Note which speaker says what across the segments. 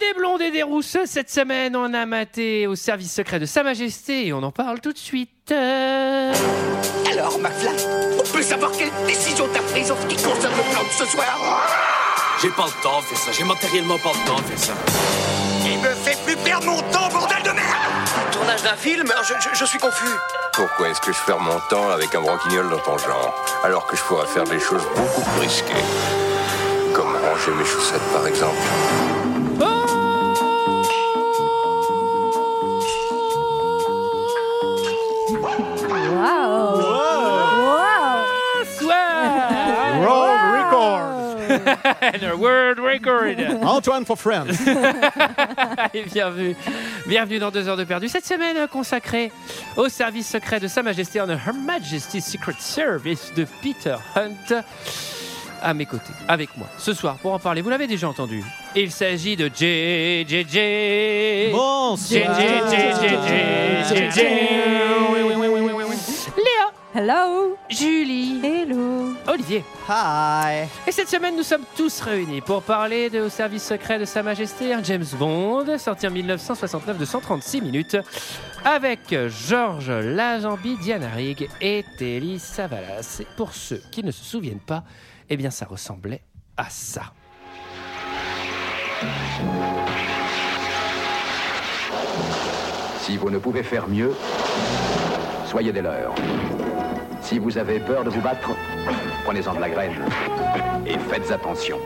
Speaker 1: Des blondes et des rousses, cette semaine, on a maté au service secret de Sa Majesté et on en parle tout de suite. Euh,
Speaker 2: Alors, McFly, on peut savoir quelle décision t'as prise en ce qui concerne le plan de ce soir
Speaker 3: J'ai pas le temps de faire ça, j'ai matériellement pas le temps de faire ça.
Speaker 2: Il me fait plus perdre mon temps, bordel de merde
Speaker 4: Tournage d'un film je, je- je suis confus.
Speaker 5: Pourquoi est-ce que je perds mon temps avec un broquignol dans ton genre Alors que je pourrais faire des choses beaucoup plus risquées. Comme ranger mes chaussettes par exemple.
Speaker 6: Waouh Waouh
Speaker 1: Bonsoir
Speaker 7: World
Speaker 1: And a world record
Speaker 7: record. Antoine for friends.
Speaker 1: Allez, bienvenue. Bienvenue dans 2 heures de perdu. Cette semaine euh, consacrée au service secret de Sa Majesté on Her Majesty's Secret Service de Peter Hunt. À mes côtés, avec moi, ce soir, pour en parler, vous l'avez déjà entendu. Il s'agit de JJJ.
Speaker 7: Bonsoir.
Speaker 1: Léa,
Speaker 6: Hello
Speaker 1: Julie,
Speaker 6: Hello
Speaker 1: Olivier.
Speaker 7: Hi.
Speaker 1: Et cette semaine, nous sommes tous réunis pour parler de, au service secret de Sa Majesté, un James Bond, sorti en 1969 de 136 minutes, avec Georges Lazenby, Diana Rigg et Telly Savalas. Et pour ceux qui ne se souviennent pas, eh bien, ça ressemblait à ça.
Speaker 8: Si vous ne pouvez faire mieux, soyez des leurs. Si vous avez peur de vous battre, prenez-en de la graine et faites attention.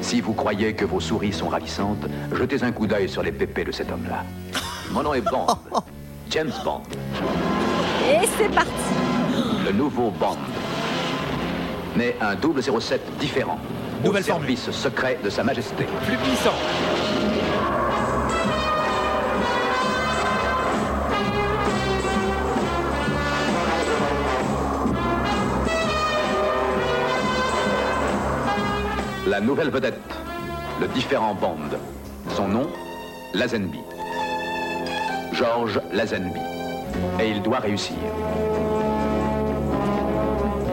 Speaker 8: Si vous croyez que vos souris sont ravissantes, jetez un coup d'œil sur les pépés de cet homme-là. Mon nom est Bond. James Bond.
Speaker 6: Et c'est parti
Speaker 8: Le nouveau Bond. Mais un double 07 différent.
Speaker 7: Nouvelle
Speaker 8: au service secret de Sa Majesté.
Speaker 1: Plus puissant.
Speaker 8: La nouvelle vedette. Le différent Bond. Son nom, Lazenby. Georges Lazenby. Et il doit réussir.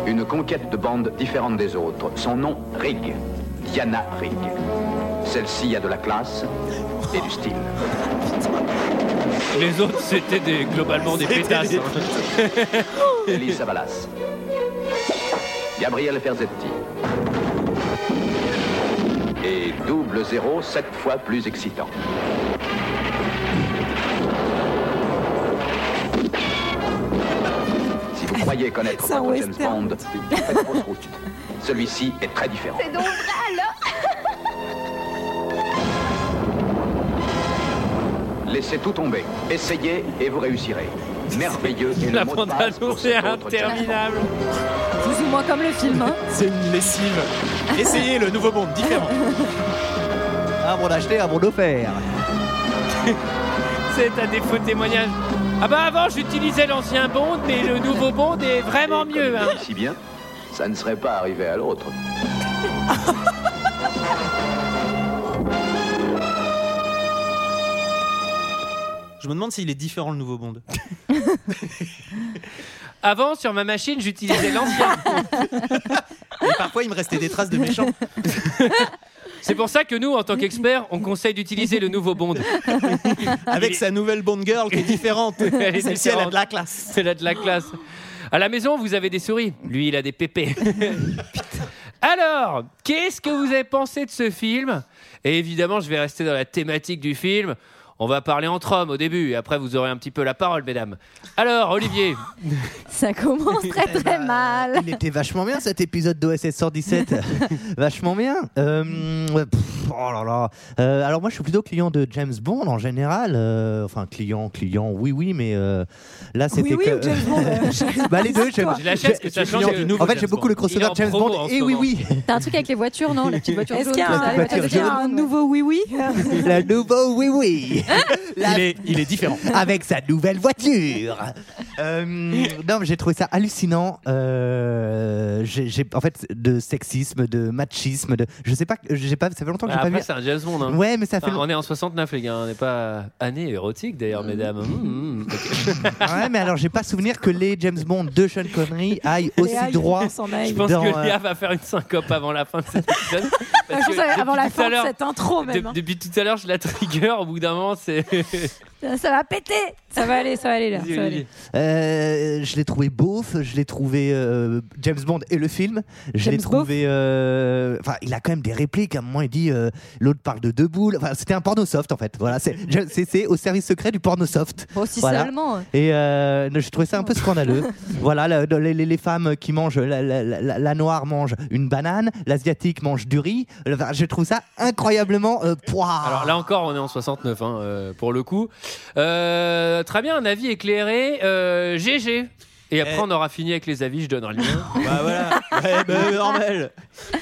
Speaker 8: Une conquête de bande différente des autres. Son nom, Rig. Diana Rig. Celle-ci a de la classe et du style.
Speaker 1: Les autres, c'était des- globalement des pétasses. hein.
Speaker 8: Elisa Savalas. Gabriel Ferzetti. Et double zéro, sept fois plus excitant. Si vous croyez connaître
Speaker 6: C'est un
Speaker 8: votre James
Speaker 6: western.
Speaker 8: Bond, faites fausse route. Celui-ci est très différent.
Speaker 6: C'est donc vrai alors
Speaker 8: Laissez tout tomber. Essayez et vous réussirez. Merveilleux et
Speaker 1: La
Speaker 8: le mot de
Speaker 1: bande
Speaker 8: passe pour
Speaker 1: annonce est
Speaker 8: cet autre James Bond.
Speaker 1: interminable.
Speaker 6: Plus ou moins comme le film, hein
Speaker 7: C'est une lessive. Essayez le nouveau monde différent. Un monde acheté, un monde offert.
Speaker 1: C'est un des faux témoignages. Ah bah avant, j'utilisais l'ancien Bond, mais le nouveau Bond est vraiment
Speaker 8: Et
Speaker 1: mieux.
Speaker 8: comme
Speaker 1: hein.
Speaker 8: il dit Si bien, ça ne serait pas arrivé à l'autre.
Speaker 9: Je me demande s'il est différent le nouveau Bond.
Speaker 1: Avant, sur ma machine, j'utilisais l'ancien.
Speaker 9: Et parfois il me restait des traces de méchants.
Speaker 1: C'est pour ça que nous, en tant qu'experts, on conseille d'utiliser le nouveau Bond.
Speaker 9: Avec sa nouvelle Bond Girl qui est différente.
Speaker 1: Elle est
Speaker 9: Celle-ci elle a
Speaker 1: différente.
Speaker 9: de la classe.
Speaker 1: C'est là de la classe. À la maison, vous avez des souris. Lui, il a des pépés. Putain. Alors, qu'est-ce que vous avez pensé de ce film Et évidemment, je vais rester dans la thématique du film. On va parler entre hommes au début, et après vous aurez un petit peu la parole, mesdames. Alors, Olivier,
Speaker 6: Ça commence très très mal
Speaker 7: Euh, Il était vachement bien cet épisode d'OSS 117. vachement bien. Euh, pff, oh là là. Euh, alors moi je suis plutôt client de James Bond en général. Euh, enfin client, client, oui oui, mais euh, là c'était
Speaker 6: Oui, oui,
Speaker 7: que-
Speaker 6: ou James Bond euh,
Speaker 7: bah les deux. j'aime-
Speaker 1: je l'achète parce que ça change.
Speaker 9: client du nouveau
Speaker 7: En fait
Speaker 9: James
Speaker 7: j'ai beaucoup
Speaker 9: Bond.
Speaker 7: le
Speaker 1: Il est
Speaker 7: crossover
Speaker 1: en
Speaker 7: James
Speaker 1: promo
Speaker 7: Bond.
Speaker 1: en ce
Speaker 7: Et oui
Speaker 1: moment.
Speaker 7: oui.
Speaker 6: T'as un truc avec les voitures, non La petite voiture
Speaker 10: Est-ce
Speaker 6: jaune
Speaker 10: qu'il y a
Speaker 6: là,
Speaker 10: un-
Speaker 6: la voiture
Speaker 7: est-ce qu'il y a
Speaker 6: jaune,
Speaker 10: un
Speaker 6: ouais.
Speaker 10: nouveau oui-oui
Speaker 7: La nouveau oui oui. La-
Speaker 9: Il est, il est différent.
Speaker 7: Avec sa nouvelle voiture. Euh, non, mais j'ai trouvé ça hallucinant. Euh, j'ai, j'ai- en fait, de sexisme, de machisme, de. Je sais pas, j'ai pas, ça fait longtemps que j'ai
Speaker 1: Ah,
Speaker 7: pas
Speaker 1: Après,
Speaker 7: vu.
Speaker 1: c'est un James Bond. hein.
Speaker 7: Ouais, mais ça fait
Speaker 1: Enfin,
Speaker 7: longtemps.
Speaker 1: on est en 69, les gars. On n'est pas année érotique, d'ailleurs,
Speaker 7: Mmh.
Speaker 1: mesdames. Mm, mm.
Speaker 7: Ouais, mais alors j'ai pas souvenir que les James Bond de Sean Connery aillent aussi
Speaker 6: Léa, il
Speaker 7: droit.
Speaker 6: faut s'en aille.
Speaker 1: Je pense
Speaker 7: Dans,
Speaker 1: que
Speaker 7: euh,
Speaker 1: Léa va faire une syncope avant la fin de cette épisode.
Speaker 6: Ah,
Speaker 1: parce
Speaker 6: je
Speaker 1: que
Speaker 6: pense avant
Speaker 1: depuis
Speaker 6: la
Speaker 1: tout
Speaker 6: fin
Speaker 1: à
Speaker 6: de
Speaker 1: l'heure-
Speaker 6: cette intro
Speaker 1: de-
Speaker 6: même. hein.
Speaker 1: depuis tout à l'heure, je la trigger. Au bout d'un moment, c'est.
Speaker 6: Ça va péter. Ça va aller, ça va aller là. ça va aller.
Speaker 7: Euh, je l'ai trouvé beauf, je l'ai trouvé euh, James Bond et le film. Je l'ai
Speaker 6: James Beauf.
Speaker 7: trouvé. euh, Enfin, il a quand même des répliques. À un moment, il dit euh, l'autre parle de deux boules. Enfin, c'était un porno soft en fait. Voilà, c'est je- c'est- c'est au service secret du porno soft.
Speaker 6: Bon, si
Speaker 7: Voilà.
Speaker 6: seulement.
Speaker 7: Et euh, je trouvais ça un peu scandaleux. voilà, la- dans les, les- les femmes qui mangent, la, la- la- la noire mange une banane, l'asiatique mange du riz. Enfin, je trouve ça incroyablement. euh, pouah.
Speaker 6: Ah.
Speaker 1: Alors là encore, on est en 69, hein, euh, pour le coup. Euh, très bien, un avis éclairé. euh, GG. Et après,
Speaker 11: Eh.
Speaker 1: on aura fini avec les avis. Je donnerai le lien.
Speaker 11: Bah voilà, ouais, bah, normal.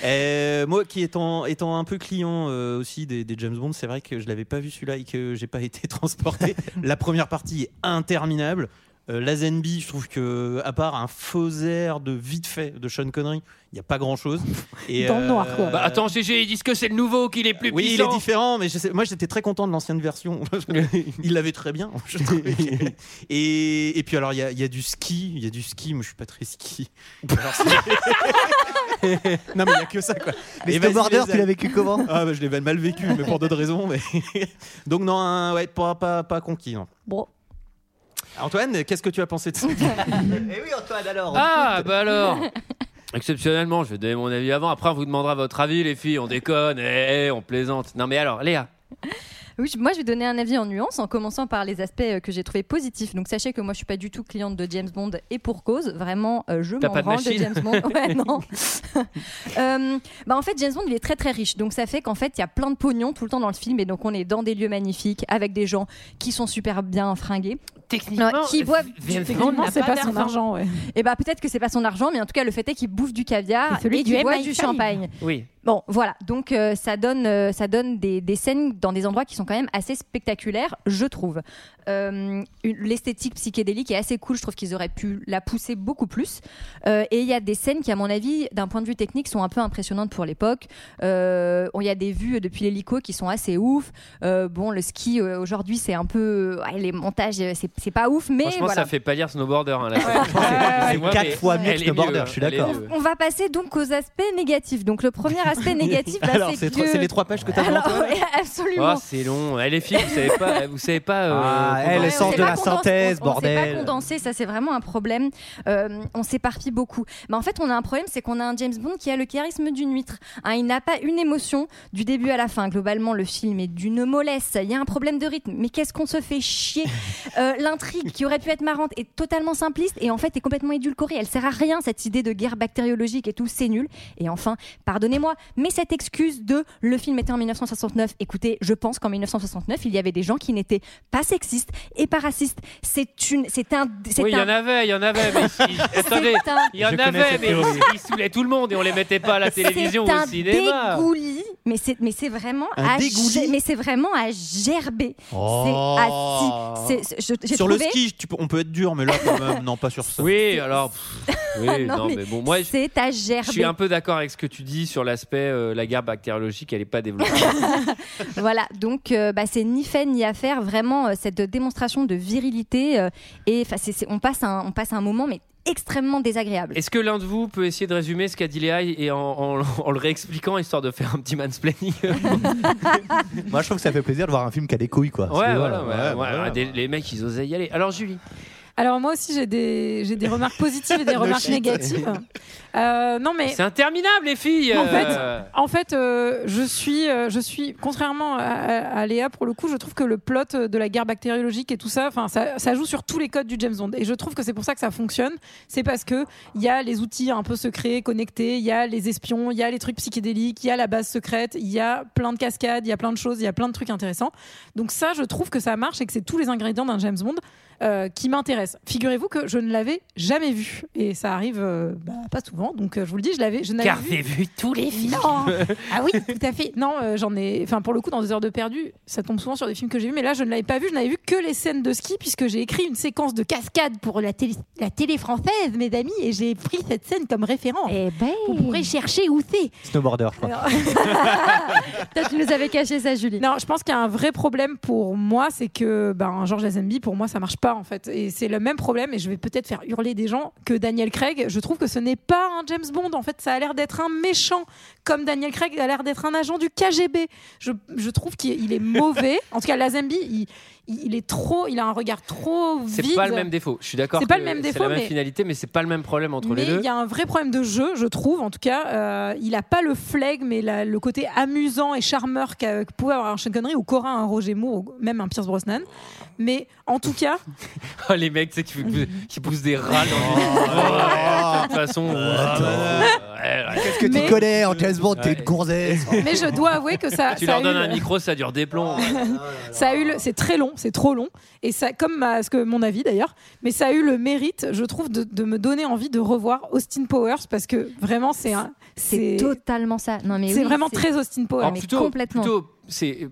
Speaker 11: Euh, moi qui étant, étant un peu client euh, aussi des, des James Bond, c'est vrai que je l'avais pas vu celui-là et que j'ai pas été transporté. La première partie est interminable. Euh, la Zenby, je trouve que à part un faux air de vite fait de Sean Connery, il y a pas grand-chose. Et, euh,
Speaker 6: Dans le noir, quoi.
Speaker 1: Bah, attends, GG, ils disent que c'est le nouveau, qu'il est plus
Speaker 11: oui, il
Speaker 1: puissant.
Speaker 11: est différent, mais je sais- moi j'étais très content de l'ancienne version. il l'avait très bien. je trouvais. et, et puis alors il y, a- il y a du ski, il y a du ski, mais je suis pas très ski. Alors, c'est- non mais il y a que ça quoi.
Speaker 7: Mais
Speaker 11: Et
Speaker 7: Stone
Speaker 11: vas-y,
Speaker 7: Border,
Speaker 11: eh ben, les
Speaker 7: tu l'as
Speaker 11: amis.
Speaker 7: vécu comment
Speaker 11: Ah bah, je l'ai mal vécu, mais pour d'autres raisons. Mais donc non, un- ouais, pas, pas, pas conquis. non.
Speaker 6: Bon.
Speaker 11: Antoine, qu'est-ce que tu as pensé de ça
Speaker 7: Eh oui, Antoine, alors.
Speaker 1: Ah, bah alors Exceptionnellement, je vais donner mon avis avant. Après, on vous demandera votre avis, les filles. On déconne, eh, eh, on plaisante. Non, mais alors, Léa.
Speaker 6: Oui, je- moi je vais donner un avis en nuance en commençant par les aspects euh, que j'ai trouvé positifs. Donc sachez que moi je suis pas du tout cliente de James Bond et pour cause, vraiment euh, je
Speaker 1: T'as
Speaker 6: m'en
Speaker 1: pas de
Speaker 6: rends
Speaker 1: machine
Speaker 6: James Bond. Ouais, non. Euh, bah, en fait James Bond il est très très riche. Donc ça fait qu'en fait il y a plein de pognon tout le temps dans le film et donc on est dans des lieux magnifiques avec des gens qui sont super bien fringués.
Speaker 1: Techniquement,
Speaker 6: Ouais, qui boivent-
Speaker 1: Techniquement,
Speaker 2: c'est pas son argent, ouais.
Speaker 6: Et bah peut-être que c'est pas son argent mais en tout cas le fait est qu'il bouffe du caviar
Speaker 2: C'est celui
Speaker 6: et
Speaker 2: du
Speaker 6: qu'il boit
Speaker 2: MI5.
Speaker 6: du champagne.
Speaker 1: Oui.
Speaker 6: Bon, voilà. Donc euh, ça donne, euh, ça donne des, des scènes dans des endroits qui sont quand même assez spectaculaires, je trouve. Euh, une- L'esthétique psychédélique est assez cool. Je trouve qu'ils auraient pu la pousser beaucoup plus. Euh, et il y a des scènes qui, à mon avis, d'un point de vue technique, sont un peu impressionnantes pour l'époque. Euh, on- Il y a des vues depuis l'hélico qui sont assez ouf. Euh, bon, le ski euh, aujourd'hui, c'est un peu ouais, les montages, euh, c'est c'est pas ouf, mais
Speaker 1: Franchement,
Speaker 6: voilà.
Speaker 1: ça fait pas lire Snowboarder. Hein, là.
Speaker 7: C'est
Speaker 1: Excusez-moi, mais
Speaker 7: quatre fois mieux
Speaker 1: elle
Speaker 7: que
Speaker 1: est
Speaker 7: The Border,
Speaker 1: mieux,
Speaker 7: je suis
Speaker 1: elle est
Speaker 7: d'accord.
Speaker 1: mieux.
Speaker 6: On va passer donc aux aspects négatifs. Donc le premier aspect négatif, bah,
Speaker 11: Alors,
Speaker 6: c'est Ah,
Speaker 11: c'est trois-
Speaker 6: que-
Speaker 11: c'est les trois pages que tu as
Speaker 6: Alors, ouais, absolument.
Speaker 1: Oh, c'est long. Elle est filles, vous savez pas. Vous savez pas euh,
Speaker 7: Ah,
Speaker 1: comment-
Speaker 7: elle, le
Speaker 6: Ouais, on
Speaker 7: sens
Speaker 6: sait
Speaker 7: de
Speaker 6: pas
Speaker 7: la
Speaker 6: condenser-
Speaker 7: synthèse,
Speaker 6: on- On sait
Speaker 7: bordel.
Speaker 6: pas condenser, ça c'est vraiment un problème. Euh, on s'éparpille beaucoup. Mais en fait, on a un problème, c'est qu'on a un James Bond qui a le charisme d'une huître. Hein, il n'a pas une émotion du début à la fin. Globalement, le film est d'une mollesse. Il y a un problème de rythme. Mais qu'est-ce qu'on se fait chier Euh, L'intrigue qui aurait pu être marrante est totalement simpliste et en fait est complètement édulcorée. Elle sert à rien cette idée de guerre bactériologique et tout, c'est nul. Et enfin, pardonnez-moi, mais cette excuse de le film était en 1969. Écoutez, je pense qu'en 1969, il y avait des gens qui n'étaient pas sexistes et pas racistes. C'est une, c'est un, c'est
Speaker 1: Oui, il y en
Speaker 6: un.
Speaker 1: avait, il y en avait. Mais ils- ils- attendez,
Speaker 6: C'est un,
Speaker 1: il y en
Speaker 7: Je connais
Speaker 1: avait,
Speaker 7: cette
Speaker 1: mais
Speaker 7: théorie.
Speaker 1: ils saoulaient tout le monde et on les mettait pas à la télévision ou
Speaker 6: c'est
Speaker 1: au
Speaker 6: un
Speaker 1: cinéma.
Speaker 6: dégoulis, mais c'est mais c'est vraiment
Speaker 11: Un
Speaker 6: à
Speaker 11: dégoulis
Speaker 6: ger- mais c'est vraiment à gerber.
Speaker 11: Oh.
Speaker 6: C'est assis. C'est- je- j'ai
Speaker 11: Sur
Speaker 6: trouvé-
Speaker 11: le ski, tu peux- on peut être dur, mais là quand même, non, pas sur ça.
Speaker 1: Oui, alors. pff, oui,
Speaker 6: Ah Non,
Speaker 1: non,
Speaker 6: mais
Speaker 1: mais bon, moi, je-
Speaker 6: c'est à
Speaker 1: Je suis
Speaker 6: gerber.
Speaker 1: un peu d'accord avec ce que tu dis sur l'aspect euh, la guerre bactériologique, elle n'est pas développée.
Speaker 6: Voilà, donc euh, bah, c'est ni fait ni à faire, vraiment euh, cette démonstration de virilité. euh, et 'fin, c'est- c'est- on, passe un, on passe un moment, mais extrêmement désagréable.
Speaker 1: Est-ce que l'un de vous peut essayer de résumer ce qu'a dit Léa et en, en- en le réexpliquant, histoire de faire un petit mansplaining
Speaker 7: Moi, je trouve que ça fait plaisir de voir un film qui a des couilles, quoi. Parce
Speaker 1: Ouais,
Speaker 7: que
Speaker 1: voilà, ouais, ouais,
Speaker 7: voilà.
Speaker 1: ouais, des- les mecs, ils osaient y aller. Alors, Julie,
Speaker 2: Alors moi aussi j'ai des, j'ai des remarques positives et des remarques négatives. Euh, non mais
Speaker 1: c'est interminable, les filles
Speaker 2: En fait,
Speaker 1: euh,
Speaker 2: en fait euh, je, suis, euh, je suis, contrairement à, à- à Léa pour le coup, je trouve que le plot de la guerre bactériologique et tout ça, enfin ça, ça joue sur tous les codes du James Bond. Et je trouve que c'est pour ça que ça fonctionne. C'est parce que il y a les outils un peu secrets, connectés, il y a les espions, il y a les trucs psychédéliques, il y a la base secrète, il y a plein de cascades, il y a plein de choses, il y a plein de trucs intéressants. Donc ça, je trouve que ça marche et que c'est tous les ingrédients d'un James Bond euh, qui m'intéressent. m'intéresse. Figurez-vous que je ne l'avais jamais vu. Et ça arrive euh, bah, pas souvent. Donc, euh, je vous le dis, je l'avais. Je n'avais
Speaker 1: Car j'ai vu tous les films.
Speaker 2: Non. Ah oui, tout à fait. Non, euh, j'en ai. Enfin, pour le coup, dans deux heures de perdu, ça tombe souvent sur des films que j'ai vus, mais là, je ne l'avais pas vu. Je n'avais vu que les scènes de ski, puisque j'ai écrit une séquence de cascade pour la télé, la télé française, mes amis, et j'ai pris cette scène comme référence.
Speaker 6: Eh
Speaker 2: Vous pourrez
Speaker 6: ben,
Speaker 2: chercher où c'est.
Speaker 7: Snowboarder, je crois.
Speaker 6: toi, tu nous avais caché ça, Julie.
Speaker 2: Non, je pense qu'il y a un vrai problème pour moi, c'est que ben, Georges Lazenby, pour moi, ça marche pas en fait. Et c'est le même problème, et je vais peut-être faire hurler des gens, que Daniel Craig. Je trouve que ce n'est pas un James Bond. En fait, ça a l'air d'être un méchant, comme Daniel Craig a l'air d'être un agent du KGB. Je, je trouve qu'il il est mauvais. en tout cas, Lazenby, il, il, il est trop, il a un regard trop vide.
Speaker 1: C'est pas le même défaut. Je suis d'accord.
Speaker 2: C'est pas
Speaker 1: que
Speaker 2: le même
Speaker 1: C'est la
Speaker 2: défaut,
Speaker 1: même
Speaker 2: mais-
Speaker 1: finalité, mais c'est pas le même problème entre
Speaker 2: mais
Speaker 1: les deux.
Speaker 2: il y a un vrai problème de jeu, je trouve. En tout cas, Euh, il a pas le flegme, mais la- le côté amusant et charmeur qu'a- que pouvait avoir un Sean Connery ou qu'aura un Roger Moore ou même un Pierce Brosnan. Mais en tout cas,
Speaker 1: Oh, les mecs, tu sais, qui, qui poussent des rats
Speaker 7: Oh.
Speaker 1: dans les- De toute façon.
Speaker 7: Ah,
Speaker 1: Ah, bah,
Speaker 11: Oh.
Speaker 1: ouais, ouais.
Speaker 7: Qu'est-ce que
Speaker 2: Mais-
Speaker 7: tu connais en James Bond T'es
Speaker 1: Ouais.
Speaker 7: une gonzesse.
Speaker 2: mais je dois avouer que ça,
Speaker 1: bah, Tu
Speaker 2: ça
Speaker 1: leur
Speaker 2: a
Speaker 1: donnes
Speaker 2: eu-
Speaker 1: un micro, ça dure des plombs.
Speaker 2: Ça a eu, le- c'est très long, c'est trop long, et ça, comme ma- ce que mon avis d'ailleurs, mais ça a eu le mérite, je trouve, de, de me donner envie de revoir Austin Powers parce que vraiment c'est un,
Speaker 6: C'est totalement ça. Non, mais
Speaker 2: c'est
Speaker 6: oui,
Speaker 2: vraiment très Austin Powers.
Speaker 1: Alors,
Speaker 6: mais
Speaker 1: plutôt,
Speaker 6: complètement.
Speaker 1: plutôt, c'est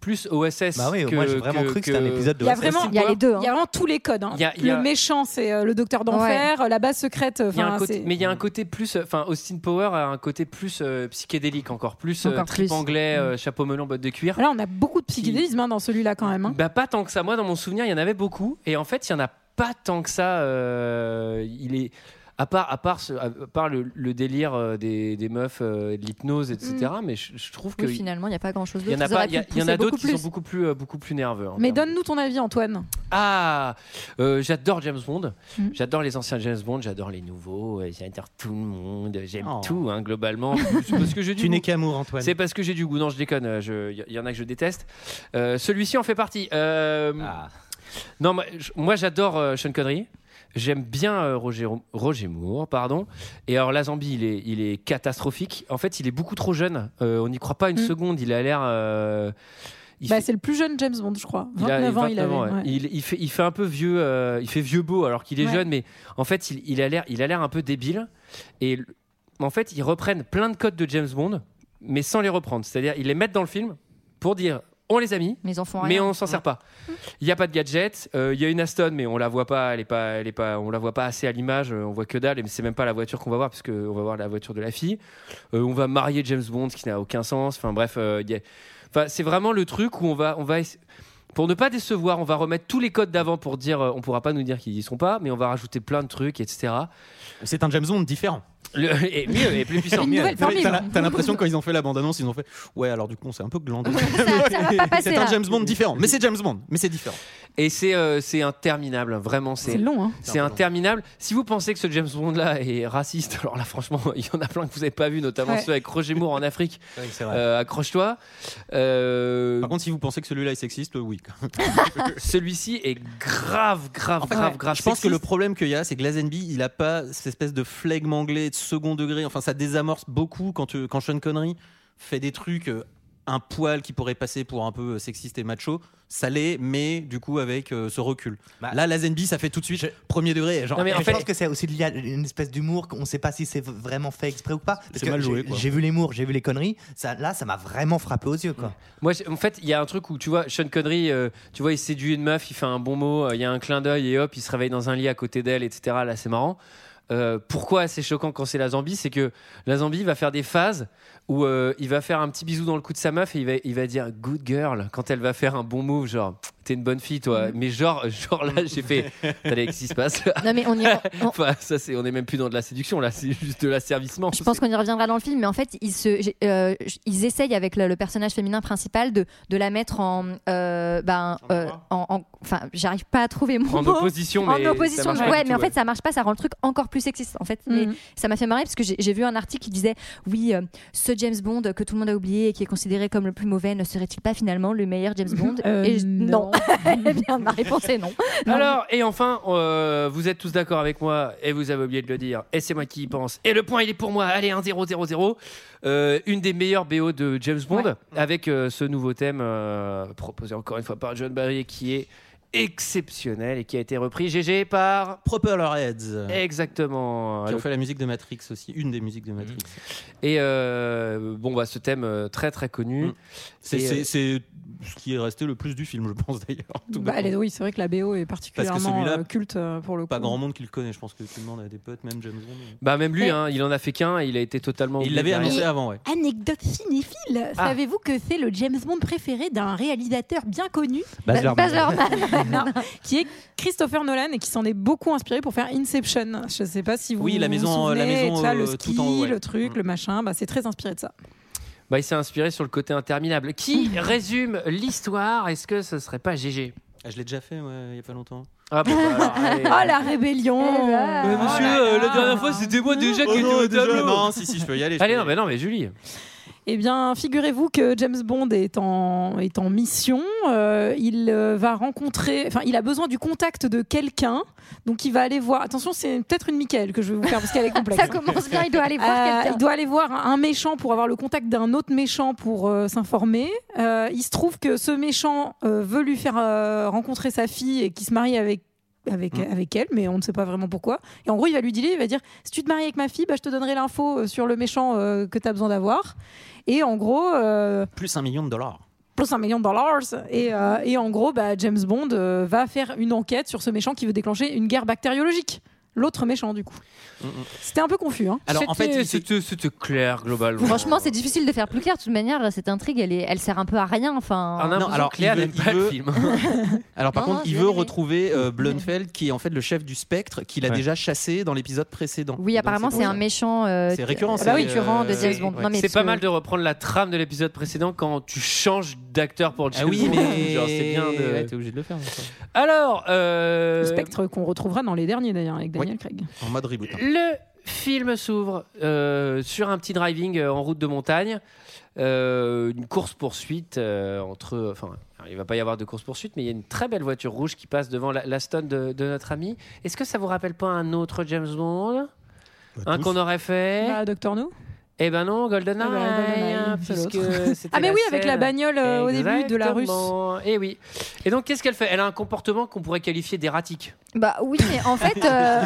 Speaker 1: plus OSS.
Speaker 7: Bah oui,
Speaker 1: que-
Speaker 7: moi j'ai vraiment
Speaker 1: que-
Speaker 7: cru que c'était un
Speaker 1: que-
Speaker 7: épisode de
Speaker 2: Il y a
Speaker 7: OSS.
Speaker 2: Ah, vraiment,
Speaker 6: Il y a les deux. hein.
Speaker 2: Il y a vraiment tous les codes. hein.
Speaker 1: Il y a- il y a-
Speaker 2: Le méchant, c'est euh, le docteur d'enfer, euh, la base secrète.
Speaker 1: Il y a un
Speaker 2: enfin,
Speaker 1: côté-
Speaker 2: c'est-
Speaker 1: mais il y a un côté plus, enfin Austin Power a un côté plus euh, psychédélique encore plus, euh,
Speaker 6: Encore
Speaker 1: trip
Speaker 6: plus.
Speaker 1: anglais,
Speaker 2: Mm.
Speaker 1: euh, chapeau melon, bottes de cuir.
Speaker 2: Là, on a beaucoup de psychédélisme hein, dans celui-là quand même. hein.
Speaker 1: Bah pas tant que ça. Moi dans mon souvenir il y en avait beaucoup et en fait il y en a pas tant que ça. euh, il est à part à part ce- à part le, le délire euh, des, des meufs euh, et de l'hypnose etc. Mais je, je trouve que
Speaker 6: Mm. Oui, finalement, il n'y a pas grand-chose
Speaker 1: il y
Speaker 6: d'autre.
Speaker 1: en a
Speaker 6: Ils auraient
Speaker 1: pas, il y, a-
Speaker 6: pu
Speaker 1: il y en a
Speaker 6: pousser
Speaker 1: d'autres
Speaker 6: beaucoup
Speaker 1: qui sont
Speaker 6: plus.
Speaker 1: beaucoup plus euh, beaucoup plus nerveux. en
Speaker 2: Mais
Speaker 1: termes de-
Speaker 2: donne-nous ton avis, Antoine.
Speaker 1: Ah, euh, j'adore James Bond.
Speaker 2: Mm.
Speaker 1: J'adore les anciens James Bond, j'adore les nouveaux, euh, j'adore tout le monde, j'aime
Speaker 11: Oh.
Speaker 1: tout hein, globalement. C'est parce que j'ai du
Speaker 11: Tu n'es
Speaker 1: goût.
Speaker 11: qu'amour, Antoine.
Speaker 1: C'est parce que j'ai du goût. Non, je déconne. Il y en a que je déteste. Euh, Celui-ci en fait partie. Euh,
Speaker 11: Ah.
Speaker 1: Non, moi, j- moi, j'adore euh, Sean Connery. J'aime bien euh, Roger, Roger Moore, pardon. Et alors, la Zambie, il est, il est catastrophique. En fait, il est beaucoup trop jeune. Euh, on n'y croit pas une
Speaker 2: Mm.
Speaker 1: seconde. Il a l'air. euh, il
Speaker 2: Bah,
Speaker 1: fait-
Speaker 2: C'est le plus jeune James Bond, je crois.
Speaker 1: il a
Speaker 2: 29 ans, il
Speaker 1: 29
Speaker 2: avait.
Speaker 1: ans, ouais.
Speaker 2: ouais.
Speaker 1: Il- il fait, il fait un peu vieux, euh, il fait vieux beau alors qu'il est
Speaker 2: Ouais.
Speaker 1: jeune, mais en fait, il, il a l'air, il a l'air un peu débile. Et l- en fait, ils reprennent plein de codes de James Bond, mais sans les reprendre. C'est-à-dire, ils les mettent dans le film pour dire, on les a mis,
Speaker 6: Mes enfants.
Speaker 1: mais on s'en sert pas. Il n'y a pas de gadget. euh, Il y a une Aston, mais on la voit pas. Elle est pas, elle est pas. On la voit pas assez à l'image. euh, on voit que dalle. Et c'est même pas la voiture qu'on va voir, puisque on va voir la voiture de la fille. Euh, on va marier James Bond, ce qui n'a aucun sens. Enfin bref, euh, il y a- enfin, c'est vraiment le truc où on va, on va. essa- Pour ne pas décevoir, on va remettre tous les codes d'avant pour dire, euh, on pourra pas nous dire qu'ils y sont pas, mais on va rajouter plein de trucs, etc.
Speaker 11: C'est un James Bond différent.
Speaker 1: Le- et mieux et plus puissant.
Speaker 2: Une
Speaker 1: Mieux.
Speaker 2: nouvelle
Speaker 11: T'as
Speaker 2: formule.
Speaker 11: t'as- t'as l'impression quand ils ont fait la bande-annonce, ils ont fait ouais alors du coup on s'est un peu glandé.
Speaker 6: Ça, ça va pas passer
Speaker 11: C'est un
Speaker 6: là.
Speaker 11: James Bond différent, mais c'est James Bond, mais c'est différent.
Speaker 1: Et c'est, euh, c'est interminable, vraiment.
Speaker 2: C'est long. hein.
Speaker 1: C'est interminable. Si vous pensez que ce James Bond là est raciste, alors là franchement, il y en a plein que vous n'avez pas vu, notamment
Speaker 2: Ouais.
Speaker 1: ceux avec Roger Moore en Afrique.
Speaker 11: c'est
Speaker 1: Euh, Accroche-toi. Euh,
Speaker 11: Par contre, si vous pensez que celui-là est sexiste, euh, oui.
Speaker 1: Celui-ci est grave, grave,
Speaker 11: En fait,
Speaker 1: grave,
Speaker 2: ouais.
Speaker 1: grave.
Speaker 11: Je pense que le
Speaker 1: sexiste.
Speaker 11: problème qu'il y a, c'est que Lazenby, il a pas cette espèce de flegme anglais de second degré. Enfin, ça désamorce beaucoup quand, euh, quand Sean Connery fait des trucs, euh, un poil qui pourrait passer pour un peu euh, sexiste et macho, ça l'est, mais du coup avec euh, ce recul.
Speaker 7: Bah,
Speaker 11: Là, Lazenby, ça fait tout de suite premier degré. Genre,
Speaker 1: Non, mais en
Speaker 7: je
Speaker 1: fait-
Speaker 7: pense que c'est aussi lié à une espèce d'humour qu'on ne sait pas si c'est vraiment fait exprès ou pas. Parce
Speaker 11: C'est
Speaker 7: que
Speaker 11: mal joué,
Speaker 7: j'ai-
Speaker 11: quoi.
Speaker 7: J'ai vu les mours, j'ai vu les conneries. Ça, là, ça m'a vraiment frappé aux yeux. Quoi.
Speaker 1: Moi, j'ai- en fait, il y a un truc où tu vois Sean Connery, euh, tu vois, il séduit une meuf, il fait un bon mot, euh, il y a un clin d'œil et hop, il se réveille dans un lit à côté d'elle, etc. Là, c'est marrant. Euh, pourquoi c'est choquant quand c'est la Zambie C'est que la Zambie va faire des phases où euh, il va faire un petit bisou dans le cou de sa meuf et il va, il va dire good girl quand elle va faire un bon move, genre t'es une bonne fille toi. Mais genre, genre là, j'ai fait, allez, qu'est-ce qui se passe là
Speaker 6: Non, mais on y on-
Speaker 1: Enfin, ça, c'est, on est même plus dans de la séduction là, c'est juste de l'asservissement.
Speaker 6: Je pense qu'on y reviendra dans le film, mais en fait, ils, se, j'ai- euh, j- ils essayent avec le, le personnage féminin principal de, de la mettre en. euh, ben, euh, en- en- enfin, j'arrive pas à trouver mon
Speaker 1: En
Speaker 6: mot.
Speaker 1: opposition,
Speaker 6: En
Speaker 1: mais ça
Speaker 6: opposition,
Speaker 1: marche
Speaker 6: ouais,
Speaker 1: pas du
Speaker 6: mais
Speaker 1: tout,
Speaker 6: en fait, ça marche pas, ça rend le truc encore plus sexiste. En fait, mais
Speaker 2: Mhm.
Speaker 6: ça m'a fait marrer parce que j'ai j'ai vu un article qui disait oui, euh, ce James Bond que tout le monde a oublié et qui est considéré comme le plus mauvais ne serait-il pas finalement le meilleur James Bond
Speaker 2: Euh,
Speaker 6: Et je-
Speaker 2: non.
Speaker 6: Eh bien, ma réponse est non.
Speaker 1: Alors, et enfin, euh, vous êtes tous d'accord avec moi, et vous avez oublié de le dire, et c'est moi qui y pense. Et le point, il est pour moi, allez, 1-0-0-0. Euh, une des meilleures BO de James Bond, avec euh, ce nouveau thème euh, proposé encore une fois par John Barry, qui est exceptionnel et qui a été repris GG par
Speaker 11: Propellerheads.
Speaker 1: exactement
Speaker 11: Qui ont fait la musique de Matrix aussi, une des musiques de Matrix.
Speaker 1: et euh, bon bah ce thème euh, très très connu
Speaker 11: Mm. C'est-
Speaker 1: Et,
Speaker 11: C'est
Speaker 1: euh,
Speaker 11: c'est ce qui est resté le plus du film, je pense d'ailleurs. tout
Speaker 2: Bah,
Speaker 11: bêtement.
Speaker 2: elle est- oui, c'est vrai que la BO est particulièrement
Speaker 11: celui-là,
Speaker 2: euh, culte euh, pour le coup.
Speaker 11: Pas grand monde qui le connaît, je pense que tout le monde a des potes, même James Bond.
Speaker 1: bah même lui
Speaker 6: Et-
Speaker 1: hein, il en a fait qu'un et il a été totalement
Speaker 11: Il
Speaker 1: oublié
Speaker 11: l'avait
Speaker 1: derrière.
Speaker 11: annoncé avant, ouais.
Speaker 2: Anecdote cinéphile,
Speaker 1: Ah.
Speaker 2: savez-vous que c'est le James Bond préféré d'un réalisateur bien connu
Speaker 7: Baz Luhrmann.
Speaker 6: Baz Luhrmann.
Speaker 2: Non, qui est Christopher Nolan et qui s'en est beaucoup inspiré pour faire Inception. Je ne sais pas si vous
Speaker 11: Oui, la
Speaker 2: vous
Speaker 11: maison- la
Speaker 2: souvenez,
Speaker 11: maison,
Speaker 2: tout ça,
Speaker 11: euh,
Speaker 2: le
Speaker 11: tout
Speaker 2: ski,
Speaker 11: en haut, ouais.
Speaker 2: le truc,
Speaker 11: Mm.
Speaker 2: le machin, bah, c'est très inspiré de ça.
Speaker 1: bah, il s'est inspiré sur le côté interminable qui résume l'histoire est-ce que ce serait pas GG
Speaker 11: Ah, je l'ai déjà fait, ouais, il n'y a pas longtemps.
Speaker 1: ah, bon, bah, alors, allez,
Speaker 2: Oh la rébellion
Speaker 6: Eh ben.
Speaker 1: euh,
Speaker 6: Oh
Speaker 1: monsieur
Speaker 2: là
Speaker 1: euh,
Speaker 2: là.
Speaker 1: la dernière fois c'était moi Oh déjà qui était au tableau
Speaker 11: Oh Non, si, si, je peux y aller. je
Speaker 1: allez
Speaker 11: peux y
Speaker 1: non mais
Speaker 11: aller.
Speaker 1: non mais Julie
Speaker 2: Eh bien, figurez-vous que James Bond est en, est en mission. Euh, il euh, va rencontrer, enfin, il a besoin du contact de quelqu'un. Donc, il va aller voir. Attention, c'est peut-être une Michael que je vais vous faire parce qu'elle est complexe. hein.
Speaker 6: Ça commence bien, il doit aller voir
Speaker 2: Euh, il
Speaker 6: quelqu'un.
Speaker 2: doit aller voir un un méchant pour avoir le contact d'un autre méchant pour euh, s'informer. Euh, il se trouve que ce méchant euh, veut lui faire euh, rencontrer sa fille et qui se marie avec avec, avec elle, mais on ne sait pas vraiment pourquoi. Et en gros, il va lui dire, il va dire, si tu te maries avec ma fille, bah, je te donnerai l'info euh, sur le méchant euh, que tu as besoin d'avoir. Et en gros, euh,
Speaker 11: Plus un million de dollars.
Speaker 2: plus un million de dollars. Et, euh, et en gros, bah, James Bond euh, va faire une enquête sur ce méchant qui veut déclencher une guerre bactériologique. L'autre méchant, du coup.
Speaker 11: Mm, mm.
Speaker 2: C'était un peu confus. Hein.
Speaker 11: Alors, en
Speaker 1: C'était-
Speaker 11: fait, il-
Speaker 1: c'était c'était clair globalement
Speaker 6: Franchement, c'est difficile de faire plus clair. De toute manière, cette intrigue, elle, est, elle sert un peu à rien.
Speaker 1: en
Speaker 6: Enfin,
Speaker 1: non, alors
Speaker 11: alors,
Speaker 1: Claire
Speaker 11: il veut-
Speaker 1: n'aime pas
Speaker 11: il
Speaker 1: le
Speaker 11: veut-
Speaker 1: film
Speaker 11: Alors par
Speaker 6: Non,
Speaker 11: contre,
Speaker 6: non,
Speaker 11: Ah, il
Speaker 6: j'ai
Speaker 11: veut
Speaker 6: aimé.
Speaker 11: retrouver euh, Blunfeld, qui est en fait le chef du Spectre, qu'il a
Speaker 7: Ouais.
Speaker 11: déjà chassé dans l'épisode précédent.
Speaker 6: oui,
Speaker 11: Donc,
Speaker 6: apparemment, c'est
Speaker 11: pour
Speaker 6: un
Speaker 11: ça.
Speaker 6: méchant. euh,
Speaker 11: C'est récurrent,
Speaker 6: euh,
Speaker 11: c'est,
Speaker 6: bah oui,
Speaker 11: euh,
Speaker 6: durant de James
Speaker 11: c'est-
Speaker 6: Bond.
Speaker 11: ouais.
Speaker 6: Non, mais
Speaker 1: C'est
Speaker 6: parce
Speaker 1: pas
Speaker 6: que-
Speaker 1: mal de reprendre la trame de l'épisode précédent quand tu changes d'acteur pour
Speaker 11: Ah
Speaker 1: James
Speaker 11: oui,
Speaker 1: Bond.
Speaker 11: mais
Speaker 1: Genre, c'est bien de-
Speaker 11: Ouais, t'es obligé de le faire. ça.
Speaker 1: Alors, euh,
Speaker 2: Le spectre qu'on retrouvera dans les derniers d'ailleurs avec Daniel Craig.
Speaker 11: En mode reboot. hein.
Speaker 1: le film s'ouvre euh, sur un petit driving euh, en route de montagne, Euh, une course poursuite entre, enfin, alors, il va pas y avoir de course poursuite, mais il y a une très belle voiture rouge qui passe devant la- l'Aston de, de notre ami. Est-ce que ça vous rappelle pas un autre James Bond,
Speaker 11: Bah,
Speaker 1: un qu'on auaurait fait
Speaker 2: Ah, Docteur No
Speaker 1: Eh ben non, GoldenEye,
Speaker 2: Ah bah, GoldenEye,
Speaker 1: hein,
Speaker 2: c'est
Speaker 1: puisque c'était
Speaker 2: Ah mais oui, avec la
Speaker 1: scène.
Speaker 2: bagnole euh, au début de la russe.
Speaker 1: Exactement. Eh oui. Et donc, qu'est-ce qu'elle fait Elle a un comportement qu'on pourrait qualifier d'ératique.
Speaker 6: Bah oui, mais en fait. euh,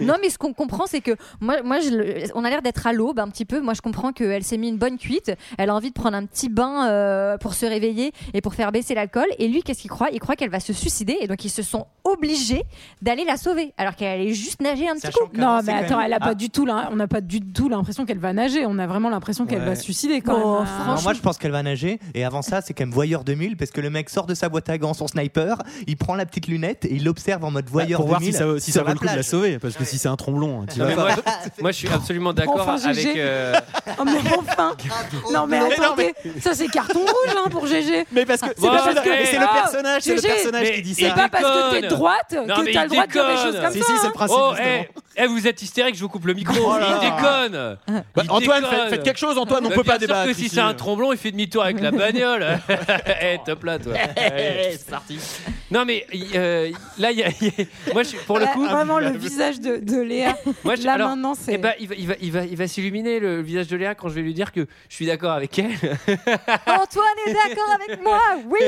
Speaker 6: non, mais ce qu'on comprend, c'est que moi, moi je le- on a l'air d'être à l'aube un petit peu. Moi, je comprends qu'elle s'est mis une bonne cuite. Elle a envie de prendre un petit bain euh, pour se réveiller et pour faire baisser l'alcool. Et lui, qu'est-ce qu'il croit Il croit qu'elle va se suicider. Et donc, ils se sont obligés d'aller la sauver. Alors qu'elle allait juste nager un petit
Speaker 7: Sachant
Speaker 6: coup.
Speaker 7: que
Speaker 2: Non
Speaker 7: c'est
Speaker 2: mais
Speaker 7: quand
Speaker 2: attends,
Speaker 7: même-
Speaker 2: elle a
Speaker 7: Ah,
Speaker 2: pas du tout là, on n'a pas du tout l'impression qu'elle va nager, on a vraiment l'impression qu'elle
Speaker 11: Ouais.
Speaker 2: va se suicider quand
Speaker 6: Bon,
Speaker 2: même.
Speaker 6: franchement,
Speaker 7: alors Ah, moi je pense qu'elle va nager et avant ça c'est quand même voyeur 2000 parce que le mec sort de sa boîte à gants son sniper il prend la petite lunette et il l'observe en mode voyeur
Speaker 11: Bah, pour voir
Speaker 7: 2000
Speaker 11: si ça, si ça
Speaker 7: sur
Speaker 11: vaut le coup de la
Speaker 7: plage.
Speaker 11: sauver, parce que si c'est un tromblon, hein, tu
Speaker 1: Non,
Speaker 11: vas
Speaker 1: mais
Speaker 11: pas.
Speaker 1: moi, moi, je suis absolument d'accord
Speaker 2: Enfin, GG.
Speaker 1: avec. euh,
Speaker 2: Oh, mais enfin. non mais attendez, ça c'est carton rouge hein, pour GG.
Speaker 11: Mais parce que c'est
Speaker 1: Bon,
Speaker 11: pas parce que-
Speaker 1: eh,
Speaker 11: mais c'est le
Speaker 2: ah,
Speaker 11: personnage, c'est le
Speaker 2: GG,
Speaker 11: personnage
Speaker 1: mais
Speaker 11: qui dit
Speaker 1: il
Speaker 2: C'est
Speaker 11: ça.
Speaker 2: pas parce que t'es
Speaker 1: déconne.
Speaker 2: de droite
Speaker 1: Non, mais
Speaker 2: que t'as
Speaker 1: il
Speaker 2: le droit de dire des
Speaker 1: déconne.
Speaker 2: choses comme
Speaker 11: Si,
Speaker 2: ça.
Speaker 11: si, Ah, c'est
Speaker 2: hein.
Speaker 11: le principe.
Speaker 1: Oh, eh,
Speaker 11: justement.
Speaker 1: eh, vous êtes hystérique, je vous coupe le micro.
Speaker 11: Oh là
Speaker 1: il
Speaker 11: là.
Speaker 1: déconne.
Speaker 11: Bah,
Speaker 1: Il
Speaker 11: Antoine,
Speaker 1: déconne.
Speaker 11: faites, faites quelque chose, Antoine, on
Speaker 1: Bah,
Speaker 11: peut
Speaker 1: bien
Speaker 11: pas
Speaker 1: sûr
Speaker 11: débattre.
Speaker 1: que si
Speaker 11: ici.
Speaker 1: c'est un tromblon, il fait demi-tour avec la bagnole. Eh, top là, toi. Eh. non, mais euh, là, il y a- il y a- moi, je suis- pour le
Speaker 2: Là,
Speaker 1: coup,
Speaker 2: Euh, vraiment le visage de, de Léa.
Speaker 1: moi, je,
Speaker 2: Là
Speaker 1: alors,
Speaker 2: maintenant c'est.
Speaker 1: Eh ben, il va, il va, il va, il va s'illuminer le visage de Léa quand je vais lui dire que je suis d'accord avec elle.
Speaker 6: Antoine est d'accord avec moi, oui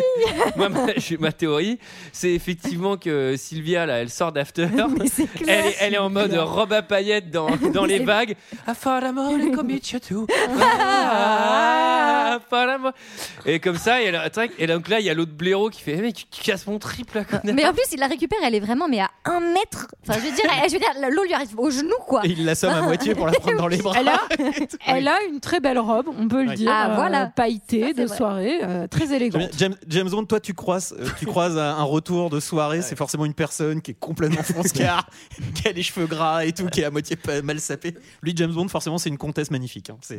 Speaker 1: Moi, ma, je- ma théorie, c'est effectivement que Sylvia, là, elle sort d'after.
Speaker 6: Mais c'est
Speaker 1: Elle,
Speaker 6: clair.
Speaker 1: est- elle est en mode robe à paillettes dans, dans les vagues. Apparemment, le commit you too. Ah, apparemment. Et comme ça, et, elle, attaque. et donc là, il y a l'autre blaireau qui fait Eh, Mais tu, tu casses mon triple, là, connard.
Speaker 6: Mais en plus, il la récupère, elle est vraiment mais à un mètre. Enfin, je veux dire, elle- je veux dire l'eau lui arrive au genou, quoi.
Speaker 11: Et il l'assomme à moitié pour la prendre dans les bras.
Speaker 2: Elle a, elle a une très belle robe, on peut le
Speaker 11: Oui.
Speaker 2: dire, euh,
Speaker 6: Ah, voilà.
Speaker 2: pailletée
Speaker 6: Ça, c'est
Speaker 2: de
Speaker 6: vrai.
Speaker 2: soirée, euh, très
Speaker 11: J'aime bien.
Speaker 2: élégante.
Speaker 11: James, James Bond, toi, tu croises, euh, tu croises un un retour de soirée, c'est forcément une personne qui est complètement fonce-car, qui a les cheveux gras et tout, qui est à moitié pa- mal sapée. Lui, James Bond, forcément, c'est une comtesse magnifique. hein. C'est-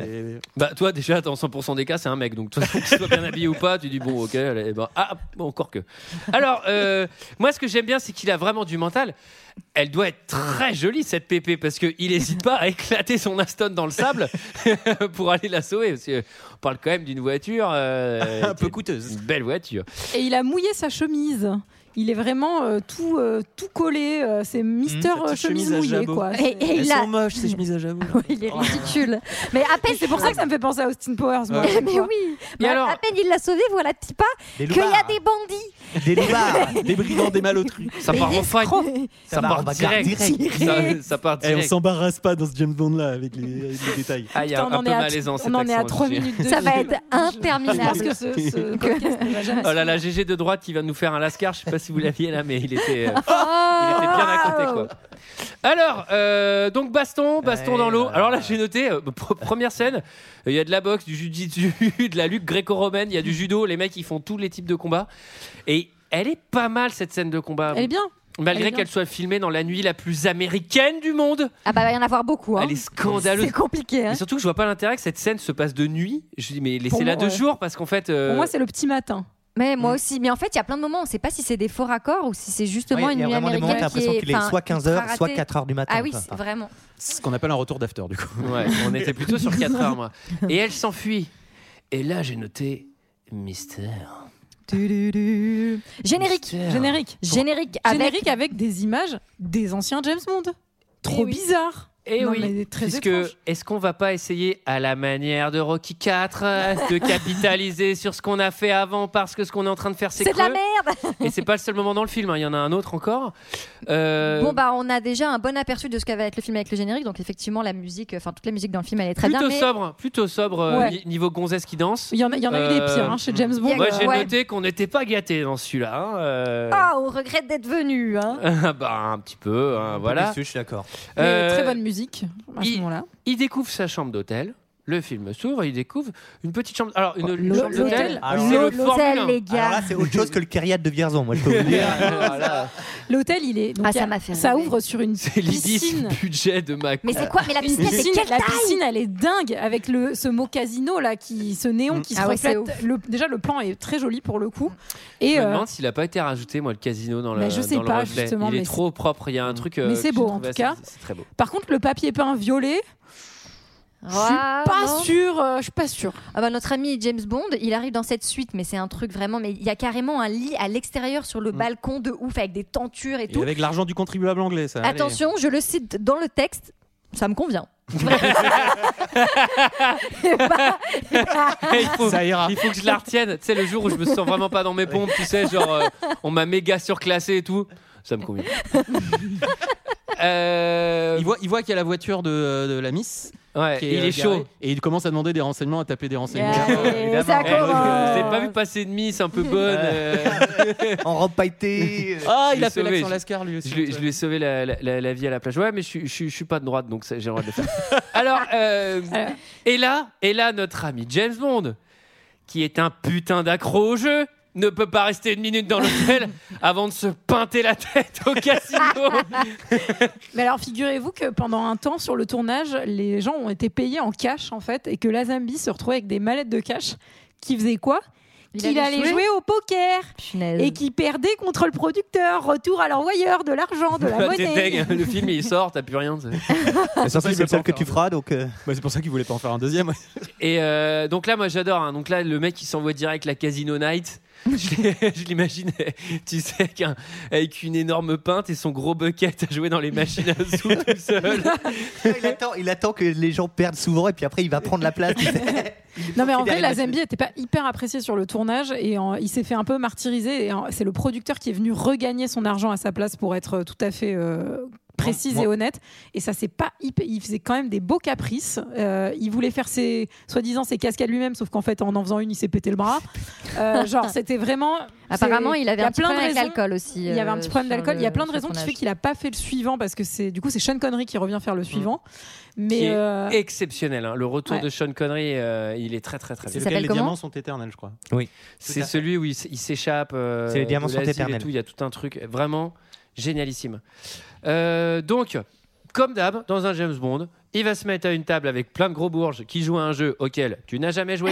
Speaker 1: Bah, toi, déjà, dans 100% des cas, c'est un mec. Donc, toi, que tu sois bien habillé ou pas, tu dis bon, ok, eh ben, allez, bah, ah, bon, encore que. Alors, euh, moi, ce que j'aime bien, c'est qu'il a vraiment du mental. Elle doit être très jolie cette pépé parce qu'il n'hésite pas à éclater son Aston dans le sable pour aller la sauver. Parce que on parle quand même d'une voiture. euh,
Speaker 11: Un peu
Speaker 1: qui-
Speaker 11: coûteuse.
Speaker 1: Une belle voiture.
Speaker 2: Et il a mouillé sa chemise. Il est vraiment euh, tout, euh, tout collé. euh, c'est Mister
Speaker 11: Mmh, Sa petite
Speaker 2: euh, chemise
Speaker 11: chemise à
Speaker 2: mouillée,
Speaker 11: jabot. Oh.
Speaker 2: quoi.
Speaker 6: Et, et
Speaker 11: Elles
Speaker 6: il a.
Speaker 11: sont moches, ces chemises à jabot.
Speaker 6: Ouais, il est ridicule. Mais à peine,
Speaker 2: C'est pour ça que ça me fait penser à Austin Powers. moi.
Speaker 11: Ouais.
Speaker 6: Mais oui. Mais
Speaker 1: alors
Speaker 6: à peine il l'a sauvé, voilà petit pas,
Speaker 7: Des
Speaker 6: qu'il y a
Speaker 7: loupards.
Speaker 6: des bandits.
Speaker 7: Des loupards.
Speaker 11: Des brigands, Ah, des malotrus.
Speaker 1: Ça part en fight. Ça,
Speaker 7: va,
Speaker 1: part
Speaker 7: on va
Speaker 1: direct.
Speaker 7: direct.
Speaker 1: Ça, ça part
Speaker 11: Eh, on
Speaker 1: direct.
Speaker 11: s'embarrasse pas dans ce James Bond là avec les, avec les détails.
Speaker 1: Ah, il y a
Speaker 2: Putain,
Speaker 1: un,
Speaker 2: on en
Speaker 1: peu
Speaker 2: est à-
Speaker 1: malaisant cet
Speaker 2: On en est à
Speaker 1: accent,
Speaker 2: 3
Speaker 1: je dirais.
Speaker 2: minutes. de
Speaker 6: Ça va
Speaker 2: jeu.
Speaker 6: être
Speaker 2: Je pense
Speaker 6: interminable.
Speaker 2: que ce, ce podcast ne va jamais
Speaker 11: Euh,
Speaker 1: Oh là là, GG de droite qui vient de nous faire un lascar. Je sais pas si vous l'aviez là, mais il était, euh, il
Speaker 6: Oh Ah
Speaker 1: était bien à côté quoi. Ah, Alors, euh, donc baston, baston
Speaker 7: Ouais,
Speaker 1: dans l'eau.
Speaker 7: là, là.
Speaker 1: Alors là, j'ai noté euh, pr- première scène. euh, Il y a de la boxe, du jujitsu, de la lutte gréco-romaine. Il y a du judo. Les mecs, ils font tous les types de combats. Et elle est pas mal cette scène de combat,
Speaker 2: Elle est
Speaker 11: euh,
Speaker 2: bien. elle
Speaker 1: malgré
Speaker 2: est bien.
Speaker 1: qu'elle soit filmée dans la nuit la plus américaine du monde.
Speaker 6: Ah bah il va y en avoir beaucoup. hein.
Speaker 1: Elle est scandaleuse.
Speaker 6: C'est compliqué. hein.
Speaker 1: Et surtout, que je vois pas l'intérêt que cette scène se passe de nuit. Je dis, mais laissez-la
Speaker 2: moi,
Speaker 1: deux
Speaker 2: ouais.
Speaker 1: jours parce qu'en fait. euh,
Speaker 2: Pour moi, c'est le petit matin.
Speaker 6: Mais
Speaker 7: Mm.
Speaker 6: moi aussi. Mais en fait, il y a plein de moments, on ne sait pas si c'est des faux raccords ou si c'est justement
Speaker 7: Ouais,
Speaker 6: une
Speaker 7: il y a
Speaker 6: nuit
Speaker 7: vraiment des moments où t'as
Speaker 6: américaine qui
Speaker 7: l'impression
Speaker 6: est
Speaker 7: qu'il est
Speaker 6: enfin,
Speaker 7: soit 15h,
Speaker 6: ultra
Speaker 7: soit
Speaker 6: ratée.
Speaker 7: 4h du matin.
Speaker 6: Ah oui,
Speaker 7: quoi.
Speaker 6: c'est vraiment.
Speaker 11: C'est ce qu'on appelle un retour d'after du coup.
Speaker 1: Ouais, on était plutôt sur 4 heures, moi. Et elle s'enfuit. Et là, j'ai noté mystère.
Speaker 6: Générique.
Speaker 1: Mystère.
Speaker 2: Générique.
Speaker 6: Générique avec.
Speaker 2: Générique avec des images des anciens James Bond. Trop
Speaker 6: Eh oui.
Speaker 2: bizarre.
Speaker 1: Et
Speaker 2: Non, mais
Speaker 1: Eh oui,
Speaker 2: très
Speaker 1: puisque
Speaker 2: étrange.
Speaker 1: est-ce qu'on va pas essayer à la manière de Rocky 4 de capitaliser sur ce qu'on a fait avant parce que ce qu'on est en train de faire c'est
Speaker 6: C'est de la
Speaker 1: creux
Speaker 6: merde.
Speaker 1: et c'est pas le seul moment dans le film, hein, il y en a un autre encore. Euh,
Speaker 6: Bon bah on a déjà un bon aperçu de ce qu'avait être le film avec le générique. Donc effectivement la musique, enfin toute la musique dans le film, elle est très
Speaker 1: plutôt
Speaker 6: bien. mais-
Speaker 1: sobre, plutôt sobre euh,
Speaker 2: Ouais.
Speaker 1: ni- niveau gonzesse qui danse.
Speaker 2: Il y en a, il y en a eu des
Speaker 11: Euh,
Speaker 2: pires hein, chez James Bond.
Speaker 6: Il y a-
Speaker 1: Moi, j'ai
Speaker 6: Ouais.
Speaker 1: noté qu'on n'était pas gâtés dans celui-là. hein, euh,
Speaker 6: Ah, on regrette d'être venu. Hein.
Speaker 1: bah, un petit peu, hein, voilà.
Speaker 7: Je suis d'accord.
Speaker 2: Mais
Speaker 1: Euh,
Speaker 2: Très bonne musique à ce
Speaker 1: il-
Speaker 2: moment-là.
Speaker 1: Il découvre sa chambre d'hôtel. Le film s'ouvre, il découvre une petite chambre. Alors, une
Speaker 2: l'hôtel.
Speaker 1: chambre d'hôtel,
Speaker 7: Alors
Speaker 1: c'est
Speaker 7: là-
Speaker 1: le Formule
Speaker 6: Oh, L'hôtel,
Speaker 1: 1.
Speaker 6: les
Speaker 7: Alors là,
Speaker 6: gars.
Speaker 7: c'est autre chose que le Kyriade de Vierzon, moi je peux vous dire.
Speaker 2: L'hôtel, il est. donc,
Speaker 6: Ah,
Speaker 2: il y a-
Speaker 6: ça m'a fait
Speaker 2: Ça
Speaker 6: rêver.
Speaker 2: ouvre sur une
Speaker 1: C'est l'ibis
Speaker 2: piscine.
Speaker 1: budget de Mac.
Speaker 6: Mais
Speaker 7: euh,
Speaker 6: c'est quoi Mais la
Speaker 2: Une
Speaker 6: piscine, c'est
Speaker 2: piscine,
Speaker 6: quelle
Speaker 2: la
Speaker 6: taille
Speaker 2: piscine, elle est dingue avec le, ce mot casino là, qui, ce néon qui se
Speaker 6: Ah ouais, c'est
Speaker 2: reflète. Le- déjà, le plan est très joli pour le coup.
Speaker 1: Je
Speaker 2: Et
Speaker 1: me
Speaker 2: euh,
Speaker 1: demande s'il n'a pas été rajouté, moi, le casino dans le.
Speaker 2: Bah, je sais
Speaker 1: dans le
Speaker 2: pas,
Speaker 1: reflet.
Speaker 2: justement,
Speaker 1: Il est
Speaker 2: mais
Speaker 1: trop propre. Il y a un truc. euh,
Speaker 2: Mais c'est
Speaker 1: que
Speaker 2: beau,
Speaker 1: j'ai
Speaker 2: en
Speaker 1: trouvé
Speaker 2: tout
Speaker 1: assez-
Speaker 2: cas.
Speaker 1: C'est très beau.
Speaker 2: par contre, le papier peint violet, je suis pas
Speaker 6: Vraiment
Speaker 2: sûre. euh, je suis pas sûre.
Speaker 6: Ah bah, notre ami James Bond, il arrive dans cette suite, mais c'est un truc vraiment. Mais il y a carrément un lit à l'extérieur sur le balcon de ouf avec des tentures et
Speaker 11: Et
Speaker 6: tout.
Speaker 11: avec l'argent du contribuable anglais, ça. allez.
Speaker 6: Attention, je le cite dans le texte, ça me convient.
Speaker 2: Ah,
Speaker 1: Eh, il, faut,
Speaker 11: Ça ira.
Speaker 1: il faut que je la retienne. Tu sais, le jour où je me sens vraiment pas dans mes pompes, tu sais, genre, euh, on m'a méga surclassé et tout. Ça me convient. Euh,
Speaker 11: Il voit, il voit qu'il y a la voiture de, de la Miss.
Speaker 1: ouais,
Speaker 11: qui est,
Speaker 1: il
Speaker 11: euh,
Speaker 1: est
Speaker 11: garée,
Speaker 1: chaud.
Speaker 11: Et il commence à demander des renseignements, à taper des renseignements.
Speaker 2: Euh,
Speaker 6: Allez, ça
Speaker 1: Eh, je
Speaker 6: commence.
Speaker 1: l'ai pas vu passer de mise un peu bonne. euh,
Speaker 7: en robe pailletée. euh,
Speaker 11: Ah,
Speaker 1: Je
Speaker 11: il
Speaker 1: l'ai
Speaker 11: a fait
Speaker 1: sauvé,
Speaker 11: l'accent
Speaker 1: je-
Speaker 11: lascar lui aussi.
Speaker 1: Je lui, je lui ai sauvé la, la- la- la vie à la plage. Ouais, mais je, suis- je, suis- je suis pas de droite, donc ça, j'ai le droit de le faire. Alors, euh, et là, et là, notre ami James Bond, qui est un putain d'accro au jeu, ne peut pas rester une minute dans l'hôtel avant de se pinter la tête au casino.
Speaker 2: Mais alors, figurez-vous que pendant un temps sur le tournage, les gens ont été payés en cash en fait, et que la Zambie se retrouvait avec des mallettes de cash qui faisaient quoi Qu'il allait jouer au poker. et qui perdait contre le producteur. Retour à l'envoyeur de l'argent, de la
Speaker 1: Bah, T'es
Speaker 2: monnaie.
Speaker 1: deg, le film il sort, t'as plus rien. c'est-
Speaker 7: Mais surtout,
Speaker 11: il
Speaker 7: euh, c'est
Speaker 11: veut
Speaker 7: le seul
Speaker 11: pas
Speaker 7: que
Speaker 11: en
Speaker 7: tu
Speaker 11: faire
Speaker 7: feras, donc. euh,
Speaker 11: Bah, c'est pour ça qu'il voulait pas en faire un deuxième.
Speaker 1: Et euh, donc là, moi j'adore. hein. Donc là, le mec il s'envoie direct la Casino Night. je l'ai- je l'imagine, tu sais, avec, un- avec une énorme pinte et son gros bucket à jouer dans les machines à sous tout seul.
Speaker 7: il, attend, il attend que les gens perdent souvent et puis après il va prendre la place. tu sais.
Speaker 2: Non mais en
Speaker 7: Il est
Speaker 2: vrai,
Speaker 7: arrivé
Speaker 2: la
Speaker 7: à-
Speaker 2: Zambie n'était pas hyper appréciée sur le tournage et en- il s'est fait un peu martyriser. Et en- c'est le producteur qui est venu regagner son argent à sa place pour être euh, tout à fait euh, précise
Speaker 7: Moi-
Speaker 2: et honnête. Et ça, c'est pas hyper. Il faisait quand même des beaux caprices. Euh, il voulait faire ses soi-disant ses cascades lui-même, sauf qu'en fait, en en faisant une, il s'est pété le bras. Euh, genre, c'était vraiment.
Speaker 6: Apparemment,
Speaker 2: c'est-
Speaker 6: il avait
Speaker 2: y a
Speaker 6: un petit
Speaker 2: plein de
Speaker 6: problème avec
Speaker 2: raisons.
Speaker 6: l'alcool aussi. euh,
Speaker 2: Il y avait un petit problème d'alcool. Il y a plein de raisons qui fait
Speaker 6: font
Speaker 2: qu'il n'a pas fait le suivant parce que c'est du coup c'est Sean Connery qui revient faire le suivant.
Speaker 1: Mm. Qui
Speaker 2: Mais
Speaker 1: est
Speaker 2: euh,
Speaker 1: exceptionnel. hein. Le retour
Speaker 2: Ouais.
Speaker 1: de Sean Connery, euh, il est très très très
Speaker 11: C'est
Speaker 1: bien.
Speaker 6: s'appelle
Speaker 11: lequel les
Speaker 6: comment
Speaker 11: diamants sont éternels, je crois.
Speaker 1: C'est celui où il s- il s'échappe. euh,
Speaker 7: C'est les diamants
Speaker 1: de
Speaker 7: sont
Speaker 1: l'asile Et
Speaker 7: éternels.
Speaker 1: tout. Il y a tout un truc vraiment génialissime. Euh, donc, comme d'hab, dans un James Bond, Il va se mettre à une table avec plein de gros bourges qui jouent à un jeu auquel tu n'as jamais joué.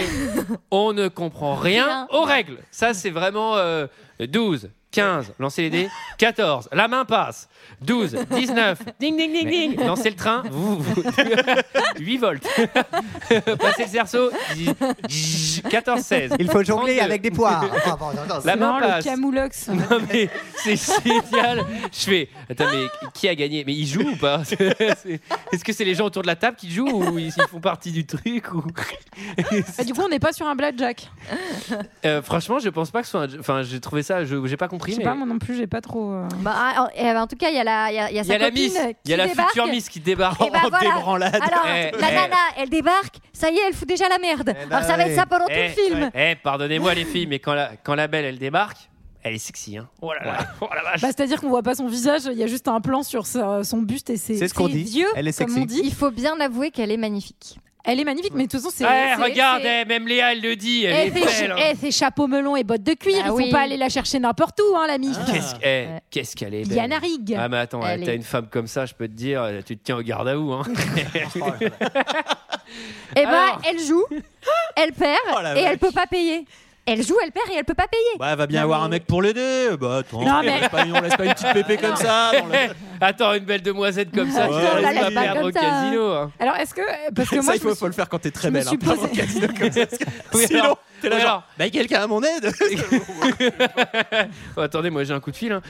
Speaker 1: On ne comprend rien
Speaker 6: Rien.
Speaker 1: aux règles. Ça, c'est vraiment euh, 12, 15, lancer les dés, 14, la main passe, 12, 19, ding, ding, ding, ding, lancer le train, vous, vous- 8 volts. Passer le cerceau, 10, 14, 16.
Speaker 7: Il faut jongler
Speaker 1: 32.
Speaker 7: avec des poires. Enfin, bon, non, non,
Speaker 1: La main
Speaker 2: Non, le
Speaker 1: passe.
Speaker 2: camoulox.
Speaker 1: Non mais c'est génial. Je fais attends mais qui a gagné Mais ils jouent ou pas C'est- Est-ce que c'est les gens autour de la table qui jouent ou ils, ils font partie du truc ou
Speaker 2: Ah, du coup, on n'est pas sur un blackjack.
Speaker 1: Euh, Franchement, je pense pas que ce soit. un jeu- Enfin, j'ai trouvé ça. je- J'ai pas
Speaker 2: Je
Speaker 1: compris.
Speaker 2: sais
Speaker 1: Mais...
Speaker 2: pas, moi non plus, j'ai pas trop. euh,
Speaker 6: Bah, ah, eh ben, en tout cas, il y a la, il y a, il y a
Speaker 1: il y
Speaker 6: sa
Speaker 1: a la
Speaker 6: copine
Speaker 1: miss, il
Speaker 6: qui
Speaker 1: y a la
Speaker 6: débarque.
Speaker 1: future miss qui débarque.
Speaker 6: Eh ben,
Speaker 11: Oh,
Speaker 6: voilà.
Speaker 11: débranlade.
Speaker 6: Alors,
Speaker 1: Eh,
Speaker 6: la
Speaker 1: eh.
Speaker 6: nana, elle débarque, ça y est, elle fout déjà la merde.
Speaker 7: Eh ben
Speaker 6: Alors, ça va
Speaker 7: oui.
Speaker 6: être ça pendant
Speaker 1: Eh,
Speaker 6: tout le film.
Speaker 1: eh, pardonnez-moi les filles, mais quand la quand la belle elle débarque, elle est sexy hein. Oh là là, oh la vache.
Speaker 2: Bah, C'est-à-dire qu'on voit pas son visage, il y a juste un plan sur sa- son buste et ses,
Speaker 7: C'est ce qu'on
Speaker 2: ses
Speaker 7: dit.
Speaker 2: yeux,
Speaker 7: Elle est
Speaker 2: comme
Speaker 7: sexy.
Speaker 2: on dit.
Speaker 6: Il faut bien avouer qu'elle est magnifique.
Speaker 2: Elle est magnifique, mais de toute façon, c'est.
Speaker 1: Eh,
Speaker 2: c'est-
Speaker 1: regarde,
Speaker 2: c'est-
Speaker 1: eh, même Léa elle le dit,
Speaker 2: Eh,
Speaker 1: elle est
Speaker 2: ses,
Speaker 1: belle. hein.
Speaker 2: eh, ses chapeaux melons et bottes de cuir,
Speaker 6: Ah
Speaker 2: ils
Speaker 6: oui.
Speaker 2: sont pas allés la chercher n'importe où, hein, l'ami.
Speaker 1: Qu'est-ce que- eh, qu'est-ce qu'elle est belle.
Speaker 2: Diana Rigg.
Speaker 1: Ah mais attends,
Speaker 6: Elle
Speaker 1: t'as
Speaker 6: est-
Speaker 1: une femme comme ça, je peux te dire, tu te tiens au garde à vous. Hein.
Speaker 6: Eh ben,
Speaker 1: Alors.
Speaker 6: elle joue, elle perd
Speaker 11: Oh la
Speaker 6: et elle
Speaker 11: vache.
Speaker 6: peut pas payer. Elle joue, elle perd et elle peut pas payer.
Speaker 11: Bah, va bien
Speaker 6: Non,
Speaker 11: avoir
Speaker 6: mais-
Speaker 11: un mec pour l'aider. Bah, attends,
Speaker 2: Non,
Speaker 11: on
Speaker 2: mais-
Speaker 11: laisse pas, on laisse pas une petite pépé comme ça. dans le-
Speaker 1: Attends, une belle demoiselle comme ça,
Speaker 11: Ouais,
Speaker 1: tu la
Speaker 11: elle
Speaker 1: laisses pas
Speaker 11: est pas
Speaker 1: perdre
Speaker 6: comme
Speaker 1: au
Speaker 6: ça.
Speaker 1: casino. hein.
Speaker 2: Alors, est-ce que. euh, Parce que
Speaker 11: ça,
Speaker 2: moi,
Speaker 11: il
Speaker 2: je
Speaker 11: faut,
Speaker 2: me
Speaker 11: faut le faire quand t'es très
Speaker 2: je me
Speaker 11: belle.
Speaker 2: suis
Speaker 11: hein, pas
Speaker 2: posé-
Speaker 11: au casino comme ça, parce que
Speaker 1: Oui,
Speaker 11: Sinon,
Speaker 1: alors-
Speaker 11: t'es là
Speaker 1: oui,
Speaker 11: genre,
Speaker 1: alors.
Speaker 11: bah, quelqu'un à mon aide.
Speaker 1: Oh, attendez, moi j'ai un coup de fil. hein.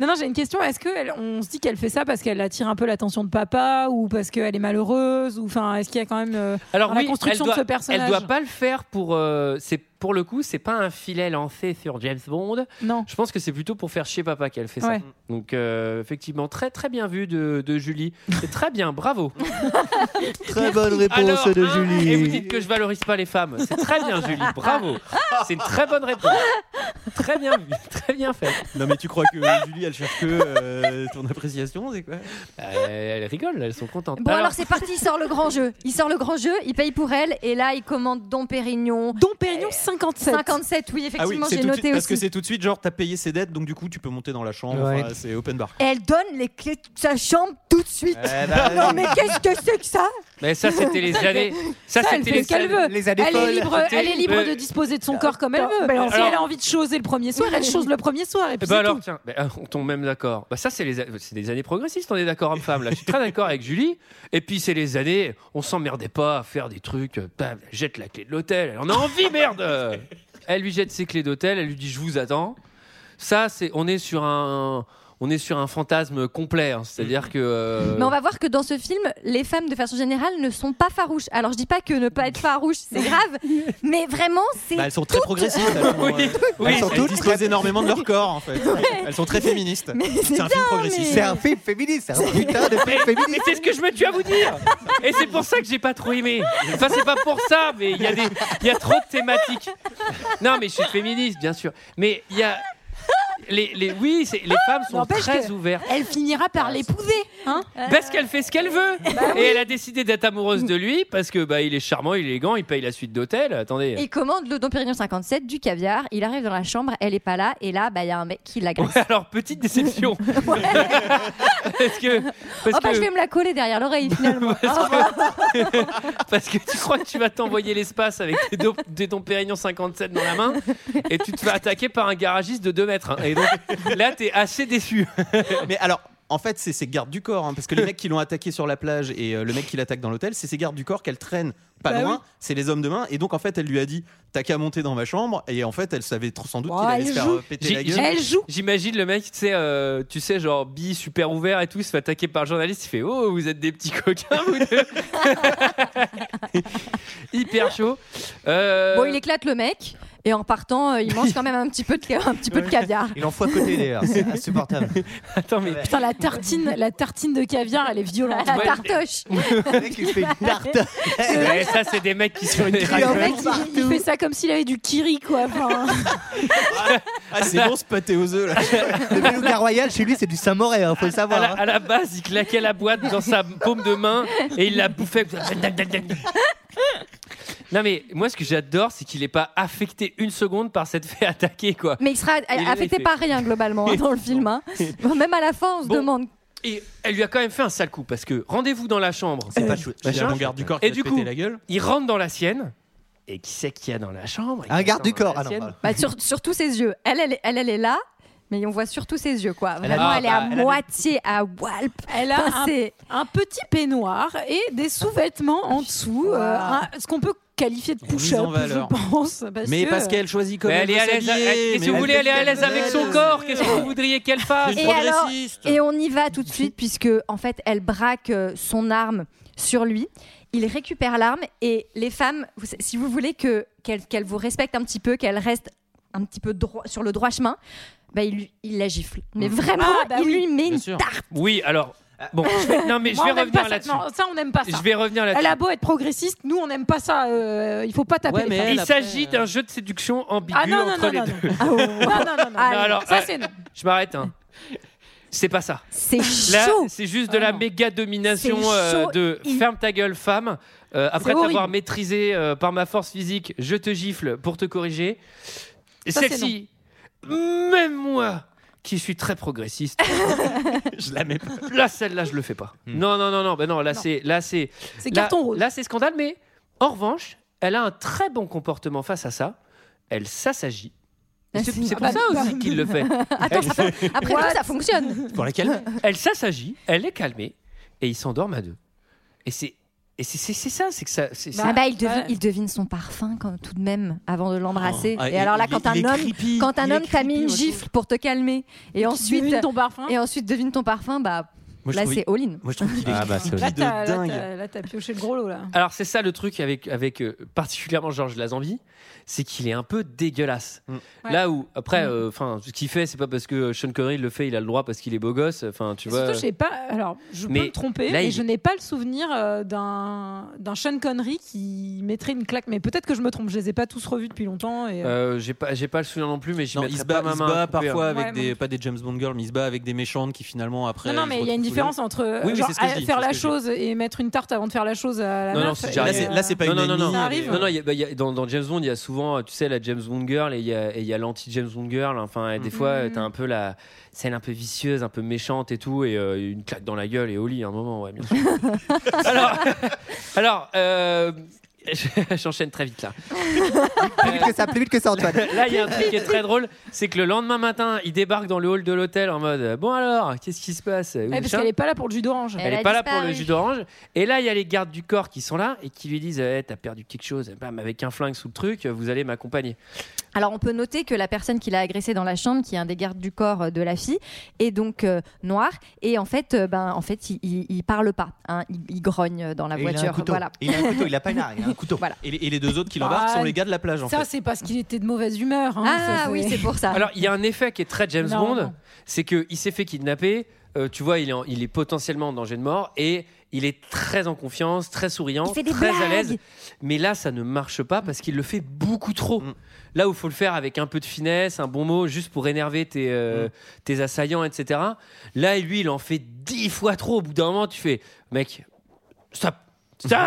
Speaker 2: Non, non, j'ai une question. Est-ce qu'on se dit qu'elle fait ça parce qu'elle attire un peu l'attention de papa ou parce qu'elle est malheureuse ou enfin est-ce qu'il y a quand même euh,
Speaker 1: Alors
Speaker 2: dans
Speaker 1: oui,
Speaker 2: la construction
Speaker 1: elle doit,
Speaker 2: de ce personnage
Speaker 1: elle doit pas le faire pour. euh, c'est pour le coup, c'est pas un filet lancé sur James Bond.
Speaker 2: Non.
Speaker 1: Je pense que c'est plutôt pour faire chier papa qu'elle fait
Speaker 2: Ouais.
Speaker 1: ça. Donc euh, effectivement, très très bien vu de, de Julie. C'est très bien, bravo.
Speaker 7: Très bonne réponse
Speaker 1: Alors,
Speaker 7: de
Speaker 1: hein, Et vous
Speaker 7: Julie.
Speaker 1: dites que je valorise pas les femmes. C'est très bien, Julie, bravo. C'est une très bonne réponse. Très bien vu, très bien fait.
Speaker 11: Non, mais tu crois que euh, Julie, elle cherche que euh, ton appréciation, c'est quoi
Speaker 1: Euh, elles rigolent, elles sont contentes.
Speaker 6: Bon, alors, c'est parti, il sort le grand jeu. Il sort le grand jeu, il paye pour elle et là, il commande Don Pérignon.
Speaker 2: Don Pérignon 57.
Speaker 6: 57, oui,
Speaker 11: Ah oui,
Speaker 6: effectivement,
Speaker 11: c'est
Speaker 6: j'ai
Speaker 11: tout de suite-
Speaker 6: noté
Speaker 11: parce que
Speaker 6: aussi.
Speaker 11: c'est tout de suite genre t'as payé ses dettes donc du coup tu peux monter dans la chambre,
Speaker 7: Ouais.
Speaker 11: enfin, c'est Euh, open bar.
Speaker 6: Elle donne les clés de sa chambre tout de suite.
Speaker 11: bah,
Speaker 6: non, mais qu'est-ce que c'est que ça
Speaker 1: Mais ça, c'était les années. Ça,
Speaker 2: Ça, elle
Speaker 1: c'était
Speaker 2: fait
Speaker 1: les
Speaker 2: ce qu'elle
Speaker 1: années-
Speaker 2: veut.
Speaker 7: Les années
Speaker 2: Elle est
Speaker 7: folles.
Speaker 2: libre,
Speaker 1: C'était-
Speaker 2: elle est libre
Speaker 1: Mais-
Speaker 2: de disposer de son corps comme elle veut. si
Speaker 1: euh, alors-
Speaker 2: elle a envie de choser le premier soir, elle chose le premier soir et
Speaker 1: Eh
Speaker 2: puis
Speaker 1: ben
Speaker 2: c'est
Speaker 1: alors,
Speaker 2: tout.
Speaker 1: tiens, ben, euh, on tombe même d'accord. Bah ça, c'est les, a- c'est des années progressistes, on est d'accord, homme-femme. Là, je suis très d'accord avec Julie. Et puis, c'est les années, on s'emmerdait pas à faire des trucs. euh, bam, elle jette la clé de l'hôtel, elle en a envie, merde Elle lui jette ses clés d'hôtel, elle lui dit, je vous attends. Ça, c'est, on est sur un. On est sur un fantasme complet, hein. c'est-à-dire que. euh,
Speaker 6: Mais on va voir que dans ce film, les femmes de façon générale ne sont pas farouches. Alors je dis pas que ne pas être farouche c'est grave, mais vraiment c'est
Speaker 11: Bah, elles sont très progressistes. Elles, font,
Speaker 1: Oui,
Speaker 11: euh,
Speaker 1: oui,
Speaker 11: elles, sont
Speaker 1: c'est-
Speaker 11: toutes- disposent énormément de leur corps en fait. Elles sont très féministes.
Speaker 6: Mais c'est
Speaker 11: C'est un film progressiste.
Speaker 7: C'est un film féministe, c'est un putain de film
Speaker 1: Mais
Speaker 7: féministe.
Speaker 1: c'est ce que je me tue à vous dire Et c'est pour ça que j'ai pas trop aimé Enfin, c'est pas pour ça, mais il y, a des- il y a trop de thématiques. Non, mais je suis féministe, bien sûr. Mais il y a... Les, les- oui, c'est- les femmes sont
Speaker 2: N'empêche
Speaker 1: très
Speaker 2: que-
Speaker 1: ouvertes.
Speaker 2: Elle finira par l'épouser. Hein
Speaker 6: Euh.
Speaker 1: Parce qu'elle fait ce qu'elle veut.
Speaker 6: Bah
Speaker 1: Et elle a décidé d'être amoureuse de lui parce que bah, il est charmant, il est élégant, il paye la suite d'hôtel. Attendez.
Speaker 6: Il commande le Don Pérignon 57, du caviar, il arrive dans la chambre, elle est pas là, et là, bah, il y a un mec qui
Speaker 11: Oh,
Speaker 6: l'agresse.
Speaker 1: Alors, petite déception. parce que, parce
Speaker 6: Oh bah
Speaker 1: que-
Speaker 6: je vais me la coller derrière l'oreille finalement.
Speaker 1: Parce que tu crois que tu vas t'envoyer l'espace avec tes, do- tes dons Pérignon 57 dans la main et tu te fais attaquer par un garagiste de 2 mètres. hein. Et donc là, t'es assez déçu.
Speaker 11: Mais alors, en fait, c'est ces gardes du corps, hein, parce que les mecs qui l'ont attaqué sur la plage et euh, le mec qui l'attaque dans l'hôtel, c'est ces gardes du corps qu'elle traîne pas
Speaker 2: Bah
Speaker 11: loin, c'est les hommes de main. Et donc, en fait, elle lui a dit T'as qu'à monter dans ma chambre. Et en fait, elle savait tr- sans doute
Speaker 2: Oh,
Speaker 11: qu'il allait
Speaker 2: elle
Speaker 11: se faire
Speaker 2: joue.
Speaker 11: euh, péter
Speaker 1: J'ai-
Speaker 11: la gueule.
Speaker 2: Elle joue.
Speaker 1: J'imagine le mec, tu sais, euh, tu sais, genre bi super ouvert et tout, il se fait attaquer par un journaliste. Il fait Oh, vous êtes des petits coquins, vous deux. Hyper chaud. Euh,
Speaker 6: Bon, il éclate le mec, et en partant, euh, il mange quand même un petit peu de, ca- un petit peu de caviar.
Speaker 7: Il en faut à côté d'ailleurs, c'est insupportable.
Speaker 1: Attends, mais.
Speaker 2: Putain, la tartine, la tartine de caviar, elle est violente.
Speaker 6: La tartoche.
Speaker 7: Le mec il fait une tarte.
Speaker 1: Ouais, Eh, ça, c'est des mecs qui sont une
Speaker 7: craque.
Speaker 2: Le mec, il, il fait ça comme s'il avait du kiri, quoi. Enfin,
Speaker 11: Ah, c'est bon ce pâté aux œufs là.
Speaker 7: Le Beluga Royal chez lui c'est du Saint-Moré, hein, faut le
Speaker 1: À
Speaker 7: savoir.
Speaker 1: la,
Speaker 7: hein.
Speaker 1: à la base, il claquait la boîte dans sa paume de main et il la bouffait. Non mais moi ce que j'adore c'est qu'il n'est pas affecté une seconde par cette fait attaquer quoi.
Speaker 6: Mais il sera
Speaker 1: Il est
Speaker 6: affecté
Speaker 1: fait.
Speaker 6: par rien globalement hein, dans le film. hein. Bon, Même à la fin, on se
Speaker 1: Bon.
Speaker 6: demande
Speaker 1: Et elle lui a quand même fait un sale coup parce que rendez-vous dans la chambre.
Speaker 11: C'est pas chouette.
Speaker 1: Chien.
Speaker 11: J'ai mon garde du corps qui
Speaker 1: Et
Speaker 11: va
Speaker 1: du
Speaker 11: se
Speaker 1: coup-
Speaker 11: péter la gueule.
Speaker 1: Il rentre dans la sienne. Et qui c'est qu'il y a dans la chambre
Speaker 7: Un garde du
Speaker 1: Dans
Speaker 7: corps.
Speaker 1: la
Speaker 7: Ah non,
Speaker 1: sienne.
Speaker 7: pardon.
Speaker 6: Bah, sur- surtout ses yeux. Elle elle, est- elle, elle est là, mais on voit surtout ses yeux, quoi. Vraiment,
Speaker 1: Ah,
Speaker 6: elle,
Speaker 1: bah,
Speaker 6: est à
Speaker 1: elle a des-
Speaker 6: moitié à Walp.
Speaker 2: Elle a
Speaker 6: Enfin,
Speaker 2: un,
Speaker 6: c'est-
Speaker 2: un petit peignoir et des sous-vêtements en dessous, euh, un- ce qu'on peut qualifier de
Speaker 11: Une mise
Speaker 2: push-up,
Speaker 11: en valeur.
Speaker 2: je pense. parce
Speaker 11: Mais
Speaker 2: que- euh,
Speaker 11: parce qu'elle choisit comme
Speaker 1: Mais elle est à
Speaker 11: veut
Speaker 1: l'aise.
Speaker 11: s'habiller,
Speaker 1: elle- Qu'est-ce que
Speaker 11: mais
Speaker 1: vous voulez Elle est à
Speaker 11: fait
Speaker 1: l'aise
Speaker 11: comme
Speaker 1: avec
Speaker 11: elle
Speaker 1: son
Speaker 11: veut.
Speaker 1: corps. Qu'est-ce que vous voudriez qu'elle fasse
Speaker 11: Une
Speaker 6: Et alors-
Speaker 11: progressiste.
Speaker 6: Et on y va tout de suite, puisque, en fait, elle braque euh, son arme sur lui. Il récupère l'arme et les femmes, vous- si vous voulez que qu'elles qu'elles vous respectent un petit peu, qu'elles restent un petit peu droit, sur le droit chemin, bah, il, lui- il la gifle. Mais
Speaker 11: Mmh.
Speaker 6: vraiment,
Speaker 2: Ah, bah
Speaker 6: il
Speaker 2: oui.
Speaker 6: lui met
Speaker 11: Bien
Speaker 6: une
Speaker 11: sûr.
Speaker 6: tarte.
Speaker 1: Oui, alors. Bon, je vais- non, mais je
Speaker 2: Moi,
Speaker 1: vais
Speaker 2: on aime pas
Speaker 1: revenir
Speaker 2: ça.
Speaker 1: là-dessus.
Speaker 2: Non, ça, on n'aime pas ça.
Speaker 1: Je vais revenir là-dessus.
Speaker 2: Elle a beau être progressiste, nous, on n'aime pas ça. euh, il faut pas taper
Speaker 11: Ouais,
Speaker 2: les
Speaker 11: mais
Speaker 2: femmes.
Speaker 11: elle,
Speaker 1: Il
Speaker 11: après,
Speaker 1: s'agit
Speaker 11: euh,
Speaker 1: d'un jeu de séduction ambigu
Speaker 2: Ah non, non,
Speaker 1: entre
Speaker 2: non,
Speaker 1: les
Speaker 2: non,
Speaker 1: deux.
Speaker 2: non. Ah, ouais. non, non, non, non.
Speaker 6: Ah,
Speaker 1: alors,
Speaker 2: ça,
Speaker 1: euh,
Speaker 2: c'est non.
Speaker 1: Je m'arrête. hein. C'est pas ça.
Speaker 6: C'est
Speaker 1: Là,
Speaker 6: chaud.
Speaker 1: c'est juste de la
Speaker 2: Vraiment.
Speaker 1: méga domination
Speaker 6: C'est
Speaker 1: euh,
Speaker 6: chaud.
Speaker 1: de
Speaker 6: Il-
Speaker 1: ferme ta gueule, femme. Euh, après
Speaker 2: C'est horrible.
Speaker 1: t'avoir maîtrisé euh, par ma force physique, je te gifle pour te corriger. Et
Speaker 2: Ça,
Speaker 1: Celle-ci, même moi qui suis très progressiste.
Speaker 11: Je la mets pas.
Speaker 1: Là, celle-là, je le fais pas.
Speaker 7: Hmm.
Speaker 1: Non, non, non, non. Ben non, là,
Speaker 2: Non.
Speaker 1: c'est, là, c'est,
Speaker 2: C'est
Speaker 1: là-
Speaker 2: carton rose.
Speaker 1: Là, c'est scandale. Mais en revanche, elle a un très bon comportement face à ça. Elle s'assagit. Et C'est
Speaker 6: Merci.
Speaker 1: c'est pour
Speaker 2: Ah bah,
Speaker 1: ça aussi
Speaker 2: bah.
Speaker 1: qu'il le fait.
Speaker 6: Attends, ça fon- après
Speaker 2: What
Speaker 6: tout, ça fonctionne.
Speaker 11: Pour la calmer.
Speaker 1: Elle s'assagit, elle est calmée, et ils s'endorment à deux. Et c'est, et c'est, c'est- c'est ça, c'est que ça. c'est-
Speaker 2: Bah,
Speaker 6: Ah bah, il, devine,
Speaker 2: ouais.
Speaker 6: il devine son parfum quand, tout de même avant de l'embrasser.
Speaker 11: Ah,
Speaker 6: et
Speaker 11: il-
Speaker 6: alors là,
Speaker 11: il-
Speaker 6: quand
Speaker 11: il
Speaker 6: un
Speaker 11: est
Speaker 6: homme,
Speaker 11: creepy,
Speaker 6: quand un
Speaker 11: il est
Speaker 6: homme t'a mis
Speaker 11: creepy,
Speaker 6: une
Speaker 11: moi, je
Speaker 6: gifle pour te calmer, et ensuite,
Speaker 2: Devine ton parfum.
Speaker 6: et ensuite devine ton parfum, bah
Speaker 11: trouve. Moi, je
Speaker 6: là
Speaker 11: trouve-
Speaker 6: c'est all-in.
Speaker 11: Moi, je trouve qu'il est
Speaker 7: Ah bah, c'est
Speaker 2: Là,
Speaker 11: creepy
Speaker 2: t'as
Speaker 11: de
Speaker 2: là,
Speaker 11: dingue.
Speaker 2: t'as- là, t'as pioché le gros lot, là.
Speaker 1: Alors c'est ça le truc avec, avec euh, particulièrement Georges Lazenby, c'est qu'il est un peu dégueulasse.
Speaker 11: Mm.
Speaker 2: Ouais. Mm.
Speaker 1: Là où après, euh, enfin, ce qu'il fait, c'est pas parce que Sean Connery le fait, il a le droit parce qu'il est beau gosse. Enfin, tu
Speaker 2: Et
Speaker 1: vois.
Speaker 2: Surtout, je sais pas. Alors, je
Speaker 1: Mais
Speaker 2: peux me tromper,
Speaker 1: là,
Speaker 2: mais
Speaker 1: il-
Speaker 2: je n'ai pas le souvenir euh, d'un d'un Sean Connery qui mettrait une claque. Mais peut-être que je me trompe. Je les ai pas tous revus depuis longtemps. Et, euh,
Speaker 1: Euh, j'ai pas, j'ai pas le souvenir non plus, mais j'y
Speaker 11: Non,
Speaker 1: mettrai
Speaker 11: il se bat,
Speaker 1: pas ma
Speaker 11: il se
Speaker 1: main. à
Speaker 11: bat
Speaker 1: couper, hein.
Speaker 11: parfois avec
Speaker 2: Ouais,
Speaker 11: des,
Speaker 2: moi.
Speaker 11: pas des James Bond girls, mais il se bat avec des méchantes qui finalement après.
Speaker 2: non, non,
Speaker 11: ils
Speaker 2: mais
Speaker 11: se
Speaker 2: il y a une
Speaker 11: retrouvent
Speaker 2: différence entre euh,
Speaker 11: Oui, oui,
Speaker 2: genre,
Speaker 11: c'est ce que je
Speaker 2: à-
Speaker 11: dis,
Speaker 2: faire
Speaker 11: c'est ce
Speaker 2: la
Speaker 11: que je
Speaker 2: chose et mettre une tarte avant de faire la chose à la
Speaker 1: Non, non,
Speaker 2: meuf,
Speaker 1: c'est
Speaker 2: et,
Speaker 1: déjà
Speaker 11: Là,
Speaker 1: arrivé.
Speaker 11: c'est- là, c'est pas
Speaker 1: Non,
Speaker 11: une
Speaker 1: non, non,
Speaker 11: ennemie,
Speaker 2: Ça
Speaker 1: non.
Speaker 2: arrive.
Speaker 11: mais-
Speaker 1: Non, non, il y a- bah, il y a- dans, dans James Bond, il y a souvent, tu sais, la James Bond girl et il y a, et il y a l'anti James Bond girl. Enfin, et des
Speaker 11: Mm.
Speaker 1: fois, euh,
Speaker 7: Mm-hmm.
Speaker 2: Mm.
Speaker 1: t'as un peu la scène un peu vicieuse, un peu méchante et tout, et euh, une claque dans la gueule et au lit à un moment, ouais, bien sûr. alors, alors euh, j'enchaîne très vite là.
Speaker 7: Plus vite que ça, plus vite que ça, Antoine.
Speaker 1: Là, il y a un truc qui est très drôle, c'est que le lendemain matin, il débarque dans le hall de l'hôtel en mode euh, Bon alors, qu'est-ce qui se passe
Speaker 2: Ouais, parce qu'elle est pas là pour le jus d'orange.
Speaker 1: Elle
Speaker 6: Elle
Speaker 1: n'est
Speaker 6: a
Speaker 1: pas là pour
Speaker 6: disparu.
Speaker 1: le jus d'orange. Et là, il y a les gardes du corps qui sont là et qui lui disent Eh, T'as perdu quelque chose. Bam, avec un flingue sous le truc, vous allez m'accompagner.
Speaker 6: Alors on peut noter que la personne qui l'a agressé dans la chambre, qui est un des gardes du corps euh, de la fille, est donc euh, noir et en fait, euh, ben en fait, il, il, il parle pas, hein, il, il grogne dans la
Speaker 7: Et il a un
Speaker 6: voiture.
Speaker 7: couteau.
Speaker 6: Voilà.
Speaker 7: Il a un couteau, il a pas une arme, il a un couteau.
Speaker 6: Voilà.
Speaker 11: Et les, et les deux autres qui l'embarquent
Speaker 2: Ah,
Speaker 11: sont les gars de la plage en
Speaker 2: Ça,
Speaker 11: fait.
Speaker 2: c'est parce qu'il était de mauvaise humeur. hein,
Speaker 6: Ah
Speaker 2: ça,
Speaker 6: oui, c'est pour ça.
Speaker 1: Alors, il y a un effet qui est très James
Speaker 2: Non,
Speaker 1: Bond
Speaker 2: non.
Speaker 1: c'est qu'il s'est fait kidnapper. euh, tu vois, il est, en- il est potentiellement en danger de mort et il est très en confiance, très souriant,
Speaker 6: il fait des
Speaker 1: très à l'aise.
Speaker 6: blagues.
Speaker 1: Mais là, ça ne marche pas parce qu'il le fait beaucoup trop.
Speaker 11: Mm.
Speaker 1: Là où il faut le faire avec un peu de finesse, un bon mot, juste pour énerver tes,
Speaker 7: Mm.
Speaker 1: euh, tes assaillants, etc. Là, lui, il en fait dix fois trop. Au bout d'un moment, tu fais, mec, stop, stop, Stop,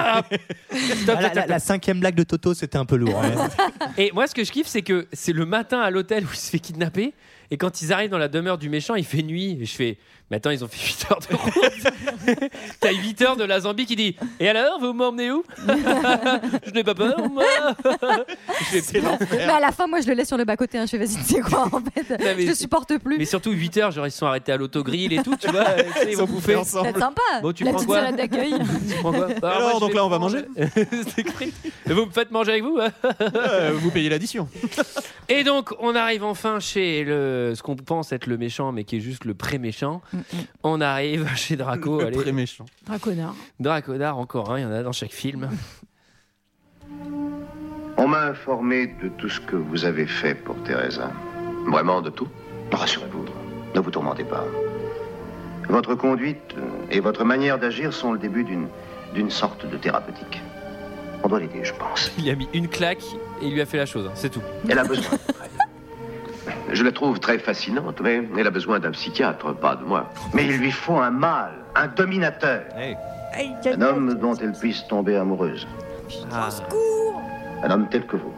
Speaker 1: stop,
Speaker 7: Ah, la, la-
Speaker 1: stop.
Speaker 7: la cinquième blague de Toto, c'était un peu lourd. hein.
Speaker 1: Et moi, ce que je kiffe, c'est que c'est le matin à l'hôtel où il se fait kidnapper. Et quand ils arrivent dans la demeure du méchant, il fait nuit. Et je fais, mais attends, ils ont fait 8 heures de route. T'as 8 heures de la Zambie qui dit, et alors, vous m'emmenez où Je n'ai pas peur, moi. Je fais,
Speaker 6: Mais Bah, à la fin, moi, je le laisse sur le bas côté. Je fais vas-y, tu sais quoi en fait,
Speaker 1: mais-
Speaker 6: je le supporte plus.
Speaker 1: Mais surtout 8 heures, genre ils se sont arrêtés à l'autogrill et tout, tu vois, euh, tu sais, ils vont bouffer.
Speaker 6: C'est sympa.
Speaker 1: Bon, tu
Speaker 2: La
Speaker 1: prends
Speaker 2: petite
Speaker 1: quoi
Speaker 2: salade d'accueil.
Speaker 1: Tu prends quoi Bah,
Speaker 11: Alors,
Speaker 1: je
Speaker 11: donc
Speaker 1: vais
Speaker 11: là, on va
Speaker 1: prendre-
Speaker 11: manger
Speaker 1: C'est écrit. Et Vous me faites manger avec vous hein
Speaker 11: Euh, vous payez l'addition.
Speaker 1: Et donc, on arrive enfin chez le, ce qu'on pense être le méchant, mais qui est juste le pré-méchant.
Speaker 6: Mm,
Speaker 1: On arrive chez Draco.
Speaker 11: Le
Speaker 1: allez.
Speaker 11: Très méchant.
Speaker 2: Un connard.
Speaker 1: Dracodar, encore un, il y en a dans chaque film.
Speaker 8: On m'a informé de tout ce que vous avez fait pour Teresa.
Speaker 12: Vraiment de tout
Speaker 8: Rassurez-vous, ne vous tourmentez pas. Votre conduite euh, et votre manière d'agir sont le début d'une d'une sorte de thérapeutique. On doit l'aider, je pense.
Speaker 1: Il a mis une claque et il lui a fait la chose, hein, c'est tout.
Speaker 8: Elle a besoin. Je la trouve très fascinante, mais elle a besoin d'un psychiatre, pas de moi. Mais il lui faut un mâle, un dominateur. Un homme dont elle puisse tomber amoureuse.
Speaker 1: Ah.
Speaker 8: Un homme tel que vous.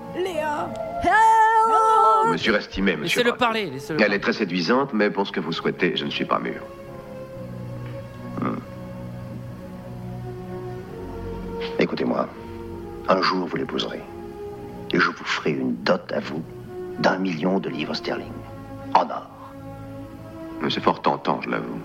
Speaker 12: Me surestimé, monsieur.
Speaker 1: Laissez-le
Speaker 12: Braque.
Speaker 1: parler, laissez-le
Speaker 12: Elle est
Speaker 1: parler.
Speaker 12: très séduisante, mais pour ce que vous souhaitez, je ne suis pas mûr.
Speaker 8: Hmm. Un jour, vous l'épouserez. Et je vous ferai une dot à vous d'un million de livres sterling. En or.
Speaker 12: C'est fort tentant, je l'avoue.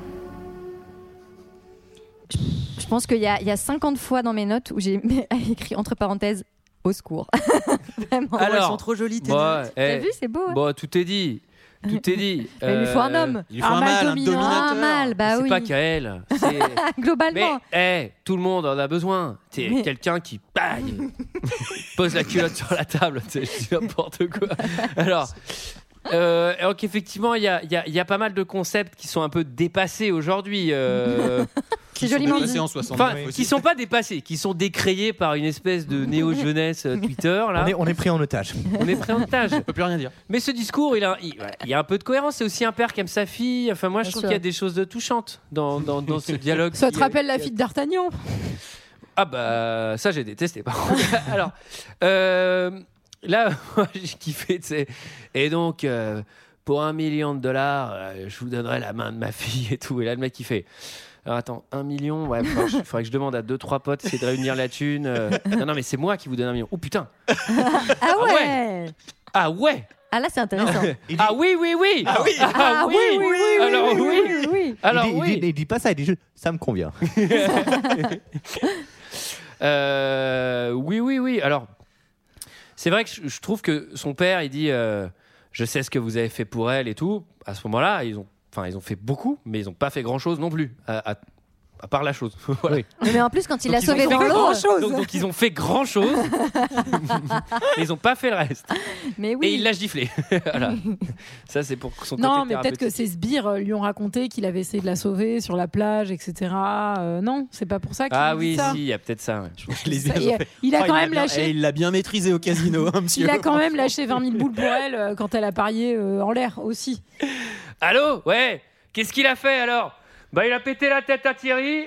Speaker 6: Je pense qu'il y, a- il y a 50 fois dans mes notes où j'ai écrit entre parenthèses au secours. Vraiment.
Speaker 1: Alors,
Speaker 6: Ouais,
Speaker 1: bon,
Speaker 6: notes. T'as
Speaker 1: eh,
Speaker 6: vu, c'est beau. hein.
Speaker 1: Bon, tout est dit. Tout est dit.
Speaker 6: Mais il lui faut un homme.
Speaker 1: Il lui faut un, mâle, un dominateur.
Speaker 6: Un mâle, bah
Speaker 1: c'est
Speaker 6: oui.
Speaker 1: pas qu'à elle. c'est- Mais
Speaker 6: Globalement.
Speaker 1: eh, tout le monde en a besoin. T'es
Speaker 6: Mais-
Speaker 1: quelqu'un qui bang, pose la culotte sur la table. C'est n'importe quoi. Alors. euh, donc effectivement, il y a, il y a- il y a pas mal de concepts qui sont un peu dépassés aujourd'hui. euh,
Speaker 6: C'est joliment dit.
Speaker 11: en
Speaker 1: Enfin,
Speaker 11: 69
Speaker 1: qui
Speaker 11: aussi.
Speaker 1: sont pas dépassés, qui sont décréés par une espèce de néo-jeunesse euh, Twitter. Là.
Speaker 7: On est, on est pris en otage.
Speaker 1: On est pris en otage.
Speaker 11: On peut plus rien dire.
Speaker 1: Mais ce discours, il, a, il, ouais, il y a un peu de cohérence. C'est aussi un père qui aime sa fille. Enfin, moi, je
Speaker 6: Bien
Speaker 1: trouve
Speaker 6: sûr.
Speaker 1: qu'il y a des choses de touchantes dans, dans, dans ce dialogue.
Speaker 2: Ça
Speaker 1: qui- euh,
Speaker 2: te rappelle la fille de d'Artagnan
Speaker 1: Ah bah, ça, j'ai détesté, par contre. Alors, euh, là, moi, j'ai kiffé, tu sais. Et donc... euh, pour un million de dollars, euh, je vous donnerai la main de ma fille et tout. Et là, le mec, il fait Alors attends, un million Ouais, faudrait que je- faudrait que je demande à deux, trois potes, essayer de réunir la thune. euh. Non, non, mais c'est moi qui vous donne un million. Oh putain
Speaker 6: Ah
Speaker 1: ouais.
Speaker 6: ouais.
Speaker 1: Ah ouais
Speaker 6: Ah là, c'est intéressant.
Speaker 1: Ah oui, oui, oui Ah oui
Speaker 6: Ah oui, oui, oui,
Speaker 1: Alors oui,
Speaker 6: oui, oui.
Speaker 1: Alors
Speaker 7: il, dit, il
Speaker 1: oui
Speaker 7: dit- il dit pas ça, il dit juste, ça me convient.
Speaker 1: Euh, oui, oui, oui. Alors, c'est vrai que je, je trouve que son père, il dit euh, Je sais ce que vous avez fait pour elle et tout. À ce moment-là, ils ont, enfin, ils ont fait beaucoup, mais ils n'ont pas fait grand-chose non plus, à, à- à part la chose. Voilà.
Speaker 6: Mais en plus, quand il
Speaker 1: Donc,
Speaker 6: l'a
Speaker 1: ils ont
Speaker 6: sauvé
Speaker 1: fait
Speaker 6: dans l'eau.
Speaker 1: grand-chose. Donc, donc, ils ont fait grand-chose, mais ils n'ont pas fait le reste.
Speaker 6: Mais
Speaker 1: Et il
Speaker 6: oui.
Speaker 1: l'a giflé. Voilà. Ça, c'est pour son côté
Speaker 2: Non, mais peut-être que
Speaker 1: thérapeutique.
Speaker 2: ses sbires euh, lui ont raconté qu'il avait essayé de la sauver sur la plage, etc. Euh, non, c'est pas pour ça qu'il
Speaker 1: Ah
Speaker 2: lui dit
Speaker 1: oui,
Speaker 2: ça.
Speaker 1: si, il y a peut-être ça. ouais.
Speaker 11: Les
Speaker 2: Ça,
Speaker 11: ils
Speaker 2: il,
Speaker 11: ont fait-
Speaker 2: il a
Speaker 11: Oh,
Speaker 2: quand
Speaker 11: il
Speaker 2: même
Speaker 11: bien- eh,
Speaker 2: lâché.
Speaker 11: il l'a bien maîtrisé au casino, un petit
Speaker 2: Il a quand même lâché 20 000 boules pour elle euh, quand elle a parié euh, en l'air aussi.
Speaker 1: Allô Ouais Qu'est-ce qu'il a fait alors bah, il a pété la tête à Thierry.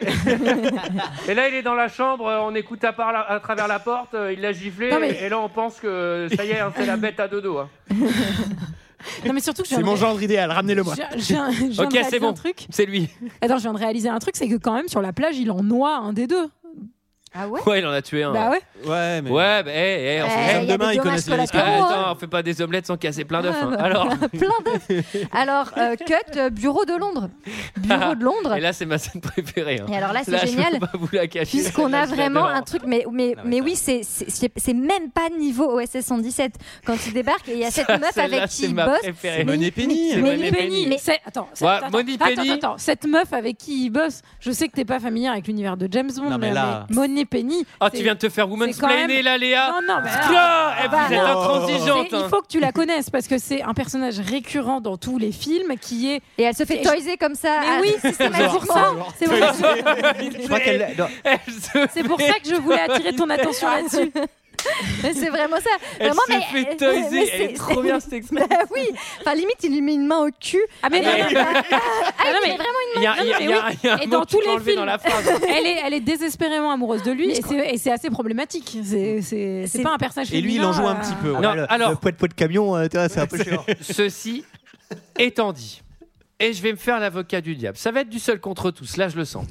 Speaker 1: et là, il est dans la chambre. euh, On écoute à, part la- à travers la porte. euh, Il l'a giflé.
Speaker 2: Non, mais-
Speaker 1: Et là, on pense que ça y est, hein, c'est la bête à dodo.
Speaker 2: Non, mais surtout que je
Speaker 11: C'est
Speaker 2: viens de-
Speaker 11: mon genre idéal, ramenez-le-moi.
Speaker 2: je- je- je viens- je viens de
Speaker 1: Ok,
Speaker 2: réaliser
Speaker 1: c'est bon.
Speaker 2: Un truc.
Speaker 1: C'est lui.
Speaker 2: Attends, je viens de réaliser un truc, c'est que quand même sur la plage, il en noie un des deux.
Speaker 6: Ah ouais.
Speaker 1: Ouais, il en a tué un.
Speaker 2: Bah ouais.
Speaker 11: Ouais, mais.
Speaker 1: Ouais, bah, eh, eh, on fait-
Speaker 6: Eh,
Speaker 11: les hommes
Speaker 6: il y a
Speaker 11: de main,
Speaker 6: des
Speaker 11: ils
Speaker 6: dommages
Speaker 11: connaissent les
Speaker 1: Ah,
Speaker 6: collatéraux, hein.
Speaker 1: attends, on fait pas des omelettes sans casser plein d'œufs. hein.
Speaker 6: Ah, bah.
Speaker 1: Alors,
Speaker 6: Plein d'œufs. Alors, euh, cut, euh, bureau de Londres. Bureau de Londres.
Speaker 1: et là, c'est ma scène préférée. hein.
Speaker 6: Et alors là, c'est
Speaker 1: Là,
Speaker 6: génial.
Speaker 1: Je peux pas vous la cacher.
Speaker 6: Puisqu'on
Speaker 1: Là,
Speaker 6: a
Speaker 1: je
Speaker 6: vraiment
Speaker 1: l'adore.
Speaker 6: un truc, mais, mais,
Speaker 11: Non, mais
Speaker 6: mais oui, c'est- c'est c'est- c'est même pas niveau OSS 117. Quand il débarque, et il y a cette
Speaker 1: Ça,
Speaker 6: meuf
Speaker 1: celle-là,
Speaker 6: avec qui
Speaker 1: c'est
Speaker 6: il
Speaker 1: ma
Speaker 6: bosse.
Speaker 1: préférée.
Speaker 6: Mais-
Speaker 11: Money Penny,
Speaker 6: mais-
Speaker 11: c'est
Speaker 6: mais-
Speaker 1: Money
Speaker 6: mais-
Speaker 1: Penny.
Speaker 6: mais c'est- Attends,
Speaker 2: C'est-
Speaker 1: Ouais,
Speaker 2: attends,
Speaker 1: Moni
Speaker 2: attends,
Speaker 1: Penny.
Speaker 2: Attends, attends, cette meuf avec qui il bosse, je sais que t'es pas familière avec l'univers de James Bond,
Speaker 11: Non, mais là-
Speaker 2: Moni Penny.
Speaker 1: Ah, tu
Speaker 2: c'est-
Speaker 1: viens de te faire woman's
Speaker 2: c'est quand même-
Speaker 1: planer là, Léa.
Speaker 2: Non, non, mais alors-
Speaker 1: Là, eh,
Speaker 2: Bah,
Speaker 1: Ah, vous êtes
Speaker 2: alors-
Speaker 1: intransigeante.
Speaker 2: C'est- Il
Speaker 1: hein.
Speaker 2: faut que tu la connaisses parce que c'est un personnage récurrent dans tous les films qui est.
Speaker 6: Et elle se fait
Speaker 2: Mais-
Speaker 6: toiser comme ça.
Speaker 2: Mais
Speaker 6: à-
Speaker 2: oui, Ah, c'est pour ça. C'est pour ça.
Speaker 7: Je crois qu'elle l'a- non,
Speaker 1: Elle se
Speaker 2: C'est pour ça que je voulais attirer ton attention là-dessus.
Speaker 6: Mais c'est vraiment ça.
Speaker 1: Elle
Speaker 6: Vraiment,
Speaker 1: se
Speaker 6: mais-
Speaker 1: fait
Speaker 6: mais
Speaker 1: toiser, elle est
Speaker 6: c'est-
Speaker 1: trop bien cette expression.
Speaker 6: Bah oui, enfin limite il lui met une main au cul.
Speaker 2: Ah mais non,
Speaker 1: Mais-
Speaker 2: non, mais- Ah, non, mais-
Speaker 1: Il y a, il y a-
Speaker 2: mais
Speaker 1: il y a-
Speaker 2: oui.
Speaker 1: il y a un
Speaker 2: Et
Speaker 1: mot
Speaker 2: dans
Speaker 1: que tu
Speaker 2: tous
Speaker 1: peux
Speaker 2: les
Speaker 1: enlever
Speaker 2: films.
Speaker 1: dans la phrase.
Speaker 2: elle est, elle est désespérément amoureuse de lui
Speaker 6: Mais je
Speaker 2: et c'est, et c'est assez problématique. C'est, c'est, c'est
Speaker 6: C'est-
Speaker 2: pas un personnage
Speaker 11: Et lui, il en joue
Speaker 2: féminin,
Speaker 11: un
Speaker 2: euh,
Speaker 11: petit peu. ouais.
Speaker 1: Non,
Speaker 7: le,
Speaker 1: alors-
Speaker 7: le poids de poids de camion, euh, tu vois, c'est un peu chiant.
Speaker 1: Ceci étant dit, et je vais me faire l'avocat du diable, ça va être du seul contre tous, là je le sens.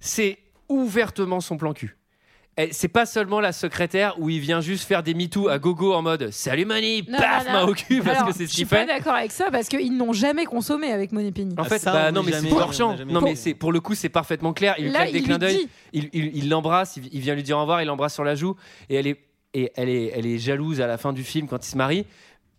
Speaker 1: C'est ouvertement son plan cul. Et C'est pas seulement la secrétaire où il vient juste faire des MeToo à gogo en mode Salut Mani,
Speaker 2: Non,
Speaker 1: paf,
Speaker 2: non,
Speaker 1: main
Speaker 2: non.
Speaker 1: au cul, parce
Speaker 2: Alors,
Speaker 1: que c'est ce
Speaker 2: Je suis
Speaker 1: qu'il
Speaker 2: pas
Speaker 1: fait.
Speaker 2: d'accord avec ça parce qu'ils n'ont jamais consommé avec Moni Penny.
Speaker 1: En fait,
Speaker 11: Ah, ça,
Speaker 1: bah,
Speaker 11: on
Speaker 1: non,
Speaker 11: est
Speaker 1: mais c'est
Speaker 11: jamais- on
Speaker 1: marchand.
Speaker 11: est jamais-
Speaker 1: Non, mais c'est pour le coup, c'est parfaitement clair. Il lui
Speaker 2: Là,
Speaker 1: claque des
Speaker 2: il
Speaker 1: clins
Speaker 2: lui
Speaker 1: d'œil.
Speaker 2: dit.
Speaker 1: Il il- il l'embrasse, il, il vient lui dire au revoir, il l'embrasse sur la joue, et elle est, et elle est, elle est jalouse à la fin du film quand il se marie.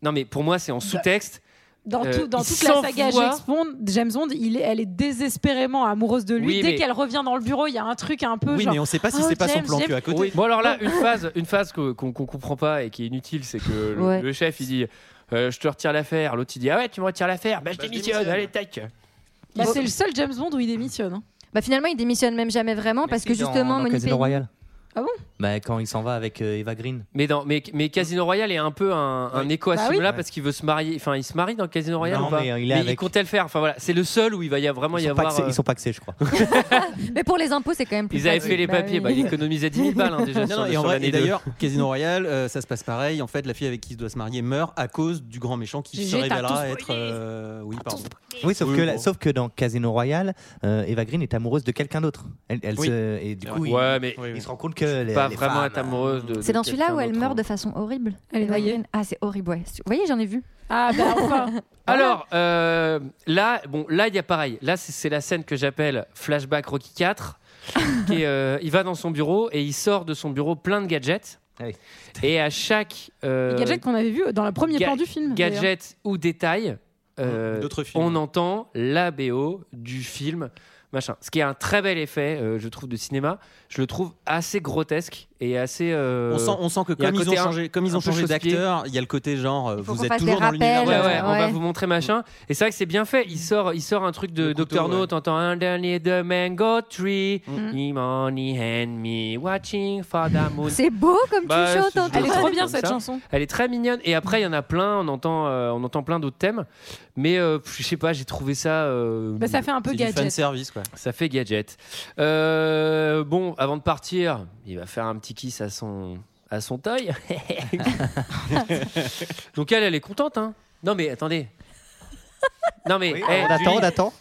Speaker 1: Non, mais pour moi, c'est en sous-texte.
Speaker 2: Dans,
Speaker 1: Euh,
Speaker 2: tout, dans
Speaker 1: il
Speaker 2: toute la saga
Speaker 1: s'envoie.
Speaker 2: James Bond, James Bond, il est, elle est désespérément amoureuse de lui.
Speaker 1: Oui,
Speaker 2: Dès
Speaker 1: mais-
Speaker 2: qu'elle revient dans le bureau, il y a un truc un peu
Speaker 11: Oui,
Speaker 2: genre.
Speaker 11: mais on sait pas si
Speaker 2: Oh,
Speaker 11: c'est pas son
Speaker 2: James,
Speaker 11: plan cul
Speaker 2: James.
Speaker 11: à côté.
Speaker 1: Bon, alors là, une phase, une phase que- qu'on qu'on comprend pas et qui est inutile, c'est que le,
Speaker 6: Ouais.
Speaker 1: le chef, il dit Euh, Je te retire l'affaire. L'autre, il dit Ah ouais, tu me retires l'affaire. Bah, je démissionne. Allez, tac.
Speaker 2: Bah, c'est le seul James Bond où il démissionne. hein.
Speaker 6: Bah finalement il démissionne même jamais vraiment parce que justement
Speaker 7: dans,
Speaker 6: Moni
Speaker 7: Casino
Speaker 6: Penny-
Speaker 7: Royale.
Speaker 2: Ah bon
Speaker 7: Bah quand il s'en va avec euh, Eva Green.
Speaker 1: Mais, dans, mais, mais Casino Royale est un peu un, un écho à
Speaker 2: Bah
Speaker 1: ce
Speaker 2: oui.
Speaker 1: film-là
Speaker 7: Ouais.
Speaker 1: parce qu'il veut se marier. Enfin, il se marie dans Casino Royale
Speaker 7: Non,
Speaker 1: ou pas
Speaker 7: mais, euh, il est avec-
Speaker 1: comptait le faire. Enfin, voilà. C'est le seul où il va y a vraiment
Speaker 7: Ils
Speaker 1: y
Speaker 7: sont, pas
Speaker 1: avoir.
Speaker 7: axés-
Speaker 1: euh,
Speaker 7: ils sont pas axés, je crois.
Speaker 6: Mais pour les impôts c'est quand même plus
Speaker 1: Ils avaient
Speaker 6: facile.
Speaker 1: fait les
Speaker 6: Bah
Speaker 1: papiers,
Speaker 6: oui.
Speaker 1: bah, ils économisaient 10 000 balles hein, déjà
Speaker 11: Non,
Speaker 1: sur,
Speaker 11: non, et
Speaker 1: sur
Speaker 11: en vrai,
Speaker 1: l'année
Speaker 11: et
Speaker 1: deux.
Speaker 11: d'ailleurs, Casino Royale, euh, ça se passe pareil. En fait, la fille avec qui il doit se marier meurt à cause du grand méchant qui se
Speaker 2: Gégé, t'as
Speaker 11: révélera
Speaker 2: tout
Speaker 11: être. euh, oui, pardon.
Speaker 7: Oui, sauf,
Speaker 11: Oui,
Speaker 7: que,
Speaker 11: bon.
Speaker 7: la- sauf que dans Casino Royale, euh, Eva Green est amoureuse de quelqu'un d'autre. Elle, elle
Speaker 11: Oui.
Speaker 7: se- et du coup,
Speaker 1: Ouais, mais
Speaker 7: il, il se rend compte que les,
Speaker 1: pas
Speaker 7: les
Speaker 1: vraiment
Speaker 7: femmes.
Speaker 1: être amoureuse de.
Speaker 6: C'est
Speaker 1: de
Speaker 6: dans celui-là
Speaker 1: quelqu'un
Speaker 6: où elle
Speaker 1: d'autre,
Speaker 6: meurt
Speaker 1: hein.
Speaker 6: de façon horrible.
Speaker 2: Elle est noyée.
Speaker 6: Ah, c'est horrible, ouais. Vous voyez, j'en ai vu.
Speaker 2: Ah, bah enfin.
Speaker 1: Alors euh, là, bon, là il y a pareil. Là c'est c'est la scène que j'appelle flashback Rocky 4. qui est, euh, il va dans son bureau et il sort de son bureau plein de gadgets.
Speaker 7: Ah oui.
Speaker 1: Et à chaque euh,
Speaker 2: Les gadgets qu'on avait vu dans le premier
Speaker 1: Ga-
Speaker 2: plan du film. d'ailleurs.
Speaker 1: gadget ou détail, euh,
Speaker 11: D'autres Hein, films.
Speaker 1: on entend la BO du film, machin. Ce qui est un très bel effet, euh, je trouve, de cinéma. Je le trouve assez grotesque et assez. euh,
Speaker 11: On sent, on sent que
Speaker 1: il y a un
Speaker 11: comme ils ont
Speaker 1: côté un-
Speaker 11: changé, comme ils
Speaker 1: un
Speaker 11: ont
Speaker 1: peu
Speaker 11: changé
Speaker 1: chausse-pied.
Speaker 11: d'acteur, il y a le côté genre euh,
Speaker 6: Il faut
Speaker 11: vous
Speaker 6: qu'on
Speaker 11: êtes
Speaker 6: fasse
Speaker 11: toujours
Speaker 6: des
Speaker 11: dans
Speaker 6: rappels.
Speaker 11: l'univers.
Speaker 1: Ouais, ouais,
Speaker 6: Ouais.
Speaker 1: on va vous montrer machin. Et c'est vrai que c'est bien fait. Il sort, il sort un truc de
Speaker 11: Le couteau,
Speaker 1: Dr. No.
Speaker 11: ouais.
Speaker 1: T'entends un dernier de Mango Tree. The money hand me watching for the moon.
Speaker 6: C'est beau comme hein,
Speaker 1: Bah,
Speaker 6: tu chantes.
Speaker 1: c'est-
Speaker 2: Elle est
Speaker 1: Ouais,
Speaker 2: trop
Speaker 1: c'est
Speaker 2: bien
Speaker 1: comme
Speaker 2: cette
Speaker 1: ça.
Speaker 2: chanson.
Speaker 1: Elle est très mignonne. Et après, il y en a plein. On entend, euh, on entend plein d'autres thèmes. Mais euh, je sais pas, j'ai trouvé ça. euh,
Speaker 2: Bah, ça fait un peu
Speaker 11: C'est du fan
Speaker 2: gadget.
Speaker 11: service quoi.
Speaker 1: Ça fait gadget. Euh, bon, avant de partir, il va faire un petit kiss à son à son toy. Donc elle, elle est contente. Hein. Non mais attendez. Non mais
Speaker 7: Oui,
Speaker 1: eh,
Speaker 7: on attend,
Speaker 1: Julie,
Speaker 7: on attend.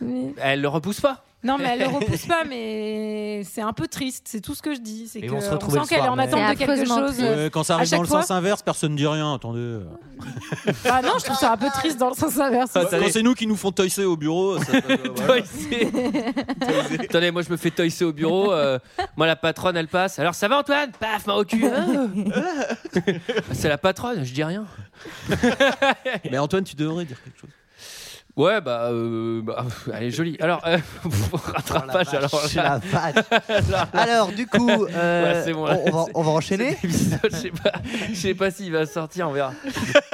Speaker 2: Mais-
Speaker 1: elle le repousse pas.
Speaker 2: Non, mais elle le repousse pas, mais c'est un peu triste. C'est tout ce que je dis. C'est
Speaker 7: Ils
Speaker 2: que
Speaker 7: vont se
Speaker 2: on
Speaker 7: retrouver
Speaker 2: sent
Speaker 7: le
Speaker 2: qu'elle est
Speaker 7: soir,
Speaker 2: en
Speaker 7: mais-
Speaker 2: attente
Speaker 6: C'est
Speaker 2: de quelque
Speaker 6: affreusement
Speaker 2: chose.
Speaker 6: triste.
Speaker 11: Ouais, quand ça
Speaker 2: À
Speaker 11: arrive
Speaker 2: chaque
Speaker 11: dans le
Speaker 2: fois-
Speaker 11: sens inverse, personne dit rien. Attendez.
Speaker 2: Ah non, je trouve ça un peu triste dans le sens inverse.
Speaker 1: Attendez.
Speaker 11: Quand c'est nous qui nous font toiser au bureau, ça, voilà.
Speaker 1: Toysé. Attendez, moi je me fais toyser au bureau. euh, moi la patronne, elle passe. Alors ça va Antoine Paf, main au cul. Ah. C'est la patronne, je dis rien.
Speaker 11: Mais Antoine, tu devrais dire quelque chose.
Speaker 1: Ouais bah, euh, bah, elle est jolie. Alors euh, rattrapage
Speaker 7: Oh la
Speaker 1: alors.
Speaker 7: vache,
Speaker 1: là.
Speaker 7: la vache. Alors, du coup, euh,
Speaker 1: Ouais, c'est bon, là,
Speaker 7: on, on va,
Speaker 1: c'est-
Speaker 7: on va enchaîner.
Speaker 1: Cet épisode, Je sais pas, je sais pas s'il va sortir, on verra.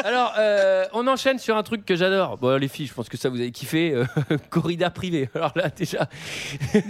Speaker 1: Alors, euh, on enchaîne sur un truc que j'adore. Bon, les filles, je pense que ça vous avez kiffé. euh, corrida privée. Alors là, déjà.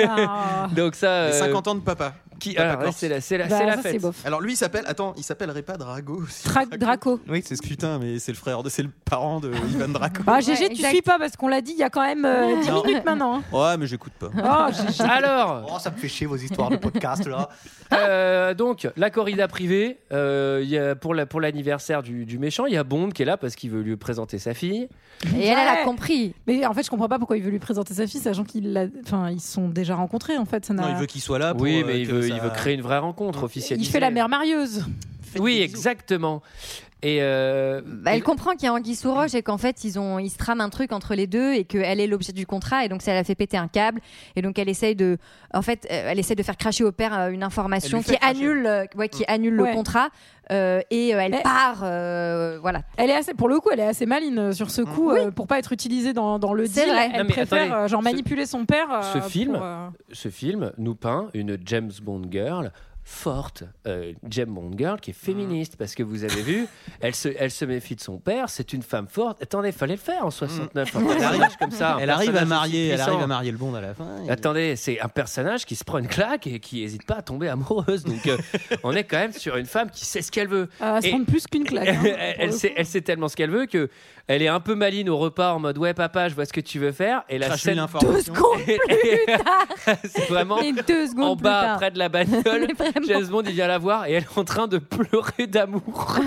Speaker 2: Ah.
Speaker 1: Donc ça.
Speaker 13: Les
Speaker 1: euh,
Speaker 13: 50 ans de papa.
Speaker 1: qui,
Speaker 7: Ah,
Speaker 13: Papa
Speaker 1: alors, là,
Speaker 13: Corse.
Speaker 1: c'est la, c'est la,
Speaker 2: Bah,
Speaker 1: c'est la
Speaker 2: ça,
Speaker 1: fête.
Speaker 2: c'est bof.
Speaker 13: Alors lui, il s'appelle. Attends, il s'appelle Repa Drago aussi.
Speaker 2: Tra- Draco.
Speaker 11: Oui, c'est ce putain, mais c'est le frère de, c'est le parent de Ivan Draco.
Speaker 2: Ah, GG,
Speaker 6: Ouais,
Speaker 2: tu
Speaker 6: exact.
Speaker 2: suis pas parce qu'on l'a dit il y a quand même euh, 10
Speaker 11: Non.
Speaker 2: minutes maintenant. hein.
Speaker 11: Ouais, mais j'écoute pas.
Speaker 2: Oh, GG.
Speaker 1: Alors,
Speaker 7: Oh, ça me fait chier vos histoires de podcast là.
Speaker 1: euh, donc, la corrida privée, euh, il y a pour, la, pour l'anniversaire du, du méchant, il y a Bond qui est là parce qu'il veut lui présenter sa fille.
Speaker 6: Et elle, elle
Speaker 2: Ouais.
Speaker 6: a compris.
Speaker 2: Mais en fait, je comprends pas pourquoi il veut lui présenter sa fille, sachant qu'ils l'a... Enfin, ils se sont déjà rencontrés en fait. Ça n'a-
Speaker 11: Non, il veut qu'il soit là. Pour,
Speaker 1: oui,
Speaker 11: euh,
Speaker 1: mais il
Speaker 11: que
Speaker 1: veut,
Speaker 11: ça-
Speaker 1: il veut créer une vraie rencontre officielle.
Speaker 2: Il fait la mère marieuse.
Speaker 1: Oui, exactement. Et euh,
Speaker 6: Bah, elle comprend qu'il y a Anguille sous roche et qu'en fait ils ont ils se trament un truc entre les deux et qu'elle est l'objet du contrat et donc ça la fait péter un câble et donc elle essaye de en fait euh, elle essaye de faire cracher au père euh, une
Speaker 13: Elle
Speaker 6: information
Speaker 13: lui
Speaker 6: qui
Speaker 13: fait cracher.
Speaker 6: annule euh, ouais, qui annule
Speaker 2: Ouais.
Speaker 6: le contrat euh, et euh, elle
Speaker 2: Mais-
Speaker 6: part euh, voilà
Speaker 2: Elle est assez, pour le coup, elle est assez maline euh, sur ce coup euh, pour pas être utilisée dans, dans le
Speaker 6: C'est
Speaker 2: deal. Elle
Speaker 6: vrai.
Speaker 1: Mm. Non, mais
Speaker 2: préfère
Speaker 1: attendez,
Speaker 2: euh, genre
Speaker 1: ce-
Speaker 2: manipuler son père. euh,
Speaker 1: ce film-
Speaker 2: pour, euh,
Speaker 1: ce film nous peint une James Bond girl forte, euh, James Bond girl qui est féministe parce que vous avez vu, elle se, elle se méfie de son père, c'est une femme forte. Attendez, fallait le faire en 69. un personnage comme ça, un
Speaker 11: Mm. Elle arrive à
Speaker 1: personnage
Speaker 11: marier,
Speaker 1: aussi
Speaker 11: elle arrive
Speaker 1: puissant.
Speaker 11: à marier le Bond à la fin. et-
Speaker 1: Attendez, c'est un personnage qui se prend une claque et qui hésite pas à tomber amoureuse. Donc euh, on est quand même sur une femme qui sait ce qu'elle veut.
Speaker 2: elle va Euh, se
Speaker 1: Et-
Speaker 2: prendre plus qu'une claque. hein, pour
Speaker 1: elle, elle
Speaker 2: le
Speaker 1: sait,
Speaker 2: coup.
Speaker 1: elle sait tellement ce qu'elle veut que elle est un peu maline au repas en mode ouais papa je vois ce que tu veux faire et la
Speaker 11: Crache-lui
Speaker 1: scène
Speaker 6: deux
Speaker 11: l'information.
Speaker 6: secondes
Speaker 1: c'est vraiment
Speaker 6: mais deux secondes
Speaker 1: en
Speaker 6: plus
Speaker 1: bas
Speaker 6: tard.
Speaker 1: près de la bagnole
Speaker 6: Mais vraiment.
Speaker 1: James Bond, il vient la voir et elle est en train de pleurer d'amour.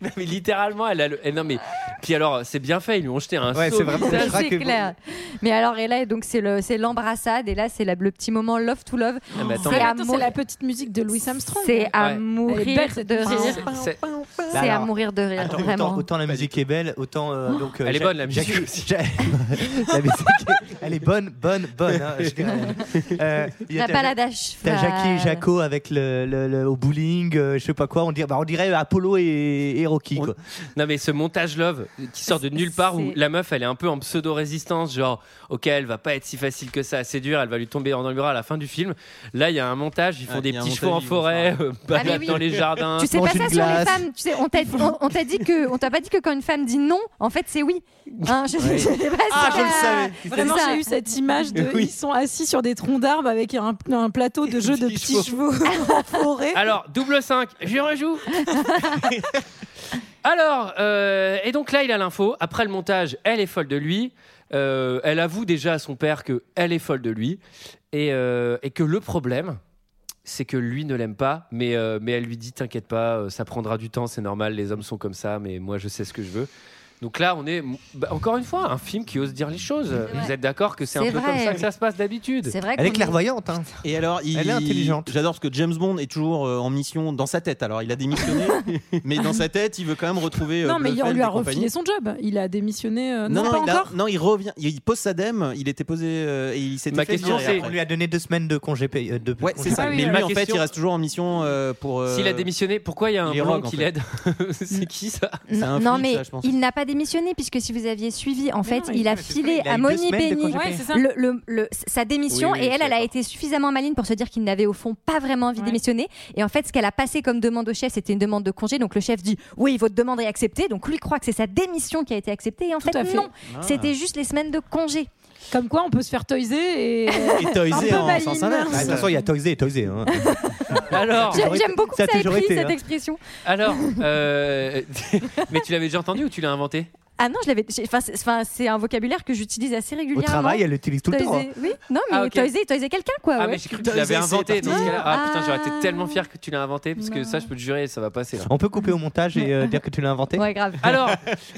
Speaker 1: non, mais littéralement, elle a le. eh, non, mais. Puis alors, c'est bien fait, ils lui ont jeté un
Speaker 7: Ouais,
Speaker 1: saut
Speaker 7: c'est
Speaker 1: au
Speaker 7: vraiment-
Speaker 1: visage.
Speaker 7: Je crois que
Speaker 6: c'est clair. Mais alors, et là, donc c'est le, c'est l'embrassade, et là, c'est la- le petit moment love to love.
Speaker 1: Ah, mais attends,
Speaker 2: Ah, mais
Speaker 1: mais-
Speaker 2: attends,
Speaker 6: amour-
Speaker 2: c'est la petite musique de Louis Armstrong. hein.
Speaker 6: C'est à
Speaker 1: Ouais.
Speaker 2: Elle est
Speaker 6: mourir
Speaker 2: belle, cette
Speaker 6: de
Speaker 2: musique.
Speaker 6: rire.
Speaker 1: c'est-
Speaker 6: C'est à
Speaker 7: Alors,
Speaker 6: mourir de rire,
Speaker 7: Attends,
Speaker 6: vraiment.
Speaker 7: autant, autant la musique est belle, autant euh, donc. euh,
Speaker 1: Elle est
Speaker 7: Jack-
Speaker 1: bonne, la musique
Speaker 7: Jack-
Speaker 1: aussi.
Speaker 7: Jack- la musique est- Elle est bonne, bonne, bonne. hein, je dirais. Euh, il y a
Speaker 6: T'as
Speaker 7: ta-
Speaker 6: pas la euh, dash.
Speaker 7: T'as Jackie et Jaco avec le, le- le- au bowling, euh, je sais pas quoi. On dirait, bah, on dirait Apollo et, et Rocky. quoi.
Speaker 1: Non, mais ce montage love qui sort de nulle part où
Speaker 6: C'est-
Speaker 1: la meuf, elle est un peu en pseudo-résistance, genre, ok, elle va pas être si facile que ça à séduire, elle va lui tomber dans le bras à la fin du film. Là, il y a un montage, ils font
Speaker 11: Ah,
Speaker 1: des
Speaker 11: il y a un
Speaker 1: petits chevaux en
Speaker 11: montage, ils vont
Speaker 1: forêt, euh,
Speaker 6: Ah, mais
Speaker 1: balade
Speaker 6: oui.
Speaker 1: dans les jardins.
Speaker 6: Tu sais
Speaker 7: mange
Speaker 6: pas
Speaker 7: une
Speaker 6: ça sur les
Speaker 7: glace.
Speaker 6: femmes. Tu sais, on t'a on, on t'a dit que on t'a pas dit que quand une femme dit non, en fait c'est oui. Hein, je, je sais pas
Speaker 7: Ah,
Speaker 6: si
Speaker 7: je le
Speaker 6: t'as-
Speaker 7: savais.
Speaker 2: Vraiment,
Speaker 6: C'est ça.
Speaker 2: j'ai eu cette image de.
Speaker 1: Oui.
Speaker 2: Ils sont assis sur des troncs d'arbres avec un, un plateau de jeu de
Speaker 1: Des
Speaker 2: petits chevaux en forêt.
Speaker 1: Alors, double 5, je rejoue. Alors, euh, et donc là, il a l'info. Après le montage, elle est folle de lui. Euh, elle avoue déjà à son père que elle est folle de lui. Et, euh, et que le problème, c'est que lui ne l'aime pas. Mais, euh, mais elle lui dit T'inquiète pas, euh, ça prendra du temps, c'est normal, les hommes sont comme ça, mais moi, je sais ce que je veux. Donc là, on est bah, encore une fois un film qui ose dire les choses.
Speaker 6: vrai.
Speaker 1: Vous êtes d'accord que c'est un
Speaker 6: C'est
Speaker 1: peu
Speaker 6: vrai.
Speaker 1: comme ça que ça se passe d'habitude
Speaker 6: C'est vrai Elle est qu'on est- clairvoyante,
Speaker 7: hein.
Speaker 11: Et alors, il...
Speaker 7: Elle est intelligente.
Speaker 11: J'adore parce que James Bond est toujours euh, en mission dans sa tête. Alors, il a démissionné, mais dans sa tête, il veut quand même retrouver. euh,
Speaker 2: Non, mais
Speaker 11: Blofeld
Speaker 2: on lui a
Speaker 11: et compagnie.
Speaker 2: refilé son job. Il a démissionné. euh, non, pas
Speaker 11: il a-
Speaker 2: encore.
Speaker 11: non, il revient, il pose sa dème, il était posé euh, et il s'était
Speaker 7: Ma
Speaker 11: fait
Speaker 7: question,
Speaker 11: virer
Speaker 7: c'est-
Speaker 11: après.
Speaker 7: on lui a donné deux semaines de congé payé. De
Speaker 11: Ouais,
Speaker 7: congé
Speaker 11: c'est ça.
Speaker 7: payé.
Speaker 1: Mais
Speaker 11: Mais lui,
Speaker 1: ma
Speaker 11: en fait,
Speaker 1: question-
Speaker 11: il reste toujours en mission euh, pour. euh,
Speaker 1: S'il a démissionné, pourquoi il y a un
Speaker 11: il est
Speaker 1: blond
Speaker 11: rogue, en
Speaker 1: qui
Speaker 11: fait.
Speaker 1: l'aide C'est qui ça
Speaker 11: C'est un
Speaker 6: non
Speaker 11: flic,
Speaker 6: mais
Speaker 11: ça, je pense.
Speaker 6: il n'a pas démissionné puisque si vous aviez suivi, en fait,
Speaker 2: non, mais
Speaker 6: il a
Speaker 2: c'est
Speaker 6: filé
Speaker 2: pas- il a
Speaker 6: à
Speaker 2: eu deux
Speaker 6: Moni
Speaker 2: semaines de
Speaker 6: Béni
Speaker 2: congé Ouais, payé. c'est ça.
Speaker 6: le- le- le- sa démission
Speaker 2: Oui, oui,
Speaker 6: et
Speaker 2: je
Speaker 6: elle,
Speaker 2: suis
Speaker 6: elle a été suffisamment maline pour se dire qu'il n'avait au fond pas vraiment envie de démissionner. Et en fait, ce qu'elle a passé comme demande au chef, c'était une demande de congé. Donc le chef dit oui, votre demande est acceptée. Donc lui croit que c'est sa démission qui a été acceptée. Et en fait,
Speaker 2: à fait.
Speaker 6: non,
Speaker 2: Ah.
Speaker 6: c'était juste les semaines de congé.
Speaker 2: Comme quoi, on peut se faire toiser et.
Speaker 7: Et toisé
Speaker 2: Un peu
Speaker 11: hein,
Speaker 7: en
Speaker 2: maline.
Speaker 7: sens inverse. Ah, De toute façon, il y a toisé et toisé. hein.
Speaker 1: Alors,
Speaker 6: J'aime j'aime beaucoup
Speaker 7: ça a
Speaker 6: que ça ait
Speaker 7: toujours
Speaker 6: pris
Speaker 7: été,
Speaker 6: cette
Speaker 7: hein.
Speaker 6: expression.
Speaker 1: alors, euh, mais tu l'avais déjà entendu ou tu l'as inventé
Speaker 6: Ah non, je l'avais. j'ai- enfin, c'est- Enfin, c'est un vocabulaire que j'utilise assez régulièrement.
Speaker 1: elle l'utilise
Speaker 6: Toiser-
Speaker 7: hein.
Speaker 6: Oui, non, mais
Speaker 1: Ah, ok.
Speaker 6: toiser, toiser quelqu'un, quoi.
Speaker 1: Ah
Speaker 6: ouais.
Speaker 1: mais j'ai cru que tu l'avais inventé dans ce
Speaker 6: Non.
Speaker 1: cas-là. Ah putain
Speaker 6: Ah.
Speaker 1: j'aurais été tellement fier que tu l'as inventé parce que ça je peux te jurer ça va passer là.
Speaker 7: On peut couper au montage et euh, dire que tu l'as inventé
Speaker 6: Ouais, grave.
Speaker 1: Alors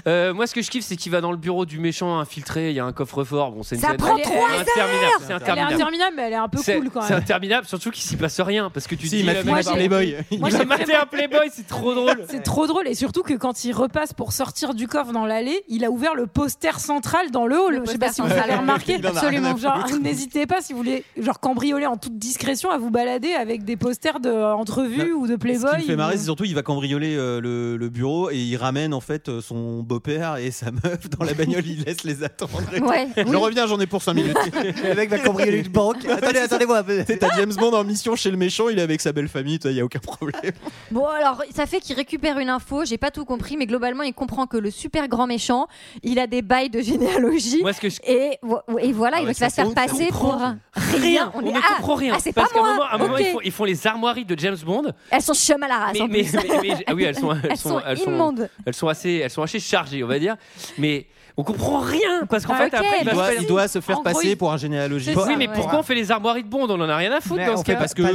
Speaker 1: euh, moi ce que je kiffe c'est qu'il va dans le bureau du méchant infiltré il y a un coffre-fort bon c'est une
Speaker 2: Ça
Speaker 1: scène
Speaker 2: prend trois
Speaker 1: interminable c'est
Speaker 2: Elle est
Speaker 1: interminable.
Speaker 2: interminable, mais elle est un peu
Speaker 1: C'est
Speaker 2: cool quand
Speaker 1: c'est
Speaker 2: même.
Speaker 1: interminable surtout qu'il s'y passe rien parce que tu dis
Speaker 11: il m'a
Speaker 1: le
Speaker 11: fait
Speaker 1: mec
Speaker 11: un
Speaker 1: va-
Speaker 11: Playboy.
Speaker 1: Moi j'ai maté un Playboy c'est trop drôle.
Speaker 2: C'est trop drôle et surtout que quand il repasse pour sortir du coffre dans l'allée, il a ouvert le poster central dans le hall. Je sais pas si vous
Speaker 6: central.
Speaker 2: avez remarqué.
Speaker 6: Il en a Absolument. rien à
Speaker 2: Genre,
Speaker 6: foutre.
Speaker 2: n'hésitez pas si vous voulez genre cambrioler en toute discrétion à vous balader avec des posters de euh, entrevues ou de Playboy.
Speaker 11: Bah, Ce qui me fait marrer,
Speaker 2: ou-
Speaker 11: c'est surtout il va cambrioler euh, le, le bureau et il ramène en fait euh, son beau-père et sa meuf dans la bagnole. il laisse les attendre. et tout.
Speaker 2: Ouais,
Speaker 11: Je
Speaker 2: oui.
Speaker 11: reviens, j'en ai pour 5 minutes.
Speaker 7: Le mec va cambrioler une banque. Attendez, attendez-moi.
Speaker 11: T'es- T'as James Bond en mission chez le méchant, il est avec sa belle famille, il y a aucun problème.
Speaker 6: Bon, alors, ça fait qu'il récupère une info, j'ai pas tout compris, mais globalement, il comprend que le super grand méchant, il a des bails de généalogie.
Speaker 1: Moi, ce que je-
Speaker 6: et, vo- et voilà,
Speaker 1: Ah
Speaker 6: il
Speaker 1: ouais,
Speaker 6: va se
Speaker 1: ça, on
Speaker 6: faire
Speaker 1: ne
Speaker 6: passer
Speaker 1: comprend
Speaker 6: pour un-
Speaker 1: Rien, on
Speaker 6: est-
Speaker 1: ne
Speaker 6: Ah,
Speaker 1: comprend rien.
Speaker 6: Ah, c'est pas
Speaker 1: Parce qu'à un
Speaker 6: moi.
Speaker 1: moment, à un moment, ils,
Speaker 6: Ok.
Speaker 1: font, ils font les armoiries de James Bond.
Speaker 6: Elles sont chum à la race. en
Speaker 1: Mais, mais-
Speaker 6: plus.
Speaker 1: mais- mais- ah oui, elles sont,
Speaker 6: Elles sont
Speaker 1: elles
Speaker 6: immondes.
Speaker 1: elles sont assez, elles sont assez chargées, on va dire. Mais on comprend rien parce qu'en
Speaker 6: Ah,
Speaker 1: fait,
Speaker 6: ok,
Speaker 1: après,
Speaker 11: Il
Speaker 1: va
Speaker 11: doit,
Speaker 1: faire-
Speaker 11: il doit se faire passer pour un généalogiste.
Speaker 1: oui, mais pourquoi on fait les armoiries de Bond On en a rien à foutre
Speaker 11: Mais
Speaker 1: dans
Speaker 11: on
Speaker 1: ce
Speaker 11: fait
Speaker 1: cas.
Speaker 11: parce que- Pas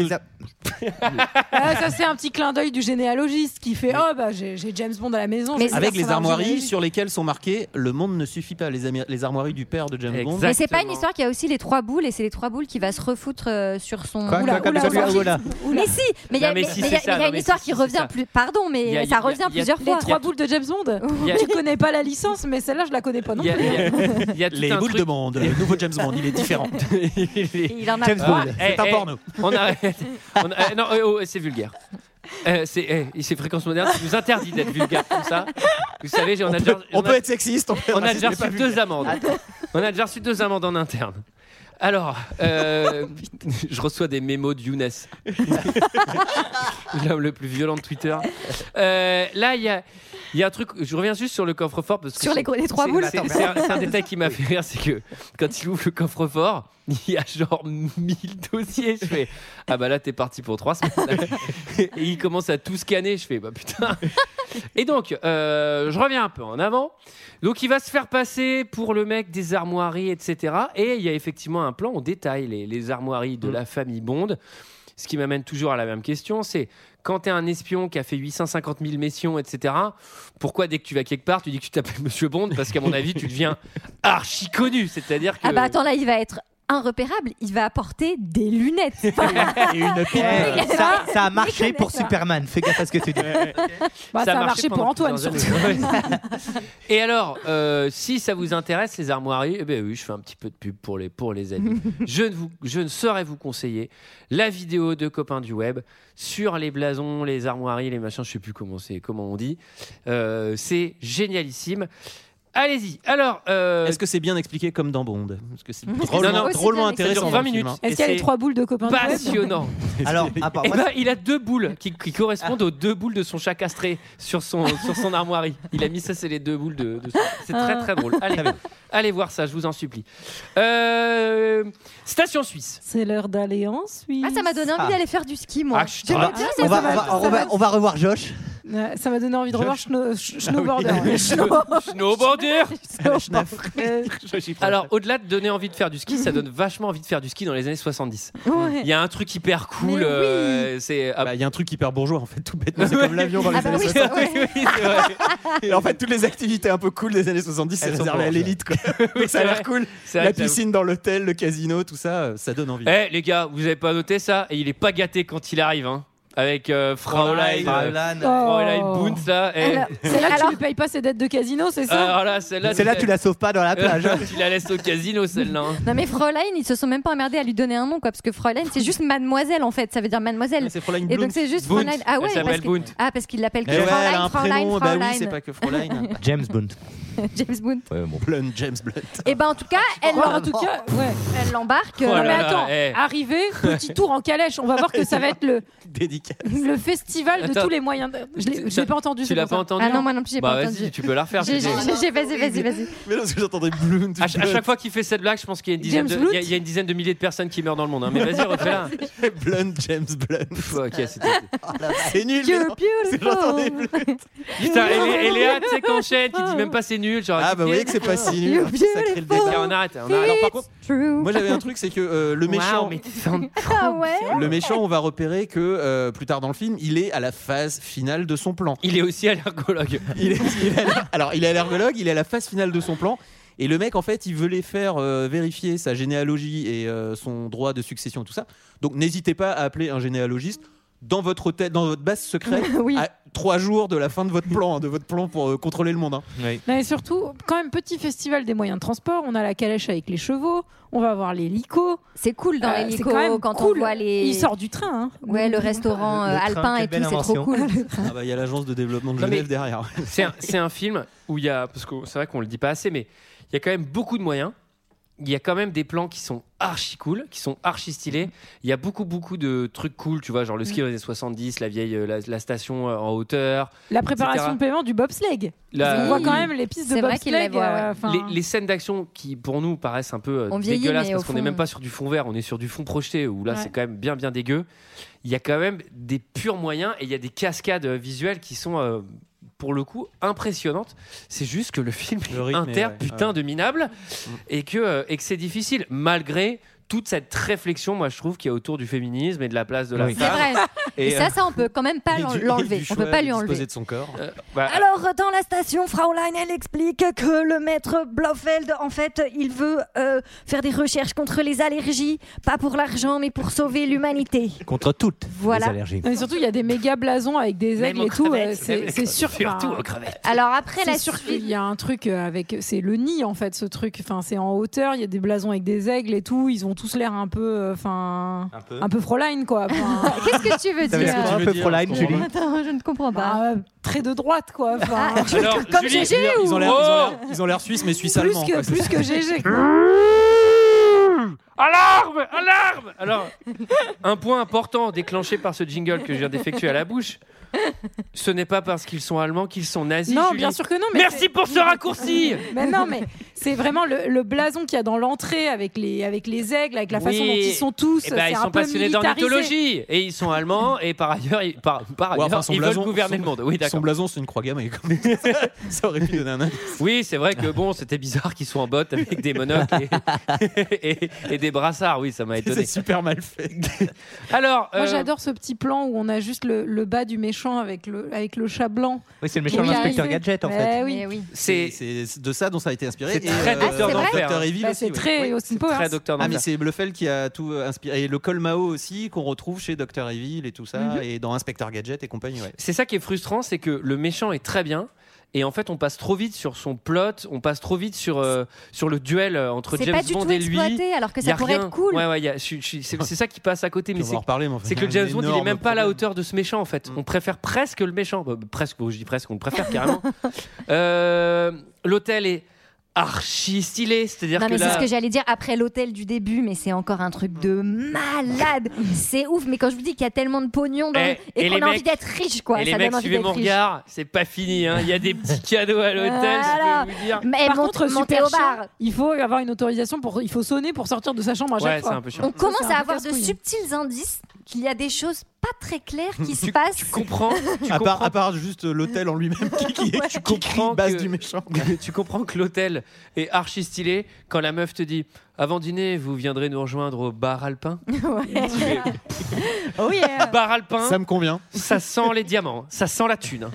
Speaker 11: les
Speaker 2: Ah, ça c'est un petit clin d'œil du généalogiste qui fait oh bah j'ai j'ai James Bond à la maison. je vais
Speaker 11: Avec
Speaker 2: faire
Speaker 11: les
Speaker 2: ça dans le
Speaker 11: armoiries
Speaker 2: généalogiste.
Speaker 11: sur lesquelles sont marquées Le monde ne suffit pas, les, ami- les armoiries du père de James Bond.
Speaker 6: Mais c'est pas une histoire qu'il y a aussi les trois boules et c'est les trois boules qui va se refoutre euh, sur son.
Speaker 11: Quoi,
Speaker 6: Oula,
Speaker 11: quoi, comme
Speaker 6: oula,
Speaker 11: celui-là,
Speaker 6: oula.
Speaker 11: oula.
Speaker 6: Mais si, mais il y a
Speaker 1: Non, mais
Speaker 6: mais-
Speaker 1: si,
Speaker 6: mais il
Speaker 1: c'est
Speaker 6: y a-
Speaker 1: ça,
Speaker 6: mais il y
Speaker 1: non,
Speaker 6: a une
Speaker 1: mais
Speaker 6: histoire
Speaker 1: si,
Speaker 6: qui
Speaker 1: si, c'est
Speaker 6: revient
Speaker 1: ça.
Speaker 6: plus. Pardon,
Speaker 1: Il y a-
Speaker 6: mais
Speaker 1: il y a-
Speaker 6: ça revient
Speaker 1: il y a-
Speaker 6: plusieurs
Speaker 2: Les
Speaker 6: fois.
Speaker 2: trois boules de James Bond.
Speaker 1: Il y a-
Speaker 2: Tu connais pas la licence, mais celle-là je la connais pas non
Speaker 1: Il y a-
Speaker 2: plus.
Speaker 1: il y a- il y a tout
Speaker 11: Les
Speaker 1: un
Speaker 11: boules
Speaker 1: truc-
Speaker 11: de Bond, le nouveau James Bond, il est différent.
Speaker 6: Il en a
Speaker 1: James
Speaker 6: pas.
Speaker 1: Bond,
Speaker 11: c'est
Speaker 1: eh,
Speaker 11: un
Speaker 1: eh,
Speaker 11: porno.
Speaker 1: On arrête. On a- eh, non, eh, oh, eh, c'est vulgaire. Eh, c'est eh, c'est fréquence moderne qui nous interdit d'être vulgaire comme ça. Vous savez, j'ai- on, a déjà, on
Speaker 11: On
Speaker 1: a-
Speaker 11: peut être sexiste, on peut être
Speaker 1: on a
Speaker 11: raciste,
Speaker 1: déjà
Speaker 11: mais pas
Speaker 1: reçu
Speaker 11: vulgaire.
Speaker 1: deux amendes. On a déjà reçu deux amendes en interne. Alors, euh, je reçois des mémos de Younes, l'homme le plus violent de Twitter. Euh, là, il y a, il y a un truc. Je reviens juste sur le coffre-fort parce que
Speaker 6: Sur les- les trois
Speaker 1: c'est-
Speaker 6: boules.
Speaker 1: C'est c'est un, c'est un détail qui m'a fait rire, c'est que quand il ouvre le coffre-fort, il y a genre 1000 dossiers. Je fais ah bah là t'es parti pour trois semaines. Et il commence à tout scanner. Je fais bah putain. Et donc, euh, je reviens un peu en avant. Donc, il va se faire passer pour le mec des armoiries, etc. Et il y a effectivement un plan, on détaille les, les armoiries
Speaker 6: Mm.
Speaker 1: de la famille Bond. Ce qui m'amène toujours à la même question, c'est quand t'es un espion qui a fait 850 000 missions, etc., pourquoi dès que tu vas quelque part, tu dis que tu t'appelles Monsieur Bond Parce qu'à mon avis, tu deviens archi connu. C'est-à-dire que...
Speaker 6: Ah bah attends, là, il va être irrépérable. Il va apporter des lunettes.
Speaker 7: Et une pipe.
Speaker 6: Mais
Speaker 7: ça,
Speaker 6: ça,
Speaker 7: ça a
Speaker 6: mais
Speaker 7: marché
Speaker 6: connais
Speaker 7: pour
Speaker 6: ça.
Speaker 7: Superman. Fais gaffe à ce que tu dis.
Speaker 2: Bah, ça, a marché pour
Speaker 1: pendant
Speaker 2: Antoine
Speaker 1: plusieurs
Speaker 2: surtout.
Speaker 1: années. Et alors, euh, si ça vous intéresse, les armoiries, eh ben oui, je fais un petit peu de pub pour les, pour les amis. je, ne vous, je ne saurais vous conseiller la vidéo de copains du web sur les blasons, les armoiries, les machins, je sais plus comment, c'est, comment on dit. Euh, c'est génialissime. Allez-y. Alors, euh,
Speaker 11: Est-ce que c'est bien expliqué comme dans Bond Parce que c'est
Speaker 1: Non,
Speaker 11: drôlement,
Speaker 1: non,
Speaker 11: drôlement
Speaker 1: c'est bien expliqué. Ça dure
Speaker 11: intéressant. dans
Speaker 1: 20
Speaker 11: le film,
Speaker 1: minutes.
Speaker 11: hein.
Speaker 2: Est-ce qu'il y a
Speaker 1: Et
Speaker 2: les
Speaker 1: c'est
Speaker 2: trois boules de copain de Noël
Speaker 1: passionnant.
Speaker 7: Alors, à part-
Speaker 1: Eh
Speaker 7: moi,
Speaker 1: ben, il a deux boules qui, qui correspondent aux deux boules de son chat castré sur son, sur son armoirie. Il a mis ça, c'est les deux boules de. de son- C'est très très drôle. Allez, allez voir ça, je vous en supplie. Euh, Station Suisse.
Speaker 2: C'est l'heure d'aller en Suisse.
Speaker 6: Ah, ça m'a donné envie d'aller faire du ski, moi.
Speaker 1: Ah, je-
Speaker 6: J'aimerais
Speaker 1: ah,
Speaker 6: bien,
Speaker 7: on
Speaker 6: ça
Speaker 7: va,
Speaker 6: va-
Speaker 7: on va- on va- on va revoir Josh.
Speaker 2: Euh, ça m'a donné envie de revoir Snow- Sh- Snowboarder.
Speaker 1: Ah oui. Snowboarder
Speaker 2: Euh,
Speaker 11: hein.
Speaker 1: Alors, au-delà de donner envie de faire du ski, ça donne vachement envie de faire du ski dans les années 70.
Speaker 6: Ouais.
Speaker 1: Il y a un truc hyper cool.
Speaker 6: Mais
Speaker 1: euh, c'est
Speaker 11: Bah, Il y a un truc hyper bourgeois en fait, tout bêtement. C'est comme l'avion dans les
Speaker 6: Ah bah
Speaker 11: années
Speaker 6: oui,
Speaker 11: 60.
Speaker 6: ouais.
Speaker 11: Et en fait, toutes les activités un peu cool des années 70, c'est
Speaker 1: Elles sont
Speaker 11: réservé à
Speaker 1: bourgeois.
Speaker 11: l'élite. quoi.
Speaker 1: Oui,
Speaker 11: ça
Speaker 1: c'est
Speaker 11: a l'air
Speaker 1: vrai.
Speaker 11: cool.
Speaker 1: C'est vrai
Speaker 11: La
Speaker 1: que ça-
Speaker 11: piscine dans l'hôtel, le casino, tout ça, euh, ça donne envie.
Speaker 1: Eh les gars, vous avez pas noté ça Et il est pas gâté quand il arrive, hein Avec euh, Fraulein,
Speaker 11: Fraulein.
Speaker 1: euh, Fraulein
Speaker 2: Oh.
Speaker 1: Bunz, là. eh.
Speaker 2: alors, C'est là que tu ne payes pas ses dettes de casino, c'est ça
Speaker 1: Alors là, Euh, celle-là,
Speaker 7: Celle-là, tu la sauves pas dans la plage. hein.
Speaker 1: tu la laisses au casino, celle-là. hein.
Speaker 6: Non mais Fräulein, ils se sont même pas emmerdés à lui donner un nom quoi, parce que Fräulein c'est juste mademoiselle en fait, ça veut dire mademoiselle.
Speaker 11: Eh, C'est Fräulein
Speaker 6: Et
Speaker 11: Blunt.
Speaker 6: donc c'est juste
Speaker 1: Bunt.
Speaker 6: Fräulein. Ah ouais,
Speaker 1: Elle s'appelle
Speaker 6: parce que-
Speaker 1: Bunt.
Speaker 6: Ah parce qu'il l'appelle que
Speaker 11: Eh ouais,
Speaker 6: Fräulein,
Speaker 11: elle a un
Speaker 6: Fräulein,
Speaker 11: prénom, bah oui,
Speaker 6: Fräulein.
Speaker 11: c'est pas que Fräulein.
Speaker 7: James Bond.
Speaker 6: James Bond.
Speaker 7: Ouais, bon.
Speaker 11: Blunt, James Blunt.
Speaker 6: Et ben en tout cas,
Speaker 11: Ah,
Speaker 6: elle
Speaker 2: Ouais, en
Speaker 6: l'em-
Speaker 2: tout cas, ouais.
Speaker 6: elle l'embarque.
Speaker 1: Oh
Speaker 2: Non,
Speaker 1: là
Speaker 6: euh,
Speaker 2: mais
Speaker 1: là,
Speaker 2: attends,
Speaker 1: eh.
Speaker 2: arrivé, petit tour en calèche. On va voir que ça va être le,
Speaker 11: Dédicace.
Speaker 2: le festival de
Speaker 1: Attends.
Speaker 2: tous les moyens. de- Je l'ai je l'ai
Speaker 1: Ça-
Speaker 2: pas entendu.
Speaker 1: Tu
Speaker 2: c'est
Speaker 1: l'as
Speaker 2: pour
Speaker 1: pas
Speaker 2: ça.
Speaker 1: entendu
Speaker 6: Ah non, moi non plus j'ai
Speaker 1: Bah
Speaker 6: pas
Speaker 1: vas-y,
Speaker 6: entendu.
Speaker 1: tu peux la refaire.
Speaker 6: J'ai-
Speaker 1: Dédé.
Speaker 6: j'ai- j'ai- Vas-y, vas-y, vas-y.
Speaker 11: Mais non, parce que j'entendais Blunt.
Speaker 1: À, ch- à chaque fois qu'il fait cette blague, je pense qu'il y a une dizaine,
Speaker 2: James
Speaker 1: de,
Speaker 2: Blunt.
Speaker 1: il y a- il y a une dizaine de milliers de personnes qui meurent dans le monde. hein. Mais vas-y, refais-la.
Speaker 11: fois. Blunt, James Blunt.
Speaker 1: Pff, ok, c'était-
Speaker 11: C'est nul. mais non.
Speaker 6: You're
Speaker 11: C'est- j'entendais
Speaker 6: beautiful.
Speaker 11: Blunt.
Speaker 1: Putain, et, Lé- et Léa, tu sais qu'enchaîne, qui dit même pas c'est nul. Genre,
Speaker 11: Ah bah vous voyez que c'est pas si nul.
Speaker 6: You're
Speaker 11: Ah, ça crée le
Speaker 6: beautiful.
Speaker 11: débat.
Speaker 1: Ok, on arrête, on arrête.
Speaker 11: par contre,
Speaker 6: It's true.
Speaker 11: Moi j'avais un truc, c'est que euh, le méchant.
Speaker 1: Waouh, mais t'es en-
Speaker 6: Ah ouais.
Speaker 11: Le méchant, on va repérer que euh, plus tard dans le film, il est à la phase finale de son plan.
Speaker 1: Il est aussi allergologue.
Speaker 11: Il est- il est aller- alors, il est allergologue, il est à la phase finale de son plan. Et le mec, en fait, il veut les faire euh, vérifier sa généalogie et euh, son droit de succession, tout ça. Donc, n'hésitez pas à appeler un généalogiste dans votre hôtel, dans votre base secrète,
Speaker 6: Oui.
Speaker 11: à trois jours de la fin de votre plan, hein, de votre plan pour euh, contrôler le monde. hein.
Speaker 2: Non, et surtout, quand même, petit festival des moyens de transport. On a la calèche avec les chevaux. On va voir l'hélico.
Speaker 6: C'est cool dans
Speaker 2: Euh, c'est
Speaker 6: l'hélico
Speaker 2: quand même
Speaker 6: quand on
Speaker 2: cool.
Speaker 6: voit les.
Speaker 2: Il sort du train. hein.
Speaker 6: Ouais, le restaurant
Speaker 7: Le-
Speaker 6: euh,
Speaker 7: le train,
Speaker 6: alpin
Speaker 7: quelle
Speaker 6: et tout,
Speaker 7: belle
Speaker 6: c'est trop
Speaker 7: invention.
Speaker 6: cool.
Speaker 11: Ah bah, il y a l'agence de développement de
Speaker 1: Non, mais-
Speaker 11: Genève derrière.
Speaker 1: C'est un, c'est un film où il y a, parce que c'est vrai qu'on le dit pas assez, mais il y a quand même beaucoup de moyens. Il y a quand même des plans qui sont archi cool, qui sont archi stylés. Il y a beaucoup, beaucoup de trucs cool, tu vois, genre le ski dans les années 70, la vieille, euh, la, la station euh, en hauteur,
Speaker 2: La préparation
Speaker 1: etc.
Speaker 2: de paiement du bobsleigh.
Speaker 1: la-
Speaker 2: On voit quand même les pistes de
Speaker 6: C'est vrai qu'il la
Speaker 2: bobsleigh.
Speaker 6: voit, ouais.
Speaker 2: euh, enfin,
Speaker 1: Euh, les, les scènes d'action qui, pour nous, paraissent un peu euh,
Speaker 6: On vieillit,
Speaker 1: dégueulasses
Speaker 6: mais
Speaker 1: parce
Speaker 6: au
Speaker 1: qu'on
Speaker 6: fond- euh.
Speaker 1: n'est même pas sur du fond vert, on est sur du fond projeté où là,
Speaker 2: Ouais.
Speaker 1: c'est quand même bien, bien dégueu. Il y a quand même des purs moyens et il y a des cascades euh, visuelles qui sont. euh, pour le coup, impressionnantes. C'est juste que le film
Speaker 11: Le
Speaker 1: est
Speaker 11: rythme est-
Speaker 1: inter
Speaker 11: ouais.
Speaker 1: putain
Speaker 11: Ah ouais. Mm.
Speaker 1: de minable et que, euh, et que c'est difficile malgré toute cette réflexion, moi je trouve qu'il y a autour du féminisme et de la place de la
Speaker 7: Oui.
Speaker 6: C'est
Speaker 1: femme.
Speaker 6: vrai. Et ça, ça on peut quand même pas
Speaker 11: euh, et
Speaker 6: l'en-
Speaker 11: du- et
Speaker 6: l'enlever.
Speaker 11: du
Speaker 6: On
Speaker 11: choix
Speaker 6: peut pas
Speaker 11: de
Speaker 6: lui
Speaker 11: disposer
Speaker 6: enlever.
Speaker 11: de son corps.
Speaker 1: Euh, bah,
Speaker 6: Alors, dans la station, Fraulein, elle explique que le maître Blofeld, en fait, il veut euh, faire des recherches contre les allergies, pas pour l'argent, mais pour sauver l'humanité.
Speaker 7: Contre toutes
Speaker 6: Voilà.
Speaker 7: les allergies.
Speaker 2: non, mais surtout, il y a des méga blasons avec des
Speaker 1: même
Speaker 2: aigles
Speaker 1: aux
Speaker 2: et tout. euh,
Speaker 1: crevettes,
Speaker 2: C'est
Speaker 1: même-
Speaker 2: c'est sûr.
Speaker 1: Surtout
Speaker 2: enfin,
Speaker 1: aux crevettes.
Speaker 6: Alors après
Speaker 2: C'est
Speaker 6: la
Speaker 2: sûr qu'il
Speaker 6: survie,
Speaker 2: y a un truc euh, avec c'est le nid en fait ce truc enfin c'est en hauteur il y a des blasons avec des aigles et tout ils ont tous l'air un peu euh, enfin
Speaker 7: Un peu.
Speaker 2: un peu Fräulein quoi Enfin,
Speaker 6: qu'est-ce que tu veux
Speaker 7: Ça veut
Speaker 6: dire
Speaker 7: dire quoi, un
Speaker 11: veux
Speaker 7: peu
Speaker 11: dire,
Speaker 7: Fräulein,
Speaker 11: on
Speaker 7: Julie
Speaker 11: comprend
Speaker 6: Attends, je ne comprends pas.
Speaker 2: bah, euh, très de droite quoi enfin,
Speaker 6: Ah,
Speaker 1: Alors,
Speaker 6: Comme
Speaker 1: Julie,
Speaker 6: GG ou
Speaker 11: Ils ont l'air-
Speaker 1: Oh
Speaker 11: ils ont l'air- ils ont l'air suisses, mais suisses
Speaker 2: plus
Speaker 11: allemands.
Speaker 2: que
Speaker 11: quoi.
Speaker 2: plus que GG quoi.
Speaker 1: Oh, Alarme Alarme Alors, un point important déclenché par ce jingle que je viens d'effectuer à la bouche, ce n'est pas parce qu'ils sont allemands qu'ils sont nazis.
Speaker 2: non
Speaker 1: Julie.
Speaker 2: bien sûr que non mais
Speaker 1: Merci
Speaker 2: c'est-
Speaker 1: pour ce raccourci
Speaker 2: mais non mais c'est vraiment le, le blason qu'il y a dans l'entrée avec les avec les aigles avec la façon
Speaker 1: Oui.
Speaker 2: dont ils sont tous
Speaker 1: Eh ben,
Speaker 2: c'est
Speaker 1: ils
Speaker 2: un
Speaker 1: sont
Speaker 2: peu
Speaker 1: passionnés
Speaker 2: militarisé.
Speaker 1: d'ornithologie et ils sont allemands et par ailleurs, ils, par, par
Speaker 11: Ouais,
Speaker 1: ailleurs,
Speaker 11: enfin, son
Speaker 1: ils
Speaker 11: blason-
Speaker 1: veulent gouverner
Speaker 11: son-
Speaker 1: le monde. Oui,
Speaker 11: Son
Speaker 1: d'accord.
Speaker 11: blason, c'est une croix gammée. comme- ça aurait pu donner un indice.
Speaker 1: Oui, c'est vrai que bon, c'était bizarre qu'ils soient en botte avec des monocles et, et- et des brassards. Oui, ça m'a étonné.
Speaker 11: C'est super mal fait.
Speaker 1: Alors,
Speaker 2: moi
Speaker 1: euh,
Speaker 2: j'adore ce petit plan où on a juste le, le bas du méchant avec le avec le chat blanc
Speaker 7: Oui, c'est le méchant
Speaker 2: Oui,
Speaker 7: de l'inspecteur
Speaker 2: arrivé.
Speaker 7: Gadget en
Speaker 2: Mais
Speaker 7: fait.
Speaker 2: Ah oui.
Speaker 6: Mais Eh oui.
Speaker 1: c'est
Speaker 11: C'est c'est de ça dont ça a été inspiré.
Speaker 1: C'est très Docteur
Speaker 11: Dr.
Speaker 1: d'Enfer.
Speaker 11: Dr. Evil
Speaker 2: Bah,
Speaker 11: aussi,
Speaker 2: c'est
Speaker 11: ouais.
Speaker 2: très Austin Powers
Speaker 1: très docteur
Speaker 11: Ah mais
Speaker 1: d'enfer.
Speaker 11: c'est Bluffel qui a tout euh, inspiré et le col Mao aussi qu'on retrouve chez Dr Evil et tout ça
Speaker 1: Mhm.
Speaker 11: et dans Inspecteur Gadget et compagnie ouais.
Speaker 1: C'est ça qui est frustrant, c'est que le méchant est très bien. Et en fait, on passe trop vite sur son plot, on passe trop vite sur, euh, sur le duel euh, entre
Speaker 6: C'est
Speaker 1: James
Speaker 6: pas du
Speaker 1: Bond
Speaker 6: tout
Speaker 1: et lui.
Speaker 6: exploité, alors que
Speaker 1: Y
Speaker 6: ça
Speaker 1: a
Speaker 6: pourrait
Speaker 1: rien.
Speaker 6: être cool.
Speaker 1: Ouais, ouais, y a- je suis- je suis- c'est c'est ça qui passe à côté. Mais
Speaker 11: on va
Speaker 1: c'est
Speaker 11: en reparler mais enfin,
Speaker 1: c'est que
Speaker 11: un
Speaker 1: le James Bond, il est
Speaker 11: énorme
Speaker 1: même pas à la
Speaker 11: problème.
Speaker 1: hauteur de ce méchant en fait.
Speaker 11: Mm.
Speaker 1: On préfère presque le méchant. Bah, bah, presque, bon, je dis presque, on le préfère carrément. Euh, L'hôtel est archi stylé, c'est-à-dire
Speaker 6: Non,
Speaker 1: que
Speaker 6: mais c'est
Speaker 1: là.
Speaker 6: ce que j'allais dire après l'hôtel du début, mais c'est encore un truc de malade. C'est ouf, mais quand je vous dis qu'il y a tellement de pognon dans-
Speaker 1: Eh,
Speaker 6: et,
Speaker 1: et
Speaker 6: qu'on
Speaker 1: les
Speaker 6: a
Speaker 1: mecs-
Speaker 6: envie d'être riche, quoi,
Speaker 1: et les
Speaker 6: ça
Speaker 1: mecs,
Speaker 6: donne envie
Speaker 1: suivez mon
Speaker 6: d'être riche.
Speaker 1: regard, c'est pas fini. hein. Il y a des petits cadeaux à l'hôtel, je
Speaker 6: Voilà.
Speaker 1: peux vous dire.
Speaker 6: Mais
Speaker 2: Par
Speaker 6: mon-
Speaker 2: contre,
Speaker 6: montez
Speaker 2: super
Speaker 6: au bar.
Speaker 2: chiant, il faut avoir une autorisation pour, il faut sonner pour sortir de sa chambre à chaque
Speaker 1: Ouais, c'est
Speaker 2: fois.
Speaker 1: un peu chiant.
Speaker 6: On commence
Speaker 2: c'est un
Speaker 6: à
Speaker 2: peu
Speaker 6: avoir de
Speaker 2: casse-couille.
Speaker 6: subtils indices qu'il y a des choses pas très claires qui se
Speaker 11: Tu-
Speaker 6: passent.
Speaker 11: tu comprends-
Speaker 1: tu
Speaker 11: à, part,
Speaker 1: comprends-
Speaker 11: à part juste euh, l'hôtel en lui-même qui, qui, tu comprends base du méchant.
Speaker 1: tu comprends que l'hôtel est archi stylé quand la meuf te dit avant dîner, vous viendrez nous rejoindre au bar alpin.
Speaker 6: Oh yeah.
Speaker 1: Bar alpin.
Speaker 11: Ça me convient.
Speaker 1: Ça sent les diamants, ça sent la thune. hein.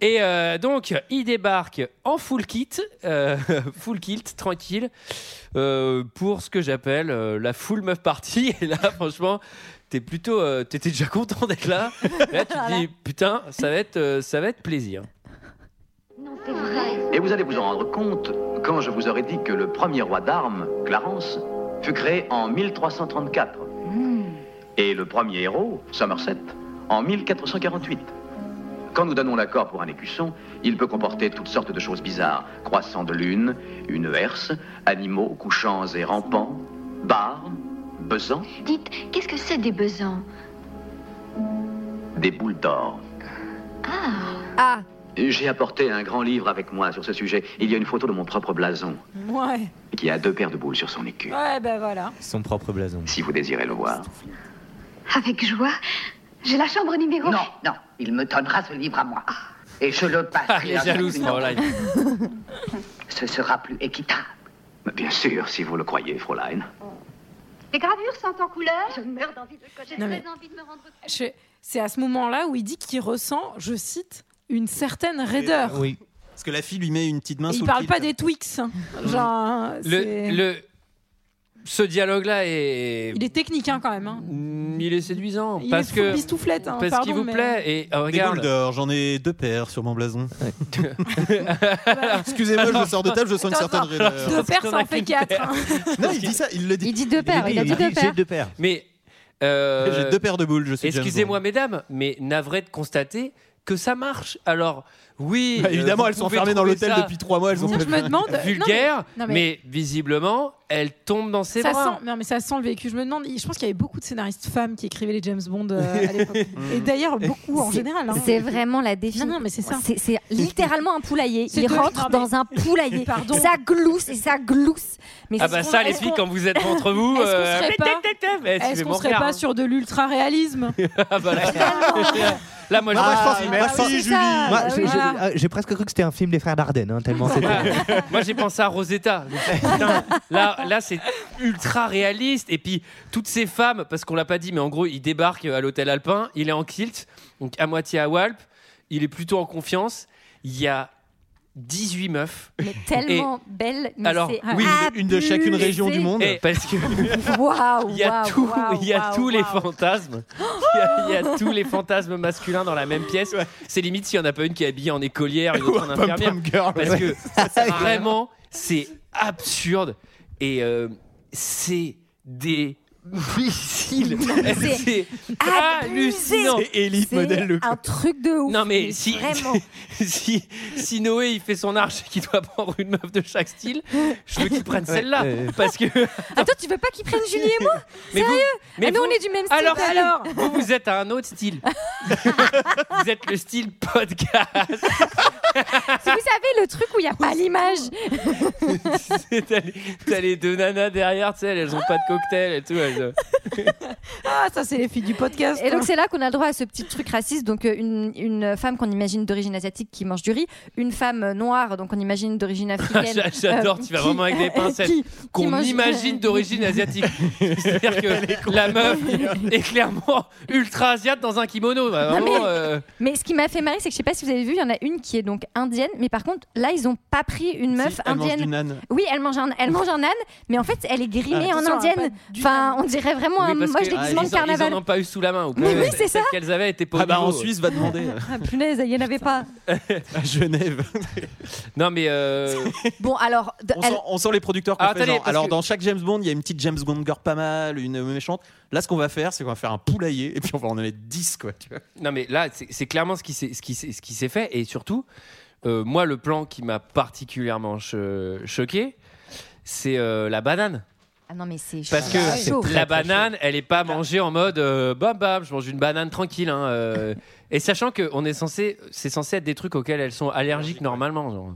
Speaker 1: Et euh, donc, il débarque en full kit, euh, full kilt, tranquille, euh, pour ce que j'appelle euh, la full meuf party. Et là, franchement, t'es plutôt, euh, t'étais déjà content d'être là. Et là, tu te dis, putain, ça va être, euh, ça va être plaisir.
Speaker 8: Et vous allez vous en rendre compte quand je vous aurai dit que le premier roi d'armes, Clarence, fut créé en 1334 et le premier héros, Somerset, en 1448. Quand nous donnons l'accord pour un écusson, il peut comporter toutes sortes de choses bizarres croissants de lune, une herse, animaux couchants et rampants, barres, besants,
Speaker 14: Dites, qu'est-ce que c'est des besants
Speaker 8: des boules d'or.
Speaker 6: Ah
Speaker 8: J'ai apporté un grand livre avec moi sur ce sujet. Il y a une photo de mon propre blason
Speaker 2: Ouais.
Speaker 8: qui a deux paires de boules sur son écu.
Speaker 2: Ouais, ben voilà.
Speaker 8: Son propre blason. Si vous désirez le voir.
Speaker 14: Avec joie. J'ai la chambre numéro.
Speaker 15: Non, non, il me donnera ce livre à moi. Et je le passerai
Speaker 8: Ah,
Speaker 15: à
Speaker 8: elle est jalouse,
Speaker 15: chacune
Speaker 8: Fräulein.
Speaker 15: d'entre vous. Ce sera plus équitable.
Speaker 8: Mais Bien sûr, si vous le croyez, Fräulein.
Speaker 14: Les gravures sont en couleur. Je meurs d'envie de le connaître. J'ai
Speaker 2: Non,
Speaker 14: très
Speaker 2: mais-
Speaker 14: envie de me rendre compte.
Speaker 2: Je- C'est à ce moment-là où il dit qu'il ressent, je cite, une certaine raideur.
Speaker 11: Oui. Parce que la fille lui met une petite main
Speaker 2: Et
Speaker 11: sous
Speaker 2: il
Speaker 11: le
Speaker 2: parle
Speaker 11: kilt.
Speaker 2: pas des Twix. hein. Genre, hein,
Speaker 1: Le,
Speaker 2: c'est-
Speaker 1: le- ce dialogue-là est.
Speaker 2: il est technique hein, quand même. hein.
Speaker 1: Mm, il est séduisant
Speaker 2: Il
Speaker 1: parce
Speaker 2: est full
Speaker 1: que
Speaker 2: bistouflette, hein,
Speaker 1: parce
Speaker 2: pardon,
Speaker 1: qu'il vous
Speaker 2: mais-
Speaker 1: plaît et euh,
Speaker 11: Des
Speaker 1: regarde
Speaker 11: boules d'or, j'en ai deux paires sur mon blason. Excusez-moi, je sors de table, je sens une certaine
Speaker 1: euh,
Speaker 11: raideur.
Speaker 2: Deux paires, ça en fait quatre. hein.
Speaker 11: Non, il dit ça, il le dit.
Speaker 6: Il dit deux paires, il a dit deux paires.
Speaker 11: paires.
Speaker 1: Mais euh,
Speaker 11: J'ai deux paires de boules, je suis James
Speaker 1: Excusez-moi, mesdames, mais navré de constater que ça marche. Alors, oui.
Speaker 11: Bah, évidemment,
Speaker 1: euh, vous
Speaker 11: elles sont
Speaker 1: pouvez
Speaker 11: enfermées dans
Speaker 1: trouver
Speaker 11: l'hôtel
Speaker 1: ça
Speaker 11: depuis trois mois, elles ont Tiens, pas je me vu. demande- non, mais-
Speaker 1: Vulgaire,
Speaker 2: non,
Speaker 1: mais...
Speaker 2: mais-
Speaker 1: visiblement, elle tombe dans ses
Speaker 2: Ça
Speaker 1: bras.
Speaker 2: sent, non, mais ça sent le vécu. Je me demande, je pense qu'il y avait beaucoup de scénaristes femmes qui écrivaient les James Bond euh, à l'époque. Et d'ailleurs, beaucoup en
Speaker 6: C'est-
Speaker 2: général. hein.
Speaker 6: C'est vraiment la définition.
Speaker 2: Non, non, mais c'est ça.
Speaker 6: C'est littéralement un poulailler.
Speaker 2: C'est
Speaker 6: Il
Speaker 2: de-
Speaker 6: rentre
Speaker 2: non, mais-
Speaker 6: dans un poulailler.
Speaker 2: Pardon.
Speaker 6: Ça glousse et ça glousse. Mais
Speaker 1: Ah
Speaker 6: c'est-
Speaker 1: bah
Speaker 2: qu'on-
Speaker 1: ça, les
Speaker 2: est-ce
Speaker 1: filles,
Speaker 2: qu'on-
Speaker 1: quand vous êtes entre vous.
Speaker 2: Est-ce qu'on
Speaker 1: euh,
Speaker 2: serait pas,
Speaker 1: eh, tu
Speaker 2: est-ce
Speaker 1: fais
Speaker 2: qu'on
Speaker 1: mon
Speaker 2: serait
Speaker 1: frère,
Speaker 2: pas
Speaker 1: hein.
Speaker 2: sur de l'ultra-réalisme
Speaker 1: Ah bah là, là, moi, je
Speaker 7: Ah,
Speaker 1: pense-
Speaker 7: bah,
Speaker 1: moi,
Speaker 7: moi,
Speaker 1: je
Speaker 7: je
Speaker 1: pense-
Speaker 7: pense-
Speaker 6: Ah,
Speaker 7: Moi,
Speaker 6: bah
Speaker 7: j'ai- j'ai- euh, J'ai presque cru que c'était un film des frères Dardenne, hein, tellement c'était.
Speaker 1: Moi, j'ai pensé à Rosetta. Je me suis dit, putain, là, là c'est ultra réaliste. Et puis, toutes ces femmes, parce qu'on l'a pas dit, mais en gros, il débarque à l'hôtel alpin. Il est en kilt, donc à moitié à Walp. Il est plutôt en confiance. Il y a 18 meufs.
Speaker 6: Mais tellement belle. mais
Speaker 1: Alors,
Speaker 6: c'est
Speaker 1: oui,
Speaker 6: abusé.
Speaker 1: Et parce que
Speaker 6: Waouh,
Speaker 1: il y a,
Speaker 6: waouh,
Speaker 1: tout-
Speaker 6: waouh,
Speaker 1: il y a
Speaker 6: waouh,
Speaker 1: tous les
Speaker 6: waouh.
Speaker 1: fantasmes. Il y a- Il y, a tous les fantasmes masculins dans la même pièce. C'est limite s'il n'y en a pas une qui est habillée en écolière et l'autre en
Speaker 11: pom-pom
Speaker 1: infirmière.
Speaker 11: girl,
Speaker 1: parce
Speaker 11: ouais.
Speaker 1: que vraiment, c'est absurde. Et euh, c'est des missiles.
Speaker 6: C'est
Speaker 1: C'est
Speaker 6: abusé.
Speaker 1: hallucinant.
Speaker 6: C'est élite C'est modèle le coup. un truc de ouf.
Speaker 1: Non, mais
Speaker 6: Mais
Speaker 1: si,
Speaker 6: vraiment.
Speaker 1: si, si Noé il fait son arche et qu'il doit prendre une meuf de chaque style, je veux qu'il prenne
Speaker 6: Ouais,
Speaker 1: celle-là.
Speaker 6: ouais, ouais.
Speaker 1: Parce que.
Speaker 6: Attends, tu veux pas qu'ils prennent Julie et moi
Speaker 1: Mais vous-
Speaker 6: Sérieux
Speaker 1: mais
Speaker 6: Ah, Nous,
Speaker 1: vous-
Speaker 6: on est du même style.
Speaker 1: Alors, alors, vous, vous êtes à un autre style. vous êtes le style podcast.
Speaker 6: Si vous savez le truc où il n'y a pas l'image.
Speaker 1: T'as les- T'as les deux nanas derrière, tu sais, elles ont pas de cocktail et tout. elles- euh,
Speaker 2: Ah, ça, c'est les filles du podcast.
Speaker 6: Et donc c'est là qu'on a le droit à ce petit truc raciste. Donc euh, une, une femme qu'on imagine d'origine asiatique qui mange du riz, une femme euh, noire donc on imagine d'origine africaine.
Speaker 1: Ah, J'a- J'adore,
Speaker 6: euh,
Speaker 1: tu vas
Speaker 6: qui-
Speaker 1: vraiment avec des
Speaker 6: euh,
Speaker 1: pincettes.
Speaker 6: qui- qui
Speaker 1: Qu'on
Speaker 6: mange-
Speaker 1: imagine d'origine asiatique. C'est-à-dire que la meuf est clairement ultra asiate dans un kimono. bah,
Speaker 6: Non,
Speaker 1: vraiment,
Speaker 6: mais-
Speaker 1: euh,
Speaker 6: Mais ce qui m'a fait marrer, c'est que je sais pas si vous avez vu, il y en a une qui est donc indienne, mais par contre là ils ont pas pris une meuf
Speaker 11: elle mange
Speaker 6: indienne.
Speaker 11: du nan.
Speaker 6: Oui, elle mange un, elle mange un âne, mais en fait elle est grimée
Speaker 2: Ah,
Speaker 6: en
Speaker 2: attention, elle a
Speaker 6: indienne.
Speaker 2: pas
Speaker 6: Enfin, on dirait vraiment un
Speaker 1: oui, parce
Speaker 6: moche
Speaker 1: que- ah,
Speaker 6: déguisement
Speaker 1: ils
Speaker 6: de
Speaker 1: en- Ils
Speaker 6: carnaval.
Speaker 1: en ont pas eu sous la main. Ou
Speaker 6: Mais oui, c'est
Speaker 1: ça. qu'elles avaient étaient pas au
Speaker 11: Ah bah en
Speaker 1: niveau.
Speaker 11: Suisse, va demander.
Speaker 6: Ah punaise, il y en avait pas.
Speaker 11: à Genève.
Speaker 1: Non mais. euh,
Speaker 6: Bon alors, de-
Speaker 11: On,
Speaker 6: elle-
Speaker 11: sent, on sent les producteurs qu'on
Speaker 1: Ah,
Speaker 11: fait
Speaker 1: attendez,
Speaker 11: genre.
Speaker 1: parce
Speaker 11: Alors
Speaker 1: que-
Speaker 11: dans chaque James Bond, il y a une petite James Bond girl pas mal, une méchante. Là, ce qu'on va faire, c'est qu'on va faire un poulailler et puis on va en mettre 10 quoi. Tu vois.
Speaker 1: Non, mais là, c'est c'est clairement ce qui s'est ce qui s'est- ce qui s'est fait. Et surtout, euh, moi, le plan qui m'a particulièrement cho- choqué, c'est euh, la banane.
Speaker 6: ah non mais c'est
Speaker 1: Parce
Speaker 6: chaud.
Speaker 1: que
Speaker 6: chaud.
Speaker 1: la banane, elle est pas mangée en mode euh, bam bam, je mange une banane tranquille. hein, euh. et sachant que on est censé, c'est censé être des trucs auxquels elles sont allergiques normalement. genre.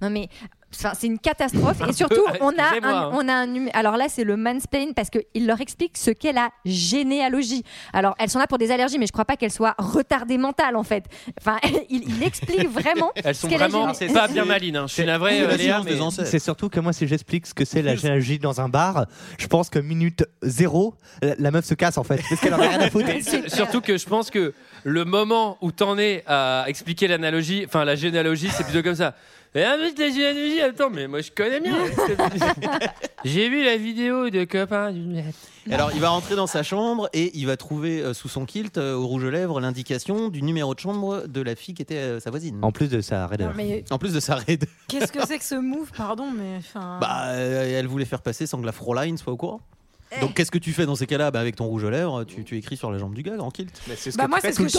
Speaker 6: Non mais Enfin, c'est une catastrophe.
Speaker 1: Un
Speaker 6: et surtout,
Speaker 1: peu,
Speaker 6: on a,
Speaker 1: excusez-moi,
Speaker 6: un,
Speaker 1: hein.
Speaker 6: on a un numé- Alors là, c'est le mansplain parce qu'il leur explique ce qu'est la généalogie. Alors, elles sont là pour des allergies, mais je crois pas qu'elles soient retardées mentales, en fait. Enfin, il, il explique vraiment.
Speaker 1: Elles sont
Speaker 6: ce qu'est la
Speaker 1: vraiment
Speaker 6: géné-
Speaker 1: pas bien malines. hein. Je suis navré, euh, Léa, mais
Speaker 7: C'est surtout que moi, si j'explique ce que c'est la géologie dans un bar, je pense que minute zéro, la, la meuf se casse en fait. Parce qu'elle en a rien à foutre.
Speaker 1: Mais sur- surtout que je pense que le moment où t'en es à expliquer l'analogie, enfin la généalogie, c'est plutôt comme ça. Et ah, mais la généalogie, attends, mais moi je connais bien. J'ai vu la vidéo de copain du
Speaker 11: Et Alors, il va rentrer dans sa chambre et il va trouver euh, sous son kilt, euh, au rouge à lèvres, l'indication du numéro de chambre de la fille qui était euh, sa voisine.
Speaker 7: En plus de sa raideur.
Speaker 2: Non, mais-
Speaker 11: En plus de sa raid.
Speaker 2: Qu'est-ce que c'est que ce move Pardon, mais
Speaker 1: Ah.
Speaker 2: enfin.
Speaker 11: Bah, euh, elle voulait faire passer sans que la Fräulein soit au courant.
Speaker 1: Eh.
Speaker 11: Donc, qu'est-ce que tu fais dans ces cas-là bah, Avec ton rouge à lèvres, tu, tu écris sur la jambe du gars en kilt.
Speaker 2: Bah, moi, c'est ce que je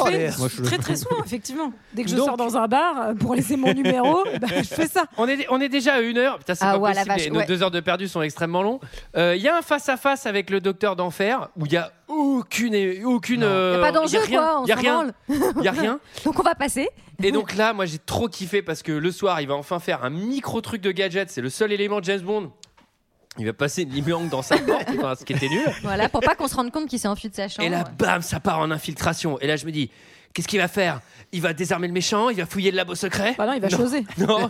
Speaker 2: fais très très souvent, effectivement. Dès que je sors dans un bar euh, pour laisser mon numéro, bah, je fais ça.
Speaker 1: On est, on est déjà à une heure. Putain, c'est
Speaker 2: Ah
Speaker 1: pas
Speaker 2: ouais, la
Speaker 1: possible.
Speaker 2: vache,
Speaker 1: Et nos
Speaker 2: ouais.
Speaker 1: deux heures de perdu sont extrêmement longs. Euh, Il y a un face-à-face avec le docteur d'enfer où il y a aucune. aucune
Speaker 6: Il n'y a pas d'enjeu, quoi. On
Speaker 1: Il euh, y a
Speaker 6: s'en
Speaker 1: rien.
Speaker 6: branle.
Speaker 1: Il y a rien.
Speaker 6: Donc, on va passer.
Speaker 1: Et donc là, moi j'ai trop kiffé parce que le soir, il va enfin faire un micro truc de gadget. C'est le seul élément de James Bond. Il va passer une limangue dans sa porte, enfin, ce qui était nul.
Speaker 6: Voilà, pour pas qu'on se rende compte qu'il s'est enfui de sa chambre.
Speaker 1: Et là, bam, ça part en infiltration. Et là, je me dis, qu'est-ce qu'il va faire Il va désarmer le méchant, il va fouiller le labo secret.
Speaker 2: Bah non, il va choser.
Speaker 1: Non, Non,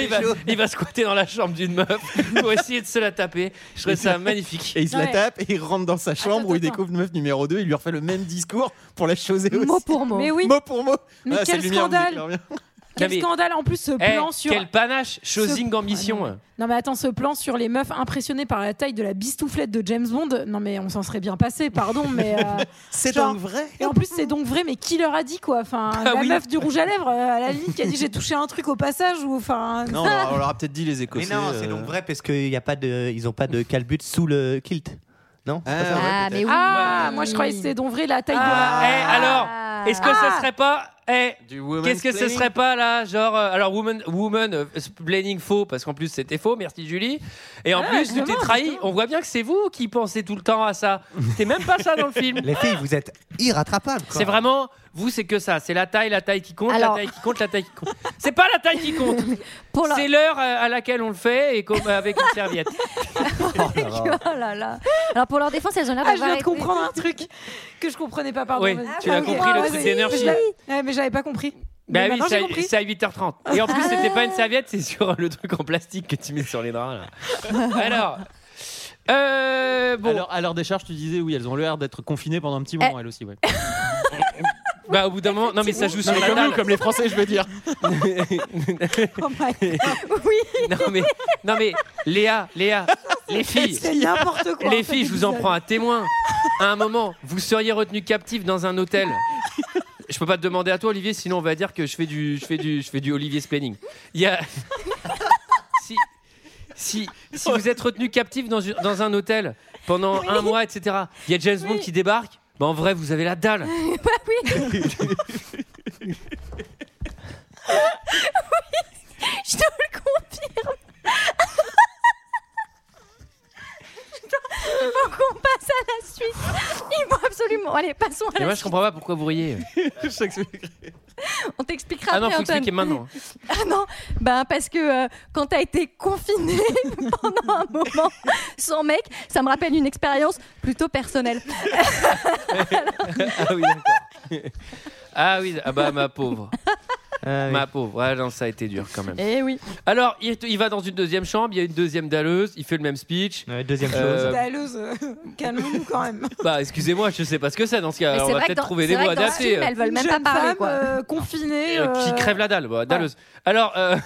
Speaker 1: il, va, il va squatter dans la chambre d'une meuf pour essayer de se la taper. Je trouvais ça magnifique.
Speaker 11: Et il se la tape et il rentre dans sa chambre où il découvre une meuf numéro 2. Il lui refait le même discours pour la choser aussi.
Speaker 2: Mot pour mot. Mais oui.
Speaker 11: Mot pour mot.
Speaker 2: Mais
Speaker 11: Ah, c'est
Speaker 2: quel
Speaker 11: la lumière,
Speaker 2: scandale.
Speaker 11: vous éclairez bien.
Speaker 2: Quel
Speaker 1: Non, mais-
Speaker 2: scandale en plus ce
Speaker 1: Eh,
Speaker 2: plan sur.
Speaker 1: Quel panache Chosing en mission.
Speaker 2: Non mais attends, ce plan sur les meufs impressionnées par la taille de la bistouflette de James Bond, non mais on s'en serait bien passé, pardon, mais... euh,
Speaker 11: C'est
Speaker 2: genre-
Speaker 11: donc vrai
Speaker 2: Et en plus c'est donc vrai, mais qui leur a dit quoi Enfin,
Speaker 11: Ah
Speaker 2: la
Speaker 11: oui.
Speaker 2: meuf du rouge à lèvres, euh, à la limite, qui a dit j'ai touché un truc au passage, ou enfin...
Speaker 11: Non, on leur, on leur a peut-être dit les Écossais.
Speaker 7: Mais non, c'est
Speaker 11: euh,
Speaker 7: donc vrai parce qu'ils n'ont pas de, ils ont pas de calbut sous le kilt. Non C'est pas ça
Speaker 2: Ah, mais oui. Ah, moi je croyais que c'était donc vrai la taille de la...
Speaker 1: Eh, alors, est-ce que
Speaker 2: Ah.
Speaker 1: ça serait pas. Eh, Qu'est-ce que ce
Speaker 2: planning.
Speaker 1: serait pas là Genre, euh, alors, woman, woman euh, splaining faux, parce qu'en plus c'était faux, merci Julie. Et en
Speaker 2: Ah,
Speaker 1: plus, tu t'es
Speaker 2: évidemment,
Speaker 1: trahi. On voit bien que c'est vous qui pensez tout le temps à ça. C'était même pas ça dans le film.
Speaker 7: Les filles, vous êtes irrattrapables. quoi.
Speaker 1: C'est vraiment, vous, c'est que ça. C'est la taille, la taille qui compte,
Speaker 7: Alors-
Speaker 1: la taille qui compte, la taille qui compte. C'est pas la taille qui compte. C'est l'heure euh, à laquelle on le fait et comme euh, avec une serviette.
Speaker 6: Oh là là. Alors pour leur défense, elles ont l'air
Speaker 2: Ah, je
Speaker 6: d'avoir
Speaker 2: viens de
Speaker 6: été-
Speaker 2: comprendre un truc que je comprenais pas, pardon.
Speaker 1: Oui,
Speaker 2: vas-y.
Speaker 1: tu l'as
Speaker 2: Ah, ok.
Speaker 1: compris, le
Speaker 2: Ah,
Speaker 1: truc
Speaker 2: vas-y.
Speaker 1: d'énergie.
Speaker 2: Je l'ai- Ouais, mais j'avais pas compris.
Speaker 1: Bah oui,
Speaker 2: Mais maintenant, j'ai
Speaker 1: c'est à-
Speaker 2: compris. Ah.
Speaker 1: c'est à 8h30. Et en plus, c'était pas une serviette, c'est sur le truc en plastique que tu mets sur les draps. Là. Alors, euh, bon,
Speaker 11: Alors, à leur décharge, tu disais, oui, elles ont l'air d'être confinées pendant un petit moment, elles aussi. Ouais.
Speaker 1: bah, au bout d'un moment, non mais ça joue sur
Speaker 11: Non, mais
Speaker 1: la
Speaker 11: comme, nous,
Speaker 1: dalle.
Speaker 11: comme les Français, je veux dire.
Speaker 2: Oh
Speaker 1: Non mais, non mais, Léa, Léa, les filles,
Speaker 2: C'est n'importe quoi,
Speaker 1: Les
Speaker 2: cet
Speaker 1: filles, je vous en
Speaker 2: épisode.
Speaker 1: prends un témoin. À un moment, vous seriez retenu captif dans un hôtel. Je peux pas te demander à toi, Olivier, sinon on va dire que je fais du, je fais du, je fais du Olivier Splaining. Il y a, si, si, si vous êtes retenu captif dans, une- dans un hôtel pendant un mois, etc. Il y a James Bond qui débarque. Bah en vrai, vous avez la dalle.
Speaker 6: bah oui. oui. Je te le confirme. Putain, faut qu'on passe à la suite. Il faut absolument. Allez, passons à
Speaker 1: Et
Speaker 6: la
Speaker 1: moi, je comprends pas pourquoi vous riez.
Speaker 6: suite. On t'expliquera
Speaker 1: Ah non,
Speaker 6: après,
Speaker 1: faut
Speaker 6: Antoine.
Speaker 1: expliquer maintenant.
Speaker 6: Ah non, ben parce que euh, quand t'as été confiné pendant un moment sans mec, ça me rappelle une expérience plutôt personnelle.
Speaker 1: ah oui, d'accord. Ah oui, ah bah ma pauvre.
Speaker 7: Ah,
Speaker 1: Ma pauvre, ouais, non, ça a été dur quand même.
Speaker 6: Eh oui.
Speaker 1: Alors, il, est- il va dans une deuxième chambre, il y a une deuxième dalleuse, il fait le même speech.
Speaker 7: deuxième
Speaker 2: Euh... Dalleuse, euh, calmons-nous quand même.
Speaker 1: bah, excusez-moi, je sais pas ce que c'est dans ce cas.
Speaker 2: Mais
Speaker 1: Alors,
Speaker 2: c'est
Speaker 1: on va
Speaker 2: vrai que
Speaker 1: peut-être
Speaker 2: dans-
Speaker 1: trouver
Speaker 2: c'est
Speaker 1: des
Speaker 2: vrai
Speaker 1: mots
Speaker 2: que dans ce
Speaker 1: adaptés.
Speaker 2: film,
Speaker 1: euh,
Speaker 2: elles veulent même
Speaker 1: une
Speaker 2: pas
Speaker 1: jeune
Speaker 2: parler,
Speaker 1: femme,
Speaker 2: quoi.
Speaker 1: euh,
Speaker 2: confinée.
Speaker 1: euh, Qui crève la dalle, bah, dalleuse. Alors, euh,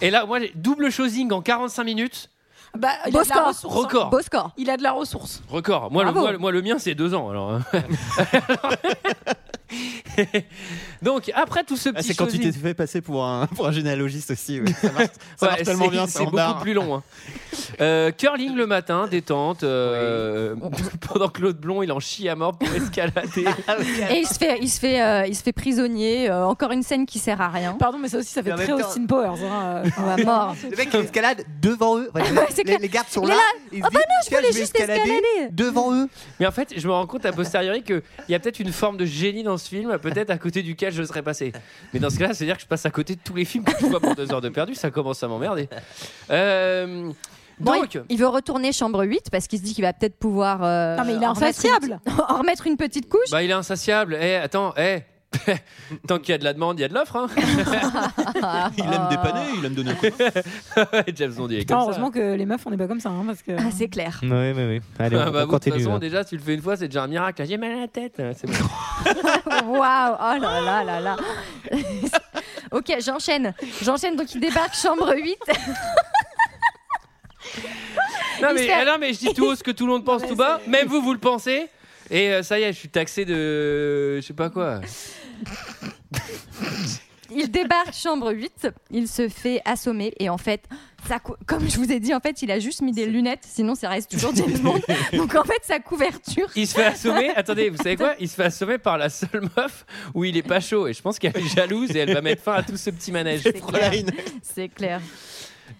Speaker 1: et là, moi, j'ai double chosing en 45 minutes,
Speaker 2: Bah, il
Speaker 6: Beau
Speaker 2: a de la
Speaker 6: score.
Speaker 2: ressource.
Speaker 1: Record.
Speaker 6: Beau score.
Speaker 2: Il a de la ressource.
Speaker 1: record. Moi, le,
Speaker 2: Bravo.
Speaker 1: moi, le- moi, le mien, c'est deux ans. Alors. hein. Donc, après tout ce petit
Speaker 11: Ah, c'est quand tu
Speaker 1: chosing-
Speaker 11: t'es fait passer pour un, pour un généalogiste aussi. ouais. Ça marche, ça
Speaker 1: Ouais,
Speaker 11: marche tellement
Speaker 1: c'est-
Speaker 11: bien,
Speaker 1: C'est beaucoup plus
Speaker 11: long.
Speaker 1: long. hein. Euh, curling le matin, détente. euh, pendant que Claude Blond, il en chie à mort pour escalader.
Speaker 6: Et il se fait, il se fait, euh, il se fait prisonnier. euh, encore une scène qui sert à rien.
Speaker 2: Pardon, mais ça aussi, ça fait
Speaker 6: en
Speaker 2: très
Speaker 6: même temps-
Speaker 2: Austin Powers. Hein, euh.
Speaker 6: On va mort.
Speaker 7: Le mec il escalade devant eux. Enfin, les, les gardes sont
Speaker 6: Il
Speaker 7: là.
Speaker 6: est là.
Speaker 7: ils
Speaker 6: Oh
Speaker 7: se
Speaker 6: bah
Speaker 7: disent,
Speaker 6: non, je
Speaker 7: tiens,
Speaker 6: voulais
Speaker 7: vais
Speaker 6: juste escalader.
Speaker 7: devant eux.
Speaker 1: Mais en fait, je me rends compte a posteriori qu'il y a peut-être une forme de génie dans ce film, peut-être à côté duquel lequel je serais passé. Mais dans ce cas-là, c'est-à-dire que je passe à côté de tous les films que je vois pour deux heures de perdu, ça commence à m'emmerder. Euh,
Speaker 6: Bon,
Speaker 1: donc,
Speaker 6: il, il veut retourner chambre 8 parce qu'il se dit qu'il va peut-être pouvoir. euh,
Speaker 2: Non, mais il est
Speaker 6: en remettre une-
Speaker 2: insatiable.
Speaker 6: En remettre une petite couche.
Speaker 1: bah, il est insatiable. Eh, attends, eh. Tant qu'il y a de la demande, il y a de l'offre. Hein.
Speaker 11: Bah, Il aime dépanner, il aime donner un coup.
Speaker 1: James Bond, il est
Speaker 2: Putain,
Speaker 1: comme ça.
Speaker 2: heureusement que les meufs, on n'est pas comme ça. hein, parce que... Ah,
Speaker 6: c'est clair.
Speaker 7: Oui, oui, oui. Allez,
Speaker 1: Ah bah,
Speaker 7: on, on
Speaker 1: vous, de toute
Speaker 7: continue. hein.
Speaker 1: façon,
Speaker 7: là.
Speaker 1: déjà, tu le fais une fois, c'est déjà un miracle. J'ai mal à la tête. C'est bon.
Speaker 6: Waouh, oh là là là là. ok, j'enchaîne. J'enchaîne, donc il débarque chambre 8.
Speaker 1: Non
Speaker 6: Il
Speaker 1: mais,
Speaker 6: se fait-
Speaker 1: ah non, mais je dis tout haut ce que tout le monde pense tout bas, même vous, vous le pensez. Et euh, ça y est, je suis taxé de. Je sais pas quoi.
Speaker 6: Il débarque chambre 8, il se fait assommer et en fait, ça cou- comme je vous ai dit, en fait, il a juste mis des lunettes, sinon ça reste toujours James Bond. Donc en fait, sa couverture.
Speaker 1: Il se fait assommer. Attendez, vous savez quoi Il se fait assommer par la seule meuf où il est pas chaud. Et je pense qu'elle est jalouse et elle va mettre fin à tout ce petit manège.
Speaker 6: C'est clair.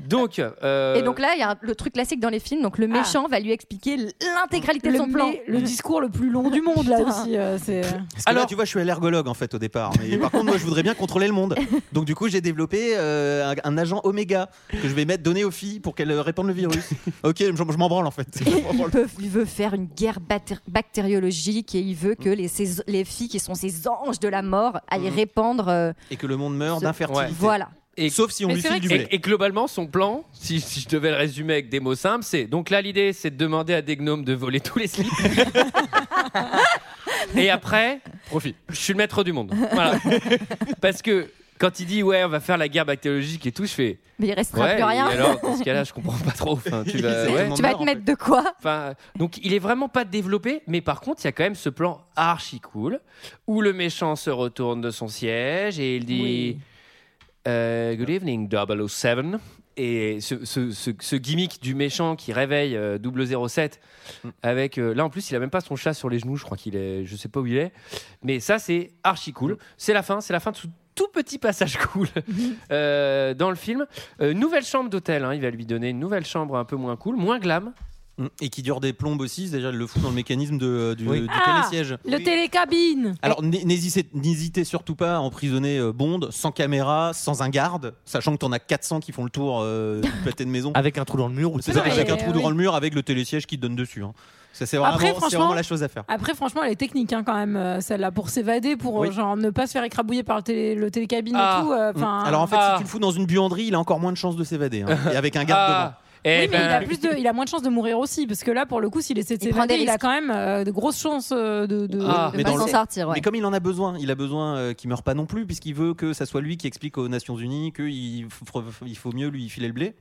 Speaker 1: Donc. euh, Ah.
Speaker 6: Et donc là, il y a un- le truc classique dans les films, donc le méchant va lui expliquer l'intégralité de
Speaker 2: Le
Speaker 6: son plan.
Speaker 2: mé- le discours le plus long du monde, là
Speaker 6: Putain.
Speaker 2: aussi. euh, c'est...
Speaker 11: Parce que là, tu vois, je suis allergologue en fait au départ. Mais par contre, moi, je voudrais bien contrôler le monde. Donc, du coup, j'ai développé euh, un, un agent oméga que je vais mettre donné aux filles pour qu'elles euh, répandent le virus. ok, je, je m'en branle en fait.
Speaker 6: Et il, peut- il veut faire une guerre bacté- bactériologique et il veut que les, ses- les filles qui sont ses anges de la mort aillent
Speaker 1: Mmh.
Speaker 11: Mhm.
Speaker 6: répandre. euh,
Speaker 1: Ah,
Speaker 11: Et que le monde meurt
Speaker 6: ce-
Speaker 11: d'infertilité.
Speaker 6: Voilà.
Speaker 1: Et-
Speaker 11: Sauf si on
Speaker 1: Mais
Speaker 11: lui
Speaker 1: c'est
Speaker 11: file
Speaker 1: vrai
Speaker 11: du
Speaker 1: que-
Speaker 11: lait.
Speaker 1: Et, et globalement, son plan, si, si je devais le résumer avec des mots simples, c'est donc là l'idée, c'est de demander à des gnomes de voler tous les slips. et après, profite. Je suis le maître du monde. Voilà. Parce que quand il dit ouais, on va faire la guerre bactériologique et tout, je fais.
Speaker 6: Mais il restera
Speaker 1: Ouais,
Speaker 6: plus rien.
Speaker 1: Et alors, dans ce cas-là, je comprends pas trop. Enfin, tu vas, ouais.
Speaker 6: tu vas te mettre de quoi
Speaker 1: Enfin, euh, donc il est vraiment pas développé, mais par contre, il y a quand même ce plan archi cool où le méchant se retourne de son siège et il dit euh, Good evening 007. Et ce, ce- ce- ce gimmick du méchant qui réveille euh, 007 avec euh, là en plus il a même pas son chat sur les genoux, je crois qu'il est, je sais pas où il est, mais ça c'est archi cool. C'est la fin, c'est la fin de ce tout petit passage cool euh, dans le film. Euh, nouvelle chambre d'hôtel, hein, il va lui donner une nouvelle chambre un peu moins cool, moins glam.
Speaker 11: Mm. Et qui dure des plombes aussi, c'est-à-dire il le fout dans le mécanisme de, euh, du, du
Speaker 2: Ah,
Speaker 11: télésiège.
Speaker 2: le télécabine.
Speaker 11: Alors n'hé- n'hésitez n'hésitez surtout pas à emprisonner euh, Bond sans caméra, sans un garde, sachant que t'en as 400 qui font le tour euh, du pâté de maison.
Speaker 7: Avec un trou dans le mur ou
Speaker 11: C'est
Speaker 7: tout
Speaker 11: ça,
Speaker 7: ça.
Speaker 11: avec un
Speaker 2: Et, euh,
Speaker 11: trou dans
Speaker 2: Ah, oui.
Speaker 11: le mur avec le télésiège qui te donne dessus. hein. Ça c'est vraiment,
Speaker 2: Après,
Speaker 11: c'est
Speaker 2: franchement-
Speaker 11: vraiment la chose à faire.
Speaker 2: Après, franchement, elle est technique hein, quand même, euh, celle-là, pour s'évader, pour euh,
Speaker 11: Oui.
Speaker 2: genre ne pas se faire écrabouiller par le, télé, le télécabine et tout. euh,
Speaker 11: Mm.
Speaker 2: enfin-
Speaker 11: Alors en fait, si tu le fous dans une buanderie, il a encore moins de chances de s'évader. hein. Et avec un garde
Speaker 1: Ah.
Speaker 2: Oui,
Speaker 1: Eh
Speaker 2: mais
Speaker 1: ben,
Speaker 2: il, a plus de, il a moins de chances de mourir aussi, parce que là, pour le coup, s'il essaie de
Speaker 6: Il prend
Speaker 2: s'évader,
Speaker 6: des
Speaker 2: il a
Speaker 6: risques.
Speaker 2: quand même euh, de grosses chances euh, de,
Speaker 1: Ah,
Speaker 2: de,
Speaker 11: devant.
Speaker 2: de
Speaker 11: Ah, mais,
Speaker 2: pas
Speaker 11: dans
Speaker 2: s'en
Speaker 11: le-
Speaker 6: sortir, ouais.
Speaker 11: mais comme il en a besoin, il a besoin euh, qu'il meure pas non plus, puisqu'il veut que ça soit lui qui explique aux Nations Unies qu'il faut, il faut mieux lui filer le blé.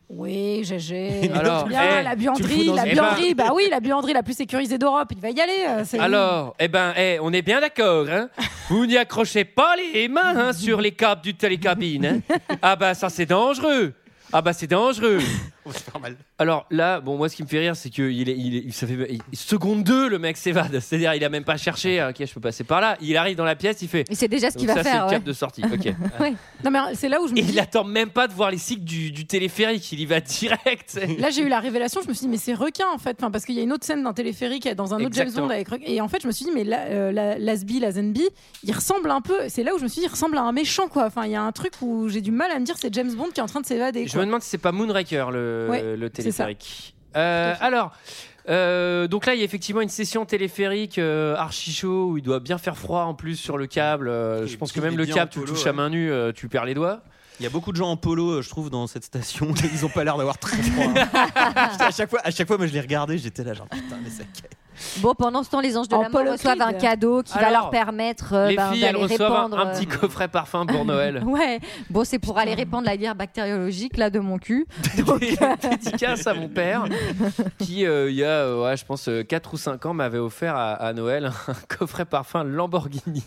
Speaker 2: Oui, GG.
Speaker 1: Alors,
Speaker 2: Bien,
Speaker 1: eh,
Speaker 2: la
Speaker 11: tu le
Speaker 2: buanderie,
Speaker 11: fous dans
Speaker 2: la
Speaker 1: une-
Speaker 2: buanderie, bah oui, la buanderie la plus sécurisée d'Europe, il va y aller. euh, c'est-
Speaker 1: Alors, eh ben, eh, on est bien d'accord, hein Vous n'y accrochez pas les mains hein, sur les câbles du télécabine. hein ah bah ça c'est dangereux. Ah bah c'est dangereux.
Speaker 11: Oh, c'est pas mal.
Speaker 1: Alors là, bon moi ce qui me fait rire c'est que il est, il est- ça fait il- seconde 2 le mec s'évade. C'est-à-dire il a même pas cherché. hein, Ok, je peux passer par là. Il arrive dans la pièce, il fait.
Speaker 6: Il sait déjà ce qu'il
Speaker 1: Donc
Speaker 6: va
Speaker 1: ça, C'est
Speaker 6: faire.
Speaker 1: le
Speaker 6: ouais.
Speaker 1: cap de sortie. Ok.
Speaker 6: Ouais.
Speaker 2: Non, mais c'est là où je me
Speaker 1: Et
Speaker 2: dis-
Speaker 1: il attend même pas de voir les cycles du, du téléphérique. Il y va direct.
Speaker 2: Là, j'ai eu la révélation. Je me suis dit, mais c'est requin en fait. Enfin, parce qu'il y a une autre scène d'un téléphérique dans un autre
Speaker 1: Exactement.
Speaker 2: James Bond avec requin. Et en fait, je me suis dit, mais la, euh, la, Lasby, la Zenby, il ressemble un peu. C'est là où je me suis dit, il ressemble à un méchant quoi. Enfin, il y a un truc où j'ai du mal à me dire, c'est James Bond qui est en train de s'évader.
Speaker 1: Je
Speaker 2: quoi.
Speaker 1: me demande si c'est pas Moonraker le,
Speaker 2: Ouais,
Speaker 1: le
Speaker 2: c'est ça.
Speaker 1: téléphérique. Euh, alors, euh, donc là, il y a effectivement une session téléphérique euh, archi chaud où il doit bien faire froid en plus sur le câble. Euh, je pense que
Speaker 11: il
Speaker 1: même
Speaker 11: est
Speaker 1: le
Speaker 11: bien en
Speaker 1: câble, tu le
Speaker 11: polo,
Speaker 1: touches à
Speaker 11: ouais.
Speaker 1: main nue, euh, tu perds les doigts.
Speaker 11: Il y a beaucoup de gens en polo, euh, je trouve, dans cette station. Ils ont pas l'air d'avoir très froid. hein. Putain, à chaque fois, à chaque fois, moi, je les regardais, j'étais là genre putain, mais ça. caille.
Speaker 6: Bon, pendant ce temps, les anges de
Speaker 2: En
Speaker 6: la mort
Speaker 2: polo
Speaker 6: reçoivent un
Speaker 2: kid.
Speaker 6: cadeau qui va
Speaker 1: Alors,
Speaker 6: leur permettre euh,
Speaker 1: les
Speaker 2: bah,
Speaker 6: ben,
Speaker 1: filles, elles
Speaker 6: d'aller
Speaker 1: reçoivent un,
Speaker 6: répandre.
Speaker 1: un petit
Speaker 6: euh,
Speaker 1: coffret parfum pour Noël.
Speaker 6: Ouais, bon, c'est pour aller répandre la guerre bactériologique là de mon cul. Donc, euh,
Speaker 1: Dédicace à mon père qui, euh, il y a, euh, ouais, je pense, 4 ou 5 ans, m'avait offert à, à Noël un coffret parfum Lamborghini.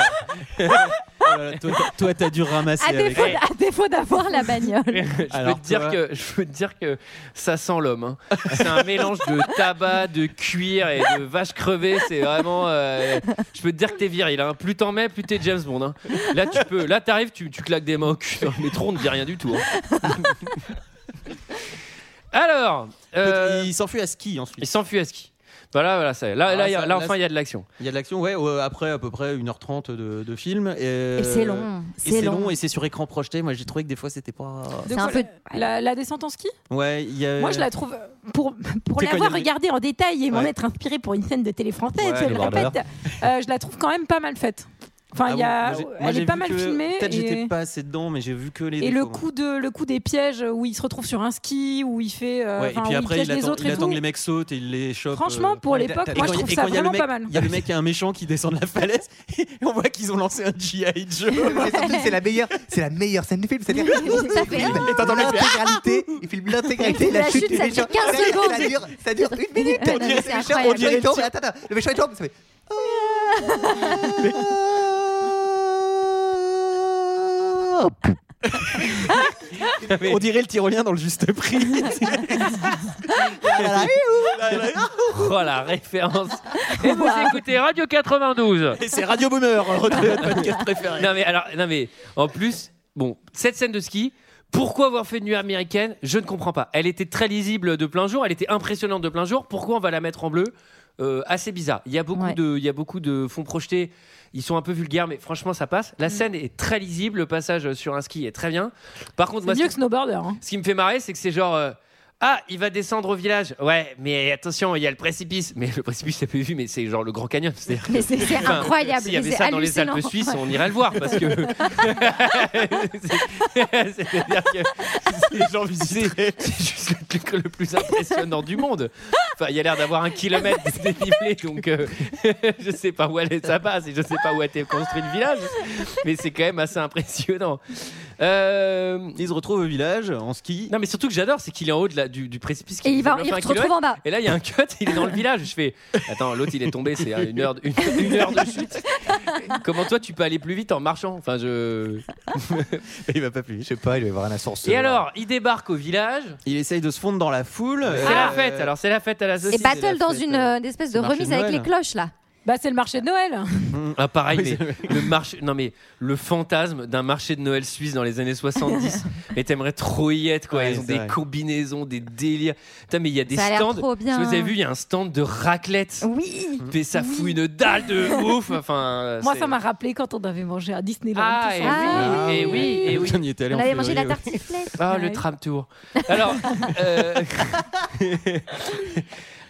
Speaker 11: Oh là là, toi, t'as- toi, t'as dû ramasser.
Speaker 2: Ah,
Speaker 6: à
Speaker 11: avec-
Speaker 6: défaut, d- à défaut d'avoir la bagnole.
Speaker 1: je,
Speaker 11: Alors,
Speaker 1: peux te dire
Speaker 11: toi-
Speaker 1: que, je peux te dire que ça sent l'homme. hein. C'est un mélange de tabac, de cuir et de vache crevée. C'est vraiment. euh, je peux te dire que t'es viril. hein. Plus t'en mets, plus t'es James Bond. hein. Là, tu peux. Là, t'arrives, tu, tu claques des mains au cul. Dans le métro, on ne dit rien du tout. hein. Alors, euh,
Speaker 11: Euh, Il s'enfuit à ski ensuite.
Speaker 1: il euh, s'enfuit à ski. Voilà, voilà, ça y est. là,
Speaker 11: Ah,
Speaker 1: là, il y a-
Speaker 11: ça-
Speaker 1: là,
Speaker 11: là,
Speaker 1: enfin, il y a
Speaker 11: c'est-
Speaker 1: de l'action.
Speaker 11: Il y a de l'action, ouais, ouais, après à peu près 1h30 de, de film. Et, euh,
Speaker 2: c'est long,
Speaker 11: et
Speaker 2: c'est
Speaker 11: C'est
Speaker 2: long.
Speaker 11: long. et c'est sur écran projeté. Moi, j'ai trouvé que des fois, c'était pas.
Speaker 2: De quoi, la, la- la descente en ski
Speaker 11: Ouais, il y a-
Speaker 2: Moi, je la trouve, euh, pour, pour
Speaker 11: T'es
Speaker 2: l'avoir
Speaker 11: cogné-
Speaker 2: regardée en détail et m'en
Speaker 11: Ouais.
Speaker 2: être inspirée pour une scène de télé française,
Speaker 11: Ouais,
Speaker 2: je
Speaker 11: les
Speaker 2: le
Speaker 11: bordeurs.
Speaker 2: répète, euh, je la trouve quand même pas mal faite. Enfin,
Speaker 11: Ah
Speaker 2: il y a,
Speaker 11: bon, moi, j'ai- moi,
Speaker 2: elle
Speaker 11: j'ai
Speaker 2: est pas
Speaker 11: vu
Speaker 2: mal
Speaker 11: que-
Speaker 2: filmée.
Speaker 11: Peut-être j'étais
Speaker 2: et-
Speaker 11: pas assez dedans, mais j'ai vu que les.
Speaker 2: Et le
Speaker 11: défauts.
Speaker 2: coup, de, le coup des pièges où il se retrouve sur un ski, où il fait. euh,
Speaker 11: Ouais, et
Speaker 2: enfin,
Speaker 11: puis
Speaker 2: où il
Speaker 11: après,
Speaker 2: piège
Speaker 11: il
Speaker 2: les
Speaker 11: attend,
Speaker 2: autres
Speaker 11: il
Speaker 2: et
Speaker 11: attend
Speaker 2: tout.
Speaker 11: que les mecs sautent et il les chope. euh,
Speaker 2: Franchement, pour
Speaker 11: Et
Speaker 2: l'époque,
Speaker 11: quand-
Speaker 2: moi, je
Speaker 11: et
Speaker 2: trouve
Speaker 11: quand
Speaker 2: ça
Speaker 11: il y a le
Speaker 2: vraiment
Speaker 11: mec-
Speaker 2: pas mal.
Speaker 11: Il y a le mec, il y a un méchant qui descend de la falaise et on voit qu'ils ont lancé un G.I. Joe.
Speaker 7: Mais surtout, c'est la meilleure, c'est la meilleure scène du film. C'est-à-dire
Speaker 11: Oui,
Speaker 7: qu'il
Speaker 11: tout à fait.
Speaker 7: filme l'intégralité, il filme l'intégralité de
Speaker 11: La
Speaker 7: la
Speaker 11: chute,
Speaker 7: chute du
Speaker 11: ça fait
Speaker 7: méchant.
Speaker 11: 15
Speaker 7: Ça dure-
Speaker 11: secondes.
Speaker 7: Ça dure, ça dure une minute.
Speaker 11: On dirait-
Speaker 7: Le
Speaker 11: c'est
Speaker 7: méchant,
Speaker 11: incroyable.
Speaker 7: on dirait
Speaker 11: On
Speaker 7: il tombe.
Speaker 11: dirait-
Speaker 7: Attends, attends, le méchant il tombe. Ça fait.
Speaker 11: On dirait le tyrolien dans le juste prix.
Speaker 1: Oh la référence Et vous écoutez Radio 92
Speaker 11: Et c'est Radio Boomer, retrouvez votre podcast préféré.
Speaker 1: Non mais alors, non mais en plus, bon, cette scène de ski. Pourquoi avoir fait une nuit américaine Je ne comprends pas. Elle était très lisible de plein jour, elle était impressionnante de plein jour. Pourquoi on va la mettre en bleu Euh, Assez bizarre. Il y a beaucoup de, il y a beaucoup de fonds projetés. Ils sont un peu vulgaires, mais franchement, ça passe.
Speaker 2: Mm.
Speaker 1: La scène est très lisible. Le passage sur un ski est très bien. Par contre, moi,
Speaker 2: C'est mieux
Speaker 1: ce-
Speaker 2: que Snowboarder. hein.
Speaker 1: ce qui me fait marrer, c'est que c'est genre. euh, ah, il va descendre au village. Ouais, mais attention, il y a le précipice. Mais le précipice, c'est pas vu, mais c'est genre le Grand Canyon. C'est-à-dire que-
Speaker 6: Mais c'est- c'est
Speaker 1: Enfin,
Speaker 6: incroyable,
Speaker 1: S'il y avait
Speaker 6: mais c'est
Speaker 1: ça dans les
Speaker 6: hallucinant.
Speaker 1: Alpes suisses, on irait le voir parce que. C'est- C'est-à-dire que c'est genre visiter. C'est juste le truc le plus impressionnant du monde. Enfin, il y a l'air d'avoir un kilomètre de dénivelé, donc euh, je sais pas où aller ça passe et je sais pas où a été construit le village, mais c'est quand même assez impressionnant. Euh,
Speaker 11: Il se retrouve au village en ski.
Speaker 1: Non, mais surtout que j'adore, c'est qu'il est en haut de la- du, du précipice.
Speaker 6: Et
Speaker 1: qui
Speaker 6: il va-
Speaker 1: fait
Speaker 6: il
Speaker 1: un
Speaker 6: se retrouve
Speaker 1: kilomètre.
Speaker 6: en bas.
Speaker 1: Et là, il y a un cut, il est dans le village. Je fais, attends, l'autre il est tombé, c'est à une heure, de- une, une heure de chute. Comment toi tu peux aller plus vite en marchant Enfin, je.
Speaker 11: il va pas plus.
Speaker 7: Je sais pas, il va y avoir un ascenseur.
Speaker 1: Et alors, il débarque au village.
Speaker 11: Il essaye de se fondre dans la foule.
Speaker 1: C'est
Speaker 11: Euh,
Speaker 1: la fête. Alors, c'est la fête à la
Speaker 6: Et
Speaker 1: saucisse.
Speaker 6: battle dans une, euh, une espèce de
Speaker 1: marché
Speaker 6: remise
Speaker 1: de
Speaker 6: avec
Speaker 1: Noël.
Speaker 6: les cloches là.
Speaker 2: Bah, c'est le marché de Noël.
Speaker 1: Ah, pareil, mais le marché. Non, mais le fantasme d'un marché de Noël suisse dans les années 70. mais t'aimerais trop y être, quoi.
Speaker 11: Ouais,
Speaker 1: Ils ont
Speaker 11: c'est
Speaker 1: des
Speaker 11: vrai.
Speaker 1: combinaisons, des délires. Putain, mais il y a des
Speaker 6: Ça a l'air
Speaker 1: stands.
Speaker 6: trop bien.
Speaker 1: Si vous avez vu, il y a un stand de raclette.
Speaker 6: Oui.
Speaker 1: Mais ça fout une dalle de ouf. Enfin,
Speaker 2: Moi,
Speaker 1: c'est-
Speaker 2: ça m'a rappelé quand on avait mangé à Disneyland.
Speaker 1: Ah,
Speaker 2: tout
Speaker 1: et
Speaker 2: ça.
Speaker 1: oui, et oui, et oui.
Speaker 11: On y était allé
Speaker 2: On
Speaker 11: en
Speaker 2: avait mangé
Speaker 11: février,
Speaker 2: la
Speaker 11: ouais.
Speaker 2: tartiflette.
Speaker 1: Ah, le
Speaker 2: Ouais.
Speaker 1: tram tour. Alors, euh,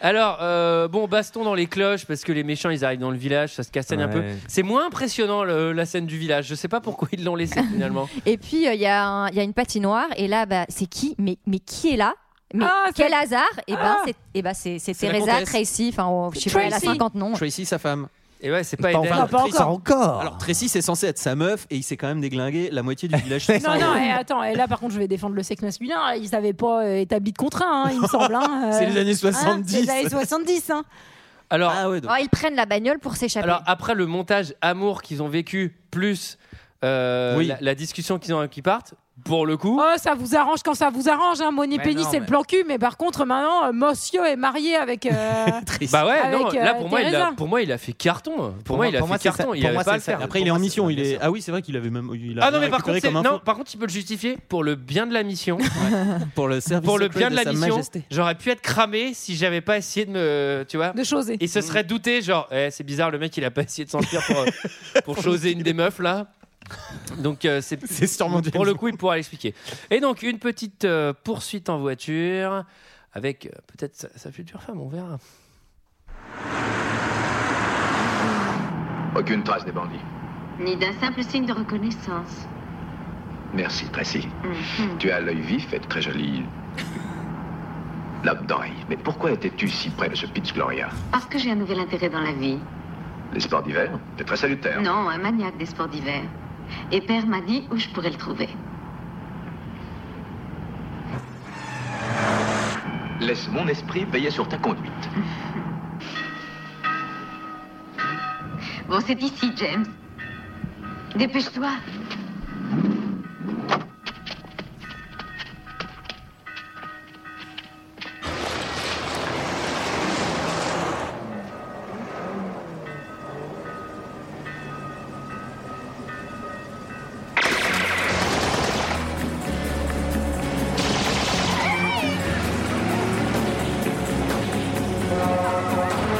Speaker 1: alors euh, bon, baston dans les cloches parce que les méchants ils arrivent dans le village, ça se castagne un peu.
Speaker 7: Ouais.
Speaker 1: C'est moins impressionnant le- la scène du village. Je sais pas pourquoi ils l'ont laissé finalement.
Speaker 6: Et puis euh, il y, a un- il y a une patinoire et là bah, c'est qui mais, mais qui est là mais quel hasard Et ben c'est eh ben, c'est c'est
Speaker 11: C'est la
Speaker 6: Teresa
Speaker 11: comtesse.
Speaker 6: Tracy. Enfin on- je sais pas, elle a
Speaker 11: Tracy.
Speaker 6: 50 noms.
Speaker 11: Tracy, sa femme.
Speaker 1: Et ouais, c'est Ah, pas,
Speaker 11: Eden.
Speaker 1: Eden.
Speaker 11: Tracy-
Speaker 7: Ah.
Speaker 11: Alors, Tracy, c'est censé être sa meuf et il s'est quand même déglingué la moitié du village.
Speaker 2: Non, non, et attends, et là par contre, je vais défendre le sexe masculin. Ils n'avaient pas euh, établi de contrat, hein, il me semble. hein, euh,
Speaker 11: Ah, C'est les années Ah
Speaker 2: hein,
Speaker 11: 70.
Speaker 2: c'est les années 70. hein.
Speaker 1: Alors,
Speaker 6: Oh, ils prennent la bagnole pour s'échapper.
Speaker 1: Alors après le montage amour qu'ils ont vécu plus euh,
Speaker 11: Oui.
Speaker 1: la, la discussion qu'ils ont qui partent pour le coup.
Speaker 2: Oh, ça vous arrange quand ça vous arrange, hein. Moni
Speaker 1: Mais
Speaker 2: Penny,
Speaker 1: non,
Speaker 2: c'est
Speaker 1: mais-
Speaker 2: le plan cul, mais par contre, maintenant, euh, Monsieur est marié avec. euh,
Speaker 1: Bah ouais,
Speaker 2: Avec,
Speaker 1: non,
Speaker 2: euh,
Speaker 1: là pour moi, il a,
Speaker 2: Teresa.
Speaker 1: pour moi il a fait carton. Pour, moi, il a fait
Speaker 11: c'est ça-
Speaker 1: carton. Il
Speaker 11: Ah, pour
Speaker 1: avait
Speaker 11: moi,
Speaker 1: pas à
Speaker 11: c'est
Speaker 1: le
Speaker 11: ça.
Speaker 1: faire.
Speaker 11: Après, il est en mission. Il est... Ah oui, c'est vrai qu'il avait même. il a
Speaker 1: Ah non
Speaker 11: rien
Speaker 1: mais par contre,
Speaker 11: récupéré
Speaker 1: c'est-
Speaker 11: comme info.
Speaker 1: non, par contre, tu peux le justifier pour le bien de la mission.
Speaker 11: pour le service
Speaker 1: pour le
Speaker 11: secret
Speaker 1: bien de la
Speaker 11: Sa
Speaker 1: mission,
Speaker 11: Majesté.
Speaker 1: j'aurais pu être cramé si j'avais pas essayé de me, tu vois,
Speaker 2: de choser.
Speaker 1: Il se serait douté, genre, eh, c'est bizarre, le mec, il a pas essayé de s'enfuir pour, euh, pour choser une des meufs là. Donc euh, c'est
Speaker 11: C'est sûrement
Speaker 1: pour le coup, il pourra l'expliquer. Et donc une petite euh, poursuite en voiture avec euh, peut-être sa, sa future femme, on verra.
Speaker 8: Aucune trace des bandits.
Speaker 14: Ni d'un simple signe de reconnaissance.
Speaker 8: Merci, Tracy.
Speaker 14: Mhm.
Speaker 8: Tu as l'œil vif et très joli. L'homme d'oreille. Mais pourquoi étais-tu si près de ce pitch Gloria
Speaker 14: Parce que j'ai un nouvel intérêt dans la vie.
Speaker 8: Les sports d'hiver C'est très salutaire.
Speaker 14: Non, un maniaque des sports d'hiver. Et père m'a dit où je pourrais le trouver. Mhm.
Speaker 8: Laisse mon esprit veiller sur ta conduite.
Speaker 14: Bon, c'est ici, James. Dépêche-toi.
Speaker 8: Tracy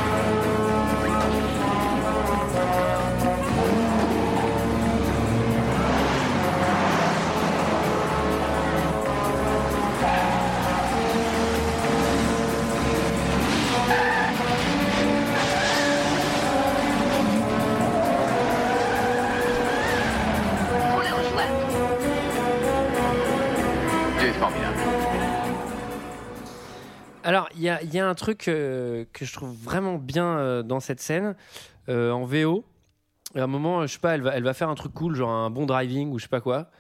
Speaker 8: C'est formidable.
Speaker 1: Alors, il y a, il y a un truc euh, que je trouve vraiment bien euh, dans cette scène, euh, en VO. À un moment, je sais pas, elle va, elle va faire un truc cool, genre un bon driving ou je sais pas quoi.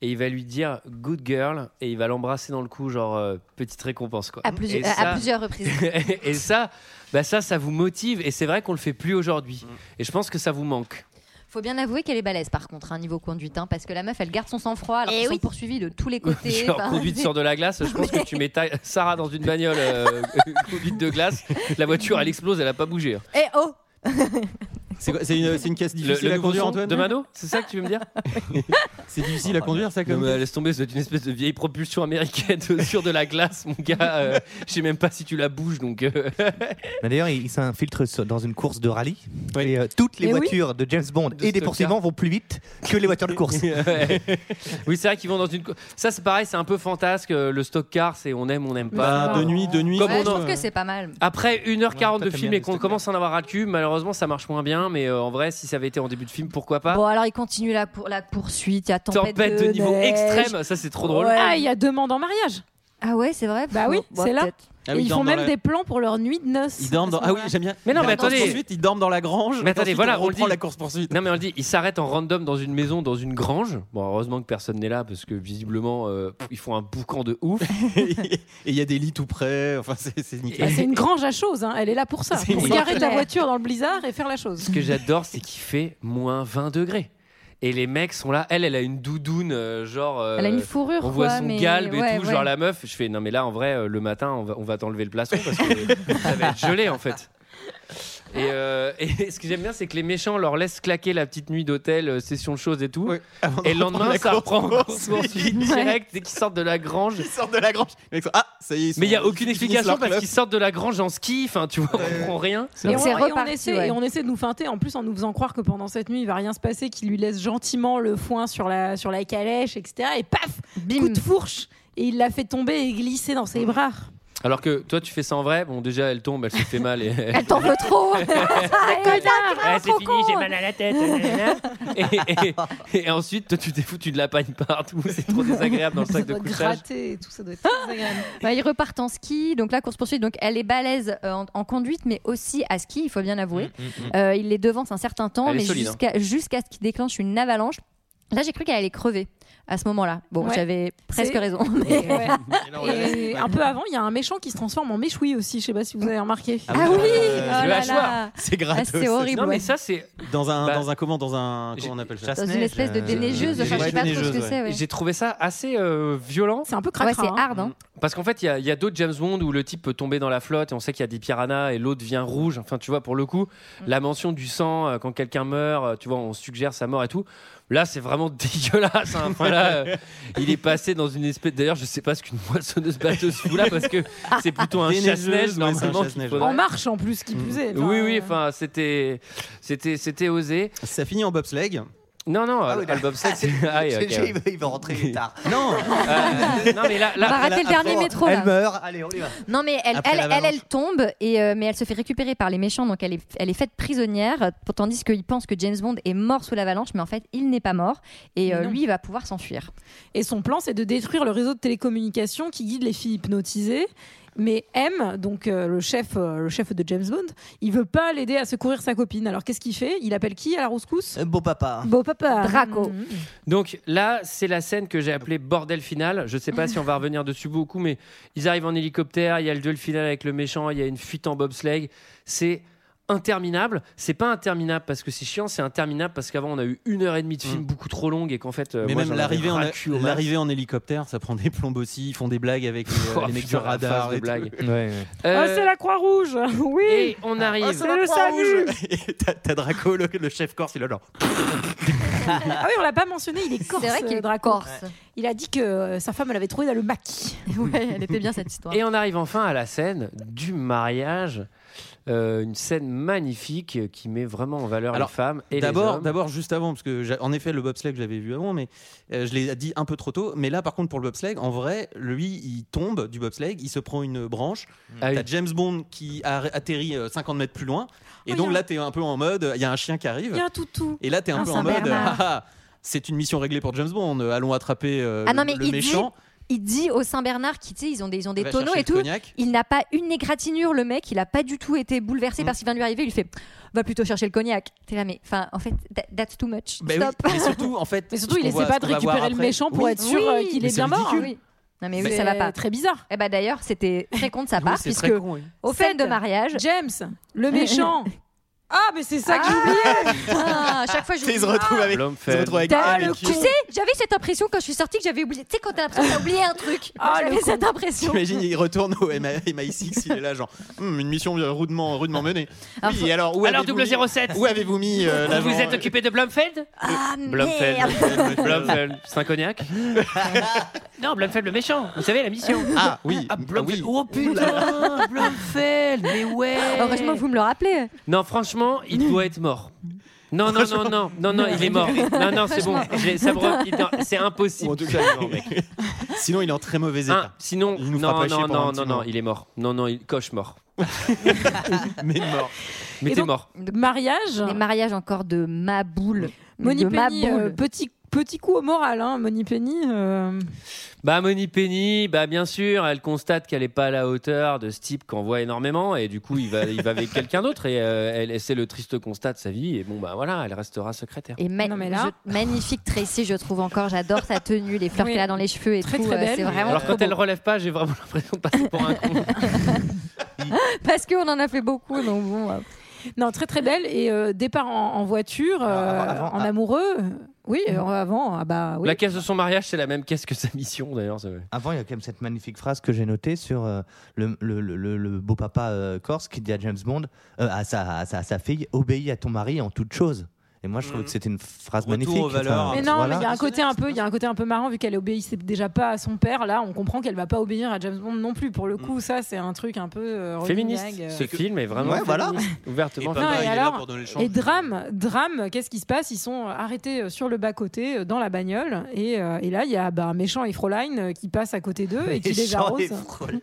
Speaker 1: Et il va lui dire good girl et il va l'embrasser dans le cou, genre euh, petite récompense quoi.
Speaker 6: À, plusieurs-
Speaker 1: Et
Speaker 6: à- à
Speaker 1: ça-
Speaker 6: plusieurs reprises.
Speaker 1: et ça, bah ça, ça vous motive et c'est vrai qu'on le fait plus aujourd'hui.
Speaker 11: Mm.
Speaker 1: Et je pense que ça vous manque.
Speaker 6: Faut bien avouer qu'elle est balèze par contre, un niveau conduite, hein, parce que la meuf elle garde son sang-froid alors qu'ils sont poursuivis de tous les côtés.
Speaker 1: Genre,
Speaker 6: par-
Speaker 1: conduite sur de la glace, je pense que tu mets ta- Sarah dans une bagnole euh, conduite de glace, la voiture elle explose, elle a pas bougé. hein.
Speaker 6: Eh oh
Speaker 11: C'est quoi- c'est une, c'est une caisse
Speaker 1: Le-
Speaker 11: difficile
Speaker 1: le
Speaker 11: à
Speaker 1: nouveau
Speaker 11: conduire,
Speaker 1: son
Speaker 11: Antoine
Speaker 1: de Mano C'est ça que tu veux me dire
Speaker 11: C'est difficile à conduire, ça,
Speaker 1: Ah, Non,
Speaker 11: comme
Speaker 1: mais laisse tomber, c'est une espèce de vieille propulsion américaine sur de la glace, mon gars. euh, je sais même pas si tu la bouges, donc. euh,
Speaker 7: Mais D'ailleurs, il, il s'infiltre sur- dans une course de rallye. Et, euh, toutes les
Speaker 1: Mais oui.
Speaker 7: voitures de James Bond et des
Speaker 1: stockers.
Speaker 7: poursuivants vont plus vite que les voitures de course.
Speaker 11: Ah
Speaker 1: Ouais. oui, c'est vrai qu'ils vont dans une. co- Ça, c'est pareil, c'est un peu fantasque. euh, Le stock car, c'est on aime, on n'aime pas.
Speaker 11: Bah, de nuit, de nuit,
Speaker 1: Comme
Speaker 6: Ouais,
Speaker 1: on
Speaker 6: je
Speaker 1: en-
Speaker 6: trouve que c'est pas mal.
Speaker 1: Après 1h40
Speaker 11: Ouais,
Speaker 1: de
Speaker 11: t'as
Speaker 1: film
Speaker 11: bien
Speaker 1: et qu'on commence à en avoir à le cul, malheureusement, ça marche moins bien. Mais euh, en vrai, si ça avait été en début de film, pourquoi pas
Speaker 6: Bon alors il continue la, pour, la poursuite, il y a tempête,
Speaker 1: Tempête, de, niveau
Speaker 6: neige.
Speaker 1: extrême, ça, c'est trop drôle.
Speaker 2: Ah, il y a demande en mariage.
Speaker 6: Ah ouais, c'est vrai.
Speaker 2: Bah oui,
Speaker 6: Bon,
Speaker 2: c'est là.
Speaker 6: peut-être.
Speaker 11: Ah
Speaker 2: Et
Speaker 11: oui,
Speaker 2: ils
Speaker 11: ils
Speaker 2: font
Speaker 11: dorment dans
Speaker 2: même
Speaker 11: la-
Speaker 2: des plans pour leur nuit de noces.
Speaker 11: Ils dorment dans. Ah oui, j'aime bien.
Speaker 1: Mais non, mais
Speaker 11: Ils dorment dans la
Speaker 1: attendez.
Speaker 11: course-poursuite, ils dorment dans la grange.
Speaker 1: Mais attendez,
Speaker 11: ensuite,
Speaker 1: voilà, on
Speaker 11: on
Speaker 1: le
Speaker 11: reprend
Speaker 1: dit.
Speaker 11: la course poursuite.
Speaker 1: Non mais on le dit, il s'arrête en random dans une maison, dans une grange. Bon, heureusement que personne n'est là parce que visiblement euh, pff, ils font un boucan de ouf.
Speaker 11: Et il y a des lits tout près. Enfin, c'est c'est
Speaker 2: Ah,
Speaker 11: nickel.
Speaker 2: c'est une grange à choses, hein. elle est là pour ça.
Speaker 1: C'est
Speaker 2: Pour
Speaker 1: une-
Speaker 2: garer ta voiture dans le blizzard et faire la chose.
Speaker 1: Ce que j'adore, c'est qu'il fait moins 20 degrés. Et les mecs sont là. Elle, elle a une doudoune, euh, genre. euh,
Speaker 6: Elle a une fourrure,
Speaker 1: On voit
Speaker 6: quoi,
Speaker 1: son
Speaker 6: mais-
Speaker 1: galbe et
Speaker 6: ouais,
Speaker 1: tout.
Speaker 6: ouais.
Speaker 1: Genre la meuf, je fais non, mais là, en vrai, euh, le matin, on va, on va t'enlever le plastron parce que ça va être gelé, en fait. Et, euh, et ce que j'aime bien, c'est que les méchants leur laissent claquer la petite nuit d'hôtel, euh, session de choses et tout. et le lendemain,
Speaker 11: la
Speaker 1: ça reprend en
Speaker 11: course.
Speaker 1: course-poursuite direct dès qu'ils sortent de la grange.
Speaker 11: Ils sortent de la grange. Les mecs sont, Ah, ça y est. ils sont-
Speaker 1: Mais il n'y a aucune
Speaker 11: ils finissent
Speaker 1: explication
Speaker 11: leur
Speaker 1: parce
Speaker 11: club.
Speaker 1: qu'ils sortent de la grange en ski, enfin tu vois, on comprend rien.
Speaker 2: Et on,
Speaker 6: C'est
Speaker 2: et on
Speaker 6: reparti,
Speaker 2: essaie,
Speaker 6: ouais.
Speaker 2: et on essaie de nous feinter en plus en nous faisant croire que pendant cette nuit il va rien se passer, qu'il lui laisse gentiment le foin sur la, sur la calèche, etc. Et paf, coup de fourche Et il l'a fait tomber et glisser dans ses bras.
Speaker 1: Alors que toi tu fais ça en vrai, bon déjà elle tombe, elle se fait mal et
Speaker 6: Elle t'en veut trop.
Speaker 1: Ah, c'est fini, j'ai mal à la tête. et, et- et ensuite toi, tu t'es foutu de la paille partout, c'est trop désagréable dans le sac de couchage.
Speaker 2: Gratter et tout, ça doit être très agréable.
Speaker 6: Bah, ils repartent en ski, donc la course poursuite, donc elle est balèze euh, en, en conduite, mais aussi à ski, il faut bien avouer.
Speaker 1: Mm,
Speaker 6: Euh, il les devance un certain temps,
Speaker 1: Elle est
Speaker 6: mais
Speaker 1: solide, hein.
Speaker 6: jusqu'à jusqu'à ce qu'il déclenche une avalanche. Là, j'ai cru qu'elle allait crever à ce moment-là. Bon,
Speaker 2: Ouais.
Speaker 6: j'avais presque
Speaker 2: C'est-
Speaker 6: raison.
Speaker 2: Et, ouais.
Speaker 1: Ah
Speaker 11: là, on la laisse.
Speaker 2: Et un peu avant, il y a un méchant qui se transforme en méchoui aussi, je sais pas si vous avez remarqué.
Speaker 6: Ah
Speaker 1: Le
Speaker 6: oui, Oh là
Speaker 1: hachoir.
Speaker 6: là.
Speaker 11: C'est
Speaker 6: Ah,
Speaker 11: gratos.
Speaker 6: c'est horrible.
Speaker 1: Non mais
Speaker 6: ouais.
Speaker 1: ça c'est,
Speaker 11: Dans un,
Speaker 1: Bah,
Speaker 11: dans un comment, dans un comment on appelle ça euh,
Speaker 6: Dans une espèce de déneigeuse, enfin, je sais pas trop ce que c'est. ouais.
Speaker 1: j'ai trouvé ça assez euh, violent
Speaker 2: C'est un peu
Speaker 6: Ouais,
Speaker 2: cracra.
Speaker 6: c'est
Speaker 2: hein.
Speaker 6: hard. hein.
Speaker 1: parce qu'en fait il y a, il y a d'autres James Bond où le type peut tomber dans la flotte et on sait qu'il y a des piranhas et l'eau devient rouge. Enfin tu vois pour le coup
Speaker 6: Mm.
Speaker 1: la mention du sang euh, quand quelqu'un meurt, euh, tu vois on suggère sa mort et tout. Là c'est vraiment dégueulasse. hein. Enfin, là, euh, il est passé dans une espèce. D'ailleurs je sais pas ce qu'une moissonneuse batteuse fout là parce que c'est plutôt un
Speaker 11: Déneigeuse, ouais,
Speaker 1: chasse-neige
Speaker 11: c'est un
Speaker 1: normalement. qu'il
Speaker 11: chasse-neige.
Speaker 1: faudrait-
Speaker 2: En marche en plus, qui plus est. Enfin,
Speaker 1: Mm. Oui, oui,
Speaker 2: euh,
Speaker 1: enfin, c'était, c'était, c'était osé.
Speaker 11: Ça finit en bobsleigh.
Speaker 1: Non, non,
Speaker 7: Ah oui,
Speaker 1: Al- Album 7, c'est. Ah, oui,
Speaker 7: J'ai-
Speaker 1: ok,
Speaker 7: j'ai-
Speaker 1: ouais.
Speaker 7: il, va, il va rentrer tard.
Speaker 11: Non.
Speaker 1: Euh, non, mais là,
Speaker 6: On va
Speaker 1: là,
Speaker 6: rater le dernier métro. là.
Speaker 7: Elle meurt. Allez, on y va.
Speaker 6: Non, mais elle,
Speaker 11: Après
Speaker 6: elle, elle,
Speaker 11: l'avalanche.
Speaker 6: elle tombe, et, euh, mais elle se fait récupérer par les méchants, donc elle est, elle est faite prisonnière, euh, tandis qu'il pense que James Bond est mort sous l'avalanche, mais en fait, il n'est pas mort, et
Speaker 2: Mais
Speaker 6: euh,
Speaker 2: non.
Speaker 6: lui, il va pouvoir s'enfuir.
Speaker 2: Et son plan, c'est de détruire le réseau de télécommunications qui guide les filles hypnotisées. Mais M, donc euh, le chef, euh, le chef de James Bond, il veut pas l'aider à secourir sa copine. Alors qu'est-ce qu'il fait Il appelle qui à la rouscousse
Speaker 7: Euh, Beau papa.
Speaker 2: Beau papa.
Speaker 6: Draco.
Speaker 2: Mmh.
Speaker 1: donc là, c'est la scène que j'ai appelée bordel final. Je sais pas si on va revenir dessus beaucoup, mais ils arrivent en hélicoptère, il y a le duel final avec le méchant, il y a une fuite en bobsleigh. C'est interminable. C'est pas interminable parce que c'est chiant, c'est interminable parce qu'avant on a eu une heure et demie de film beaucoup trop longue et qu'en fait. euh,
Speaker 11: Mais
Speaker 1: moi,
Speaker 11: même
Speaker 1: j'en
Speaker 11: l'arrivée
Speaker 1: avais
Speaker 11: en,
Speaker 1: ras le cul au max.
Speaker 11: l'arrivée en hélicoptère, ça prend des plombes aussi. Ils font des blagues avec les,
Speaker 1: Oh,
Speaker 11: les mecs du
Speaker 1: putain, la phase
Speaker 11: radar.
Speaker 1: de
Speaker 11: et tout.
Speaker 1: blague.
Speaker 7: Ouais.
Speaker 1: Euh,
Speaker 2: Oh, c'est la Croix-Rouge Oui
Speaker 1: Et on arrive.
Speaker 2: c'est
Speaker 11: Ah,
Speaker 2: la Croix-Rouge.
Speaker 11: Et t'as- T'as Draco, le, le chef corse, il a genre.
Speaker 2: Ah oui, on l'a pas mentionné, il est corse.
Speaker 6: C'est vrai qu'il
Speaker 2: euh,
Speaker 6: est
Speaker 2: Draco.
Speaker 6: corse.
Speaker 2: Il a dit que euh, sa femme l'avait trouvé dans le maquis.
Speaker 6: Ouais, elle était bien cette histoire.
Speaker 1: Et on arrive enfin à la scène du mariage. Euh, une scène magnifique euh, qui met vraiment en valeur
Speaker 11: Alors,
Speaker 1: les femmes et les
Speaker 11: D'abord,
Speaker 1: hommes.
Speaker 11: d'abord, juste avant, parce que j'a- en effet, le bobsleigh, je l'avais vu avant, mais euh, je l'ai dit un peu trop tôt. Mais là, par contre, pour le bobsleigh, en vrai, lui, il tombe du bobsleigh, il se prend une branche.
Speaker 1: Ah oui.
Speaker 11: T'as James Bond qui a atterri euh, 50 mètres plus loin. Et
Speaker 2: Oh, y
Speaker 11: donc
Speaker 2: a un-
Speaker 11: là, t'es un peu en mode, il y a un chien qui arrive.
Speaker 2: Il y a un toutou.
Speaker 11: Et là, t'es un
Speaker 2: Ah,
Speaker 11: peu en mode,
Speaker 6: Saint-Bernard.
Speaker 11: ah, ah, c'est une mission réglée pour James Bond. Allons attraper euh,
Speaker 6: Ah
Speaker 11: le,
Speaker 6: non, mais
Speaker 11: le
Speaker 6: il dit-
Speaker 11: méchant.
Speaker 6: Il dit au Saint-Bernard qu'ils tu sais, ils ont des, ils ont des
Speaker 2: Va
Speaker 6: tonneaux
Speaker 2: chercher
Speaker 6: et
Speaker 2: le
Speaker 6: tout.
Speaker 2: cognac.
Speaker 6: Il n'a pas une égratignure, le mec. Il n'a pas du tout été bouleversé
Speaker 11: Mm.
Speaker 6: par ce qui vient de lui arriver. Il lui fait Va plutôt chercher le cognac. T'es là, mais enfin, en fait, tha- that's too much.
Speaker 11: Ben oui,
Speaker 6: Stop.
Speaker 11: mais surtout, en fait,
Speaker 2: Mais surtout,
Speaker 11: ce
Speaker 2: il
Speaker 11: qu'on
Speaker 2: essaie
Speaker 11: voit-
Speaker 2: pas
Speaker 11: ce
Speaker 2: de
Speaker 11: qu'on va voir
Speaker 2: récupérer le
Speaker 11: après-
Speaker 2: méchant pour
Speaker 11: Oui.
Speaker 2: être sûr, euh, qu'il
Speaker 11: Mais
Speaker 2: est
Speaker 11: c'est
Speaker 2: bien mort.
Speaker 11: ridicule.
Speaker 2: Oui.
Speaker 6: Non, mais oui,
Speaker 2: C'est
Speaker 6: ça va pas.
Speaker 2: très bizarre.
Speaker 6: Et bah d'ailleurs, c'était très con de sa part,
Speaker 2: c'est
Speaker 6: Ah, puisque
Speaker 2: très con, oui.
Speaker 6: au fait de mariage.
Speaker 2: James, le méchant. Ah, mais c'est ça que j'oubliais
Speaker 6: Ah, à chaque fois, j'oublie.
Speaker 2: Il se retrouve
Speaker 1: avec- L'homme il se faible. retrouve avec-
Speaker 11: ah,
Speaker 6: T'as
Speaker 1: avec
Speaker 6: Ah, le
Speaker 1: qui
Speaker 6: con. Tu sais, j'avais cette impression quand je suis sortie que j'avais oublié. Tu sais, quand t'as l'impression que t'as oublié un truc.
Speaker 2: Ah, le
Speaker 6: j'avais
Speaker 2: con.
Speaker 6: cette impression.
Speaker 11: T'imagines, il retourne au MI MI6, il est là, genre, Hum, une mission rudement, rudement menée. Oui, et alors, où
Speaker 1: Alors,
Speaker 11: avez-vous mis-
Speaker 1: 007.
Speaker 11: Où avez-vous mis euh,
Speaker 1: Vous
Speaker 11: l'agent
Speaker 1: vous êtes occupé de Blumfeld
Speaker 6: Ah,
Speaker 1: Blumfeld.
Speaker 6: merde.
Speaker 1: Blumfeld. C'est un cognac Non, Blumfeld le méchant. Vous savez, la mission.
Speaker 11: Ah, oui.
Speaker 1: Blumfeld. Oh putain, Blumfeld. Mais ouais.
Speaker 6: Heureusement, vous me le rappelez.
Speaker 1: Non, franchement, il doit être mort. Non, non, non, non, non, non, il est mort. Non, non, c'est bon.
Speaker 11: Franchement.
Speaker 1: J'ai- ça me re- il- non, C'est impossible.
Speaker 11: Sinon, il est en très mauvais état.
Speaker 1: Ah, sinon,
Speaker 11: il nous fera
Speaker 1: non,
Speaker 11: pas chier
Speaker 1: non,
Speaker 11: pendant un
Speaker 1: non,
Speaker 11: petit
Speaker 1: non, non,
Speaker 11: moment.
Speaker 1: il est mort. Non, non, il coche mort.
Speaker 11: Mais mort.
Speaker 1: Mais
Speaker 2: Et
Speaker 1: t'es
Speaker 2: donc,
Speaker 1: mort.
Speaker 2: Mariage.
Speaker 6: Des mariages encore de ma boule.
Speaker 2: Moni
Speaker 6: de ma
Speaker 2: Penny,
Speaker 6: boule.
Speaker 2: euh, petit, petit coup au moral, hein, Moni Penny. euh,
Speaker 1: Bah, Moni Penny, bah, bien sûr, elle constate qu'elle n'est pas à la hauteur de ce type qu'on voit énormément, et du coup, il va, il va avec quelqu'un d'autre, et euh, elle, et c'est le triste constat de sa vie, et bon, bah voilà, elle restera secrétaire.
Speaker 6: Et ma-
Speaker 2: Non, mais là-
Speaker 6: je- magnifique Tracy, je trouve encore. J'adore sa tenue, les fleurs
Speaker 2: Oui.
Speaker 6: qu'elle a dans les cheveux et
Speaker 2: Très,
Speaker 6: tout.
Speaker 2: très
Speaker 6: euh,
Speaker 2: belle.
Speaker 6: C'est vraiment
Speaker 1: Alors,
Speaker 6: trop
Speaker 1: quand elle
Speaker 6: beau.
Speaker 1: relève pas, j'ai vraiment l'impression de passer pour un con.
Speaker 6: Parce qu'on en a fait beaucoup, donc bon. euh.
Speaker 2: Non, très très belle. Et euh, départ en, en
Speaker 6: Ah,
Speaker 2: voiture, euh, en amoureux. Oui,
Speaker 6: Mhm.
Speaker 2: euh, avant. ah bah, oui.
Speaker 1: La caisse de son mariage, c'est la même caisse que sa mission, d'ailleurs. c'est-
Speaker 7: Avant, il y a quand même cette magnifique phrase que j'ai notée sur euh, le, le, le- le beau-papa euh, corse qui dit à James Bond, euh, à, sa, à sa- à sa fille, obéis à ton mari en toute chose. Et moi, je trouve que c'était une phrase
Speaker 11: Mm. Retour
Speaker 7: magnifique.
Speaker 11: aux valeurs.
Speaker 7: Enfin,
Speaker 2: Mais non,
Speaker 7: voilà.
Speaker 2: mais il y a un côté un peu, il y a un côté un peu marrant vu qu'elle obéissait déjà pas à son père. Là, on comprend qu'elle va pas obéir à James Bond non plus. Pour le coup, ça c'est un truc un peu euh, Robin Gag, euh.
Speaker 1: Féministe. Ce film est vraiment
Speaker 7: Ouais, voilà.
Speaker 1: féministe, ouvertement
Speaker 2: Non,
Speaker 11: Et Papa,
Speaker 2: et
Speaker 11: il est là
Speaker 2: alors,
Speaker 11: pour donner le change.
Speaker 2: et drame, drame, qu'est-ce qui se passe Ils sont euh, arrêtés euh, sur le bas-côté, euh, dans la bagnole, et, euh, et là, il y a bah, méchant et Fräulein euh, qui passent à côté d'eux et qui les
Speaker 11: Méchant
Speaker 2: arrosent.
Speaker 11: et frôlant.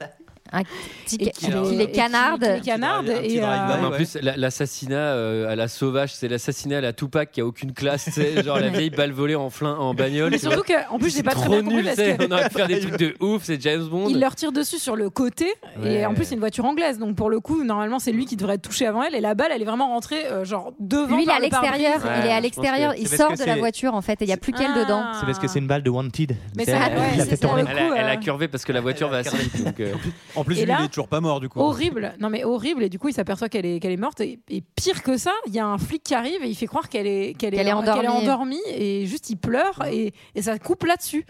Speaker 6: Un petit ca-
Speaker 2: qui-
Speaker 6: qui
Speaker 2: et
Speaker 6: les
Speaker 2: qui-
Speaker 6: canarde.
Speaker 2: qui les canarde,
Speaker 11: Un petit
Speaker 2: et, euh,
Speaker 11: drive-by,
Speaker 1: Non, mais en
Speaker 11: ouais.
Speaker 1: plus, la- l'assassinat euh, à la sauvage, c'est l'assassinat à la Tupac qui a aucune classe, tu sais, genre la vieille balle volée en flin en bagnole.
Speaker 2: Mais
Speaker 1: tu
Speaker 2: surtout
Speaker 1: vois.
Speaker 2: que, en plus, j'ai
Speaker 1: C'est
Speaker 2: pas très
Speaker 1: trop
Speaker 2: bien compris
Speaker 1: nul, tu
Speaker 2: parce
Speaker 1: sais,
Speaker 2: que-
Speaker 1: on aurait pu faire des trucs de ouf, c'est James Bond.
Speaker 2: Il leur tire dessus sur le côté
Speaker 1: Ouais.
Speaker 2: et en plus c'est une voiture anglaise donc pour le coup normalement c'est lui qui devrait être touché avant elle et la balle elle est vraiment rentrée euh, genre devant
Speaker 6: Lui, il est
Speaker 2: par
Speaker 6: à
Speaker 2: le pare-brise.
Speaker 6: l'extérieur.
Speaker 1: Ouais,
Speaker 6: il est à
Speaker 1: je
Speaker 6: l'extérieur.
Speaker 1: pense que-
Speaker 6: Il
Speaker 7: C'est
Speaker 6: sort
Speaker 7: parce
Speaker 6: de
Speaker 7: que
Speaker 6: la
Speaker 7: c'est-
Speaker 6: voiture, en fait. et Il n'y a plus qu'elle
Speaker 2: Ah.
Speaker 6: dedans.
Speaker 7: C'est parce que c'est une balle de Wanted.
Speaker 2: Mais
Speaker 7: C'est-
Speaker 2: ça,
Speaker 7: elle
Speaker 2: ouais,
Speaker 7: l'a
Speaker 2: c'est
Speaker 7: fait
Speaker 2: ça.
Speaker 7: tourner.
Speaker 2: Pour
Speaker 1: elle,
Speaker 2: le coup,
Speaker 1: a, elle a
Speaker 2: euh,
Speaker 1: curvé parce que la voiture va assez vite. donc, euh,
Speaker 11: En plus,
Speaker 2: Et
Speaker 11: lui,
Speaker 2: là-
Speaker 11: il est toujours pas mort du coup.
Speaker 2: Horrible. Non mais horrible et du coup il s'aperçoit qu'elle est qu'elle est morte et, et pire que ça, il y a un flic qui arrive et il fait croire qu'elle est qu'elle est,
Speaker 6: Qu'elle est
Speaker 2: qu'elle
Speaker 6: endormie.
Speaker 2: endormie et juste il pleure et, et ça coupe là-dessus.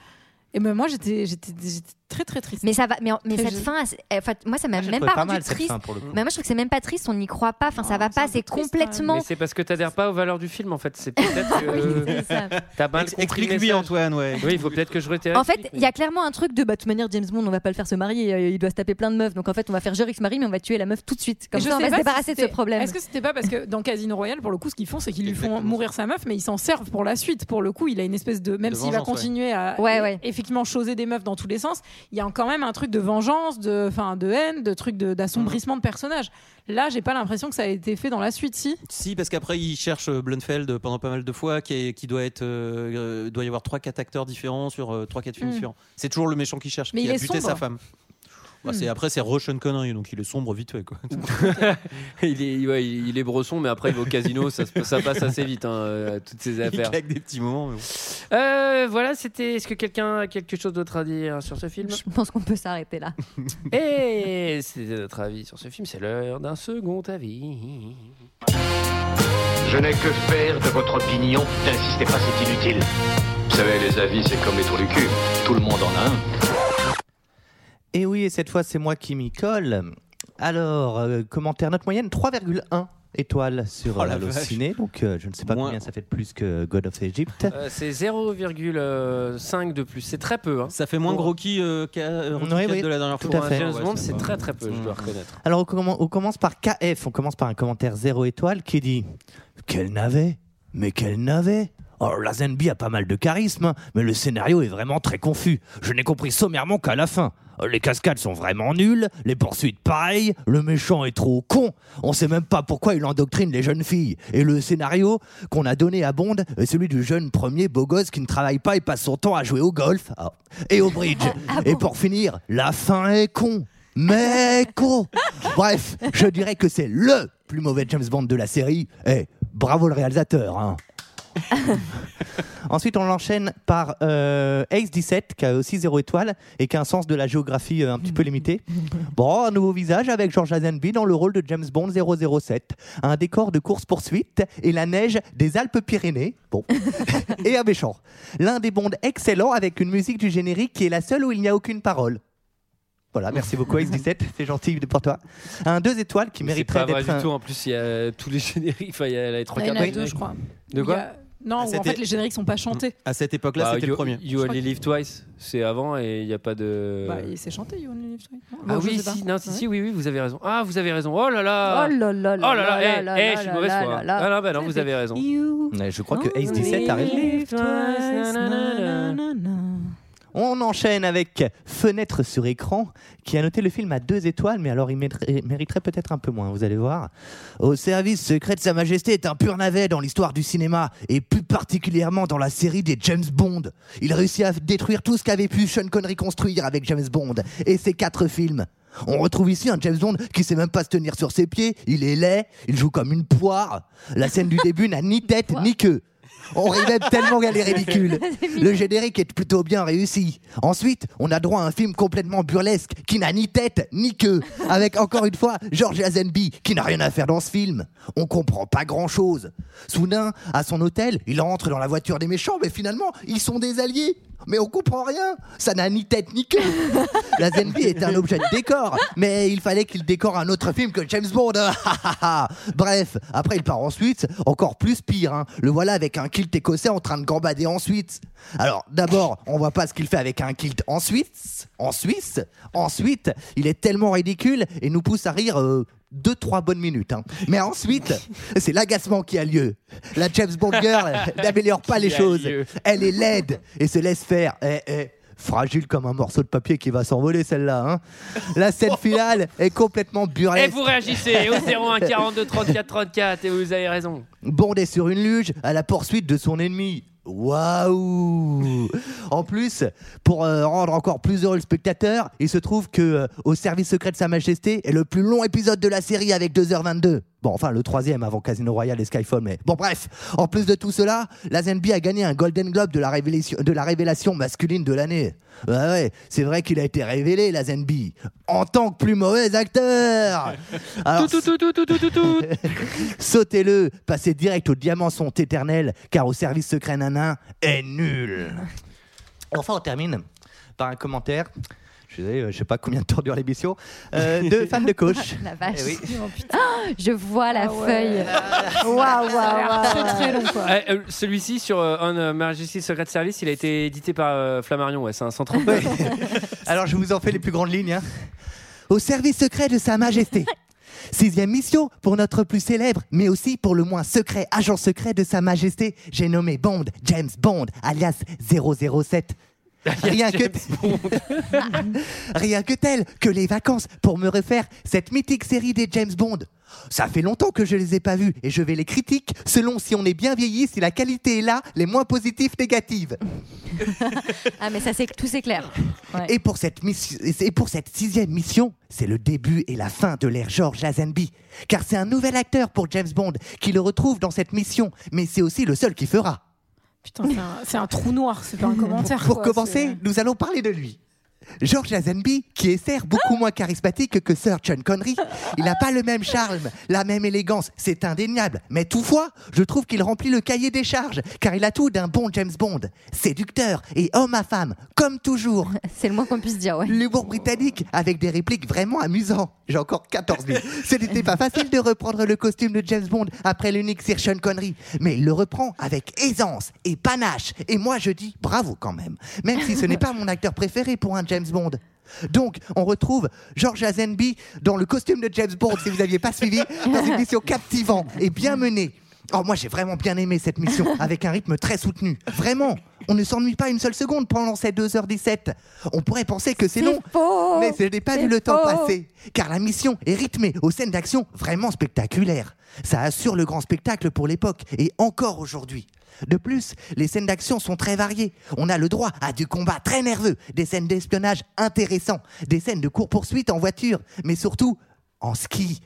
Speaker 2: Et ben moi j'étais j'étais j'étais très très triste.
Speaker 6: Mais ça va. Mais, mais
Speaker 2: Très
Speaker 6: cette
Speaker 2: joli.
Speaker 6: fin, elle- elle- enfin, moi, ça m'a
Speaker 7: J'ai trouvé
Speaker 6: même pas
Speaker 7: Ah, pas
Speaker 6: rendu
Speaker 7: mal cette
Speaker 6: triste.
Speaker 7: fin, pour le coup.
Speaker 6: Mais moi, je trouve que c'est même pas triste. On n'y croit pas. Enfin,
Speaker 2: Ah,
Speaker 6: ça va pas. C'est
Speaker 2: triste, quand même.
Speaker 6: complètement.
Speaker 1: Mais c'est parce que t'adhères pas aux valeurs du film en fait. C'est peut-être que
Speaker 6: C'est ça.
Speaker 1: t'as mal
Speaker 11: Ex-
Speaker 1: compris le
Speaker 11: Explique-lui,
Speaker 1: message.
Speaker 11: Antoine, ouais.
Speaker 1: Oui, il faut peut-être que je retire.
Speaker 6: En fait, il y a clairement un truc de bah, de toute manière, James Bond, on va pas le faire se marier, euh, il doit se taper plein de meufs. Donc en fait, on va faire jurer qu'il se marie, mais on va tuer la meuf tout de suite. Comme
Speaker 2: Et je
Speaker 6: ça, on
Speaker 2: sais
Speaker 6: va se
Speaker 2: pas si
Speaker 6: débarrasser de ce
Speaker 2: c'était-
Speaker 6: problème.
Speaker 2: Est-ce que c'était pas parce que dans Casino Royale, pour le coup, ce qu'ils font, c'est qu'ils lui font mourir sa meuf, mais ils s'en servent pour la suite. Pour le coup, il a une espèce de. Même
Speaker 11: De
Speaker 2: s'il va
Speaker 11: vengeance, ouais.
Speaker 2: continuer à
Speaker 6: Ouais,
Speaker 2: e-
Speaker 6: ouais.
Speaker 2: effectivement choser des meufs dans tous les sens, il y a quand même un truc de vengeance, de, enfin, de haine, de truc de- d'assombrissement de, personnage. Là, j'ai pas l'impression que ça a été fait dans la suite, si.
Speaker 11: Si, parce qu'après, il cherche euh, Blumfeld pendant pas mal de fois, qui, est- qui doit être. euh, euh, doit y avoir 3-4 acteurs différents sur 3-4 films
Speaker 2: Mm.
Speaker 11: différents. C'est toujours le méchant qui cherche,
Speaker 2: Mais
Speaker 11: qui
Speaker 2: il
Speaker 11: a
Speaker 2: est
Speaker 11: buté
Speaker 2: sombre.
Speaker 11: sa femme. Bah, c'est- après, c'est Russian Connery, donc il est sombre vite fait. Quoi.
Speaker 1: il est, ouais, il il est brosson, mais après il va au casino, ça, se- ça passe assez vite hein, euh, toutes ces
Speaker 11: il
Speaker 1: affaires.
Speaker 11: claque des petits moments. mais bon.
Speaker 1: Euh, voilà, c'était. Est-ce que quelqu'un a quelque chose d'autre à dire sur ce film
Speaker 6: Je pense qu'on peut s'arrêter là.
Speaker 1: Et c'était notre avis sur ce film. C'est l'heure d'un second avis.
Speaker 8: Je n'ai que faire de votre opinion. N'insistez pas, c'est inutile.
Speaker 12: Vous savez, les avis, c'est comme les trous du cul. Tout le monde en a un.
Speaker 7: Et oui, et cette fois, c'est moi qui m'y colle. Alors, euh, commentaire, note moyenne 3,1 étoiles sur
Speaker 11: Oh
Speaker 7: euh,
Speaker 11: la
Speaker 7: Allociné. Donc, euh, je ne sais pas
Speaker 11: Moins-
Speaker 7: combien ça fait de plus que God of Egypt.
Speaker 1: Euh, c'est 0,5 de plus. C'est très peu. Hein.
Speaker 11: Ça fait moins
Speaker 1: Pour-
Speaker 11: gros qui euh,
Speaker 7: Oui, oui,
Speaker 11: de la dernière
Speaker 7: tout
Speaker 11: fois.
Speaker 7: à
Speaker 1: Pour un
Speaker 7: fait.
Speaker 1: James
Speaker 11: Ouais,
Speaker 1: Bond,
Speaker 11: c'est
Speaker 1: c'est
Speaker 11: pas-
Speaker 1: très très peu, je dois reconnaître.
Speaker 7: Alors, on, commen- on commence par KF. On commence par un commentaire 0 étoile qui dit Quel navet Mais quel navet Oh, la Zenby a pas mal de charisme, mais le scénario est vraiment très confus. Je n'ai compris sommairement qu'à la fin. euh, les cascades sont vraiment nulles, les poursuites pareilles, le méchant est trop con, on sait même pas pourquoi il endoctrine les jeunes filles. Et le scénario qu'on a donné à Bond est celui du jeune premier beau gosse qui ne travaille pas et passe son temps à jouer au golf ah, et au bridge. et pour finir, la fin est con. Mais con Bref, je dirais que c'est LE plus mauvais James Bond de la série. Eh, bravo le réalisateur hein. Ensuite, on l'enchaîne par euh, Ace 17, qui a aussi zéro étoile et qui a un sens de la géographie euh, un petit peu limité. Bon, un nouveau visage avec George Lazenby dans le rôle de James Bond 007. Un décor de course-poursuite et la neige des Alpes-Pyrénées. Bon. et un méchant. L'un des Bonds excellents avec une musique du générique qui est la seule où il n'y a aucune parole. Voilà, merci beaucoup X17, c'est gentil pour toi. Un deux étoiles qui
Speaker 1: C'est
Speaker 7: mériterait
Speaker 1: pas vrai du
Speaker 7: d'être un-
Speaker 1: tout. En plus, il y a tous les génériques. Enfin, il y a les trois
Speaker 2: Il y en
Speaker 1: quarts
Speaker 2: a
Speaker 1: des
Speaker 2: deux, je
Speaker 1: génériques.
Speaker 2: crois.
Speaker 1: De quoi
Speaker 2: Il y a- Non,
Speaker 1: Ah,
Speaker 2: en fait,
Speaker 1: c'était-
Speaker 2: les génériques sont pas chantés.
Speaker 11: À cette époque-là,
Speaker 1: Bah,
Speaker 11: c'était
Speaker 1: you-
Speaker 11: le premier.
Speaker 1: You Only Live Twice, c'est avant et il n'y a pas de.
Speaker 2: Bah, il s'est chanté, You Only Live Twice. Non,
Speaker 1: Euh. ah
Speaker 2: bon, je
Speaker 1: oui,
Speaker 2: sais pas.
Speaker 1: si, non, si,
Speaker 2: Ouais.
Speaker 1: si, oui, oui, vous avez raison. Ah, vous avez raison. Oh là là.
Speaker 2: Oh là là
Speaker 1: Oh là là. Eh,
Speaker 2: là
Speaker 1: eh,
Speaker 2: là
Speaker 1: je suis
Speaker 2: là
Speaker 1: mauvaise
Speaker 2: là
Speaker 1: foi.
Speaker 2: là là.
Speaker 1: Ah non, bah non, vous avez raison.
Speaker 7: Mais je crois que
Speaker 6: Oh,
Speaker 7: Ace 17 a raison. On enchaîne avec Fenêtre sur écran, qui a noté le film à deux étoiles, mais alors il mériterait, mériterait peut-être un peu moins, vous allez voir. Au service secret de Sa Majesté est un pur navet dans l'histoire du cinéma, et plus particulièrement dans la série des James Bond. Il réussit à détruire tout ce qu'avait pu Sean Connery construire avec James Bond et ses quatre films. On retrouve ici un James Bond qui sait même pas se tenir sur ses pieds, il est laid, il joue comme une poire. La scène du début n'a ni tête ni queue. On rigole tellement qu'elle est ridicule. Le générique est plutôt bien réussi. Ensuite, on a droit à un film complètement burlesque qui n'a ni tête ni queue, avec encore une fois George Lazenby qui n'a rien à faire dans ce film. On comprend pas grand chose. Soudain, à son hôtel, il rentre dans la voiture des méchants, mais finalement, ils sont des alliés. Mais on comprend rien. Ça n'a ni tête ni queue. Lazenby est un objet de décor, mais il fallait qu'il décore un autre film que James Bond. hein. Bref, après il part en Suisse, encore plus pire. hein. Le voilà avec un kilt écossais en train de gambader en Suisse. Alors d'abord, on voit pas ce qu'il fait avec un kilt en Suisse, en Suisse. Ensuite, il est tellement ridicule et nous pousse à rire. euh, deux, trois bonnes minutes. hein. Mais ensuite, c'est l'agacement qui a lieu. La James Bond girl n'améliore pas les
Speaker 1: Qui a
Speaker 7: choses.
Speaker 1: lieu.
Speaker 7: Elle est laide et se laisse faire. Eh, eh, fragile comme un morceau de papier qui va s'envoler celle-là. hein. La scène finale est complètement
Speaker 1: Et
Speaker 7: burlesque.
Speaker 1: Eh, vous réagissez au 01 42 34 34 et vous avez raison.
Speaker 7: Bond est sur une luge à la poursuite de son ennemi. Waouh En plus, pour euh, rendre encore plus heureux le spectateur, il se trouve que euh, Au service secret de Sa Majesté est le plus long épisode de la série avec 2h22. Bon, enfin le troisième avant Casino Royale et Skyfall, mais bon bref. En plus de tout cela, la Zenby a gagné un Golden Globe de la révélation, de la révélation masculine de l'année. Ouais, ouais, c'est vrai qu'il a été révélé, la Zenby, en tant que plus mauvais acteur. Alors, Sautez-le, passez direct au diamant sont éternel, car au service secret nanin est nul. Et Enfin, on termine par un commentaire. Je suis désolé, euh, je sais pas combien de temps dure l'émission. euh, de fans de coach.
Speaker 6: La vache.
Speaker 7: Eh oui.
Speaker 6: Ah, je vois la feuille. Waouh, waouh, waouh.
Speaker 2: très, très long, quoi.
Speaker 1: Eh, euh, Celui-ci sur euh, On euh, Majesty's Secret Service, il a été édité par euh, Flammarion. Ouais, c'est un 130 pages.
Speaker 7: Alors, je vous en fais les plus grandes lignes. hein. Au service secret de Sa Majesté. Sixième mission pour notre plus célèbre, mais aussi pour le moins secret agent secret de Sa Majesté. J'ai nommé Bond, James Bond, alias 007. Rien que, Rien que tel que les vacances pour me refaire cette mythique série des James Bond. Ça fait longtemps que je les ai pas vus et je vais les critiquer selon si on est bien vieilli, si la qualité est là, les moins positifs, négatives.
Speaker 6: Ah, mais ça, c'est tout c'est clair. Ouais.
Speaker 7: Et pour cette mission, et pour cette sixième mission, c'est le début et la fin de l'ère George Lazenby, car c'est un nouvel acteur pour James Bond qui le retrouve dans cette mission, mais c'est aussi le seul qui fera.
Speaker 2: Putain, c'est un- c'est un, trou noir, c'est pas un commentaire.
Speaker 7: Pour
Speaker 2: quoi,
Speaker 7: commencer, nous allons parler de lui. George Lazenby, qui est certes beaucoup moins charismatique que Sir John Connery, il n'a pas le même charme, la même élégance, c'est indéniable. Mais toutefois, je trouve qu'il remplit le cahier des charges, car il a tout d'un bon James Bond, séducteur et homme à femme, comme toujours.
Speaker 6: C'est le moins qu'on puisse dire, ouais.
Speaker 7: L'humour britannique, avec des répliques vraiment amusantes. J'ai encore 14 000. Ce n'était pas facile de reprendre le costume de James Bond après l'unique Sir Sean Connery, mais il le reprend avec aisance et panache. Et moi, je dis bravo quand même, même si ce n'est pas mon acteur préféré pour un James Bond. Donc, on retrouve George Lazenby dans le costume de James Bond, si vous n'aviez pas suivi, dans une mission captivante et bien menée. Oh, moi j'ai vraiment bien aimé cette mission, avec un rythme très soutenu. Vraiment, on ne s'ennuie pas une seule seconde pendant ces 2h17. On pourrait penser que c'est
Speaker 6: C'est
Speaker 7: long,
Speaker 6: faux.
Speaker 7: mais ce n'est pas
Speaker 6: C'est
Speaker 7: vu le temps
Speaker 6: faux.
Speaker 7: passer, car la mission est rythmée aux scènes d'action vraiment spectaculaires. Ça assure le grand spectacle pour l'époque et encore aujourd'hui. De plus, les scènes d'action sont très variées. On a le droit à du combat très nerveux, des scènes d'espionnage intéressants, des scènes de course-poursuite en voiture, mais surtout en ski,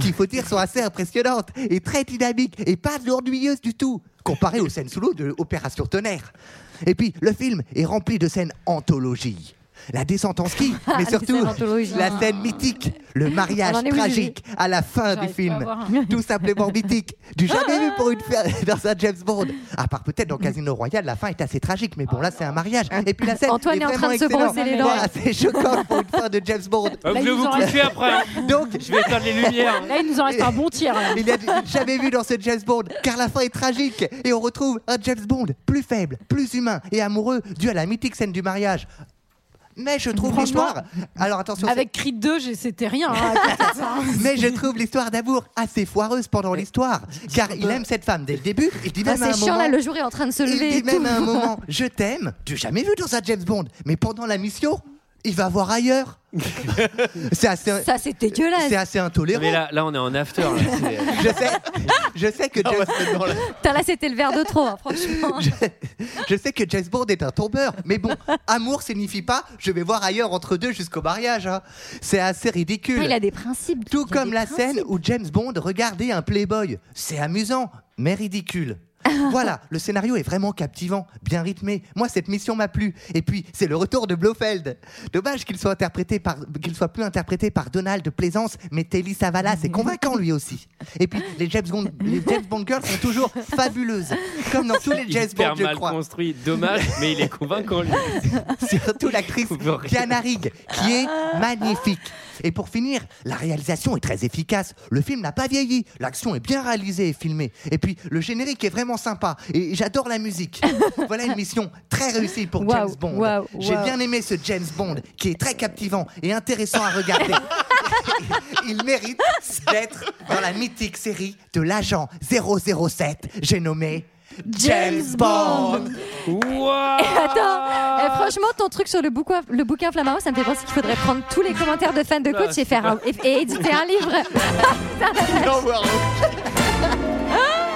Speaker 7: qu'il faut dire sont assez impressionnantes et très dynamiques et pas ennuyeuses du tout, comparées aux scènes sous l'eau de Opération Tonnerre. Et puis, le film est rempli de scènes anthologies. La descente en ski, mais
Speaker 6: Les
Speaker 7: surtout
Speaker 6: scènes anthologies.
Speaker 7: la scène mythique, le mariage
Speaker 6: On en est où,
Speaker 7: tragique à la fin du
Speaker 6: J'arrive
Speaker 7: film,
Speaker 6: pas à voir.
Speaker 7: tout simplement mythique, du jamais vu pour une fois dans un James Bond. À part peut-être dans Casino Royale, la fin est assez tragique, mais bon là c'est un mariage. Et puis la scène
Speaker 6: Antoine est en
Speaker 7: vraiment
Speaker 6: train de se
Speaker 7: excellente.
Speaker 6: brosser les dents.
Speaker 7: Voilà, C'est choquant pour une fin de James Bond.
Speaker 1: Euh, vous vous couchez après. hein.
Speaker 7: Donc,
Speaker 1: Je vais éteindre les lumières.
Speaker 2: Là, il nous en reste un bon tir. là.
Speaker 7: il n'y a du- jamais vu dans ce James Bond, car la fin est tragique et on retrouve un James Bond plus faible, plus humain et amoureux dû à la mythique scène du mariage. Mais je trouve
Speaker 2: Franchement,
Speaker 7: l'histoire. Alors attention. c'est-
Speaker 2: Avec Creed 2, j'ai- c'était rien. hein, à côté de ça.
Speaker 7: Mais je trouve l'histoire d'amour assez foireuse pendant l'histoire, car il aime cette femme dès le début. Il dit
Speaker 6: Ah,
Speaker 7: même à
Speaker 6: c'est
Speaker 7: un
Speaker 6: chiant
Speaker 7: moment-
Speaker 6: là, le jour est en train de se
Speaker 7: il
Speaker 6: lever. et
Speaker 7: dit même
Speaker 6: tout.
Speaker 7: à un moment, je t'aime, tu jamais vu dans un James Bond, mais pendant la mission, il va voir ailleurs. c'est assez,
Speaker 6: Ça, c'est dégueulasse.
Speaker 7: c'est assez intolérant.
Speaker 1: Mais là, là, on est en after. là. C'est-
Speaker 7: Je sais, je sais
Speaker 6: Ah
Speaker 7: que James,
Speaker 6: Putain, là, c'était le verre de trop, hein, franchement.
Speaker 7: je sais que James Bond est un tombeur, mais bon, amour signifie pas je vais voir ailleurs entre deux jusqu'au mariage. hein. C'est assez ridicule.
Speaker 6: Putain, Ah, il a des principes.
Speaker 7: Tout
Speaker 6: Il a
Speaker 7: comme
Speaker 6: des
Speaker 7: la
Speaker 6: principes.
Speaker 7: scène où James Bond regardait un Playboy. C'est amusant, mais ridicule. voilà, le scénario est vraiment captivant, bien rythmé. Moi, cette mission m'a plu. Et puis, c'est le retour de Blofeld. Dommage qu'il soit, interprété par, qu'il soit plus interprété par Donald de Plaisance, mais Telly Savalas est convaincant lui aussi. Et puis, les James Bond, les James Bond girls sont toujours fabuleuses, comme dans tous les James Bond,
Speaker 1: Hyper
Speaker 7: je
Speaker 1: mal
Speaker 7: crois.
Speaker 1: construit, dommage, mais il est convaincant lui.
Speaker 7: Surtout l'actrice Diana Rigg, qui est magnifique. Et pour finir, la réalisation est très efficace. Le film n'a pas vieilli. L'action est bien réalisée et filmée. Et puis, le générique est vraiment sympa. Et j'adore la musique. voilà une mission très réussie pour
Speaker 6: Waouh,
Speaker 7: James Bond.
Speaker 6: waouh,
Speaker 7: J'ai
Speaker 6: waouh.
Speaker 7: bien aimé ce James Bond, qui est très captivant et intéressant à regarder. Il mérite d'être dans la mythique série de l'agent 007. J'ai nommé James Bond.
Speaker 6: Et Attends,
Speaker 11: Euh,
Speaker 6: eh, franchement, ton truc sur le bouquin, le bouquin Flammarion, ça me fait penser qu'il faudrait prendre tous les commentaires de fans de coach et faire un- et, et éditer un livre.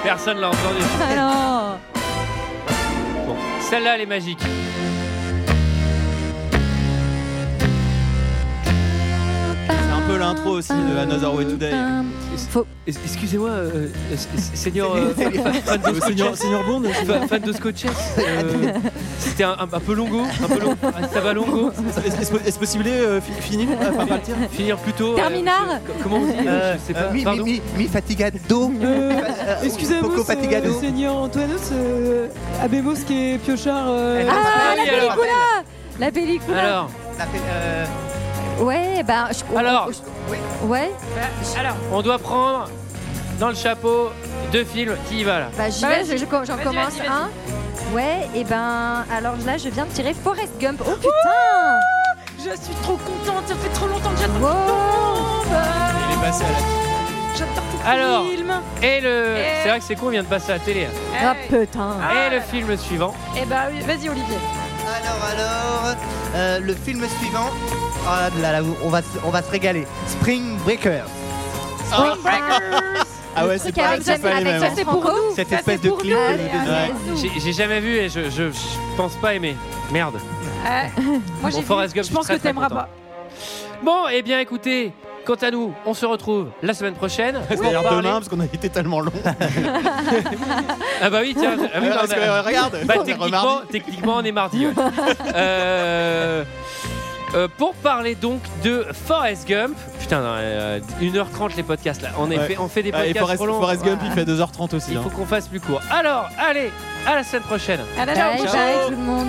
Speaker 1: Personne l'a entendu.
Speaker 6: Ah Alors,
Speaker 1: Bon, celle-là, elle est magique.
Speaker 11: C'est un peu l'intro aussi de Another Way Today.
Speaker 6: faut.
Speaker 1: Es- Excusez-moi, euh, euh, s- s- seigneur, euh, fan de
Speaker 11: Euh, Seigneur,
Speaker 1: Scotchess.
Speaker 11: Seigneur Bond
Speaker 1: Fa- Fan de Scotchess. euh, C'était un, un- un peu longo, un peu long. Ah, Ça va longo.
Speaker 11: Est-ce- Est-ce est-ce possible euh, fi- finir euh, par partir
Speaker 1: Finir plus tôt. euh,
Speaker 6: Terminard
Speaker 1: c- Comment on dit euh, Je sais pas.
Speaker 7: Euh, mi, mi,
Speaker 1: Pardon.
Speaker 7: mi, mi fatigado.
Speaker 2: Euh, Excusez-moi,
Speaker 7: Poco
Speaker 2: ce-
Speaker 7: fatigado.
Speaker 2: le Seigneur Antoinos, euh, Abemos qui est piochard. euh,
Speaker 7: Elle a pas
Speaker 6: Ah,
Speaker 1: Ah
Speaker 6: la
Speaker 1: oui, alors.
Speaker 6: pellicule La pellicule
Speaker 1: Alors,
Speaker 7: La pe- euh,
Speaker 6: Ouais, bah. je-
Speaker 1: Alors.
Speaker 6: je- Ouais,
Speaker 1: alors, on doit prendre dans le chapeau deux films. Qui y va là
Speaker 6: bah j'y
Speaker 2: Bah,
Speaker 6: vais,
Speaker 2: vas-y.
Speaker 6: je- je- j'en
Speaker 2: Vas-y,
Speaker 6: commence
Speaker 2: vas-y, vas-y.
Speaker 6: un. Ouais, et ben. Alors là, je viens de tirer Forrest Gump. Oh putain
Speaker 2: Je suis trop contente, ça fait trop longtemps que j'attends
Speaker 6: Wow.
Speaker 2: cette bombe.
Speaker 11: Il est passé à la
Speaker 2: J'attends tout
Speaker 1: Alors.
Speaker 2: film.
Speaker 1: Et le.
Speaker 2: Et-
Speaker 1: C'est vrai que c'est con, on vient de passer à la télé.
Speaker 6: Ah
Speaker 2: Eh,
Speaker 6: putain
Speaker 2: Ah
Speaker 1: Et le
Speaker 2: là là.
Speaker 1: film suivant.
Speaker 2: Eh bah oui, vas-y Olivier.
Speaker 7: Alors, alors, euh, le film suivant. Ah là là, on va, se- on va se régaler. Spring Breakers.
Speaker 11: Ah ouais,
Speaker 6: Le
Speaker 11: c'est
Speaker 6: truc
Speaker 11: pas,
Speaker 6: avec
Speaker 11: c'est
Speaker 6: James-
Speaker 11: pas les
Speaker 6: avec
Speaker 11: mêmes.
Speaker 6: James
Speaker 11: hein.
Speaker 6: Franco.
Speaker 7: Cette
Speaker 2: Ça,
Speaker 7: espèce
Speaker 2: c'est
Speaker 7: de
Speaker 2: pour
Speaker 7: clip.
Speaker 2: nous.
Speaker 7: de- de- de-
Speaker 6: Ah, c'est
Speaker 1: J'ai j'ai jamais vu et je, je, je pense pas aimer. Merde.
Speaker 2: Euh, moi
Speaker 1: Bon,
Speaker 2: j'ai vu.
Speaker 1: Forrest Gump,
Speaker 2: je pense
Speaker 1: je suis
Speaker 2: que
Speaker 1: très,
Speaker 2: t'aimeras
Speaker 1: très
Speaker 2: pas.
Speaker 1: Bon, eh bien écoutez, quant à nous, on se retrouve la semaine prochaine. pour
Speaker 11: C'est-à-dire
Speaker 1: parler-
Speaker 11: demain, parce qu'on a été tellement long.
Speaker 1: Ah bah oui, tiens. ah oui, bah,
Speaker 11: Parce
Speaker 1: on a-
Speaker 11: que, euh, regarde,
Speaker 1: Bah,
Speaker 11: on est
Speaker 1: techniquement,
Speaker 11: remardi.
Speaker 1: techniquement, on est mardi. ouais. Euh, euh, pour parler donc de Forrest Gump, putain, non, euh, 1h30 les podcasts là. On, est
Speaker 11: Ouais.
Speaker 1: fait, on fait des
Speaker 11: Ah, Et
Speaker 1: podcasts
Speaker 11: Forrest
Speaker 1: trop longs.
Speaker 11: Forrest Gump, il fait 2h30 aussi.
Speaker 1: Il
Speaker 11: hein.
Speaker 1: faut qu'on fasse plus court. Alors, allez, à la semaine prochaine.
Speaker 2: À la
Speaker 6: Bye
Speaker 2: prochaine.
Speaker 6: bye bah, tout le monde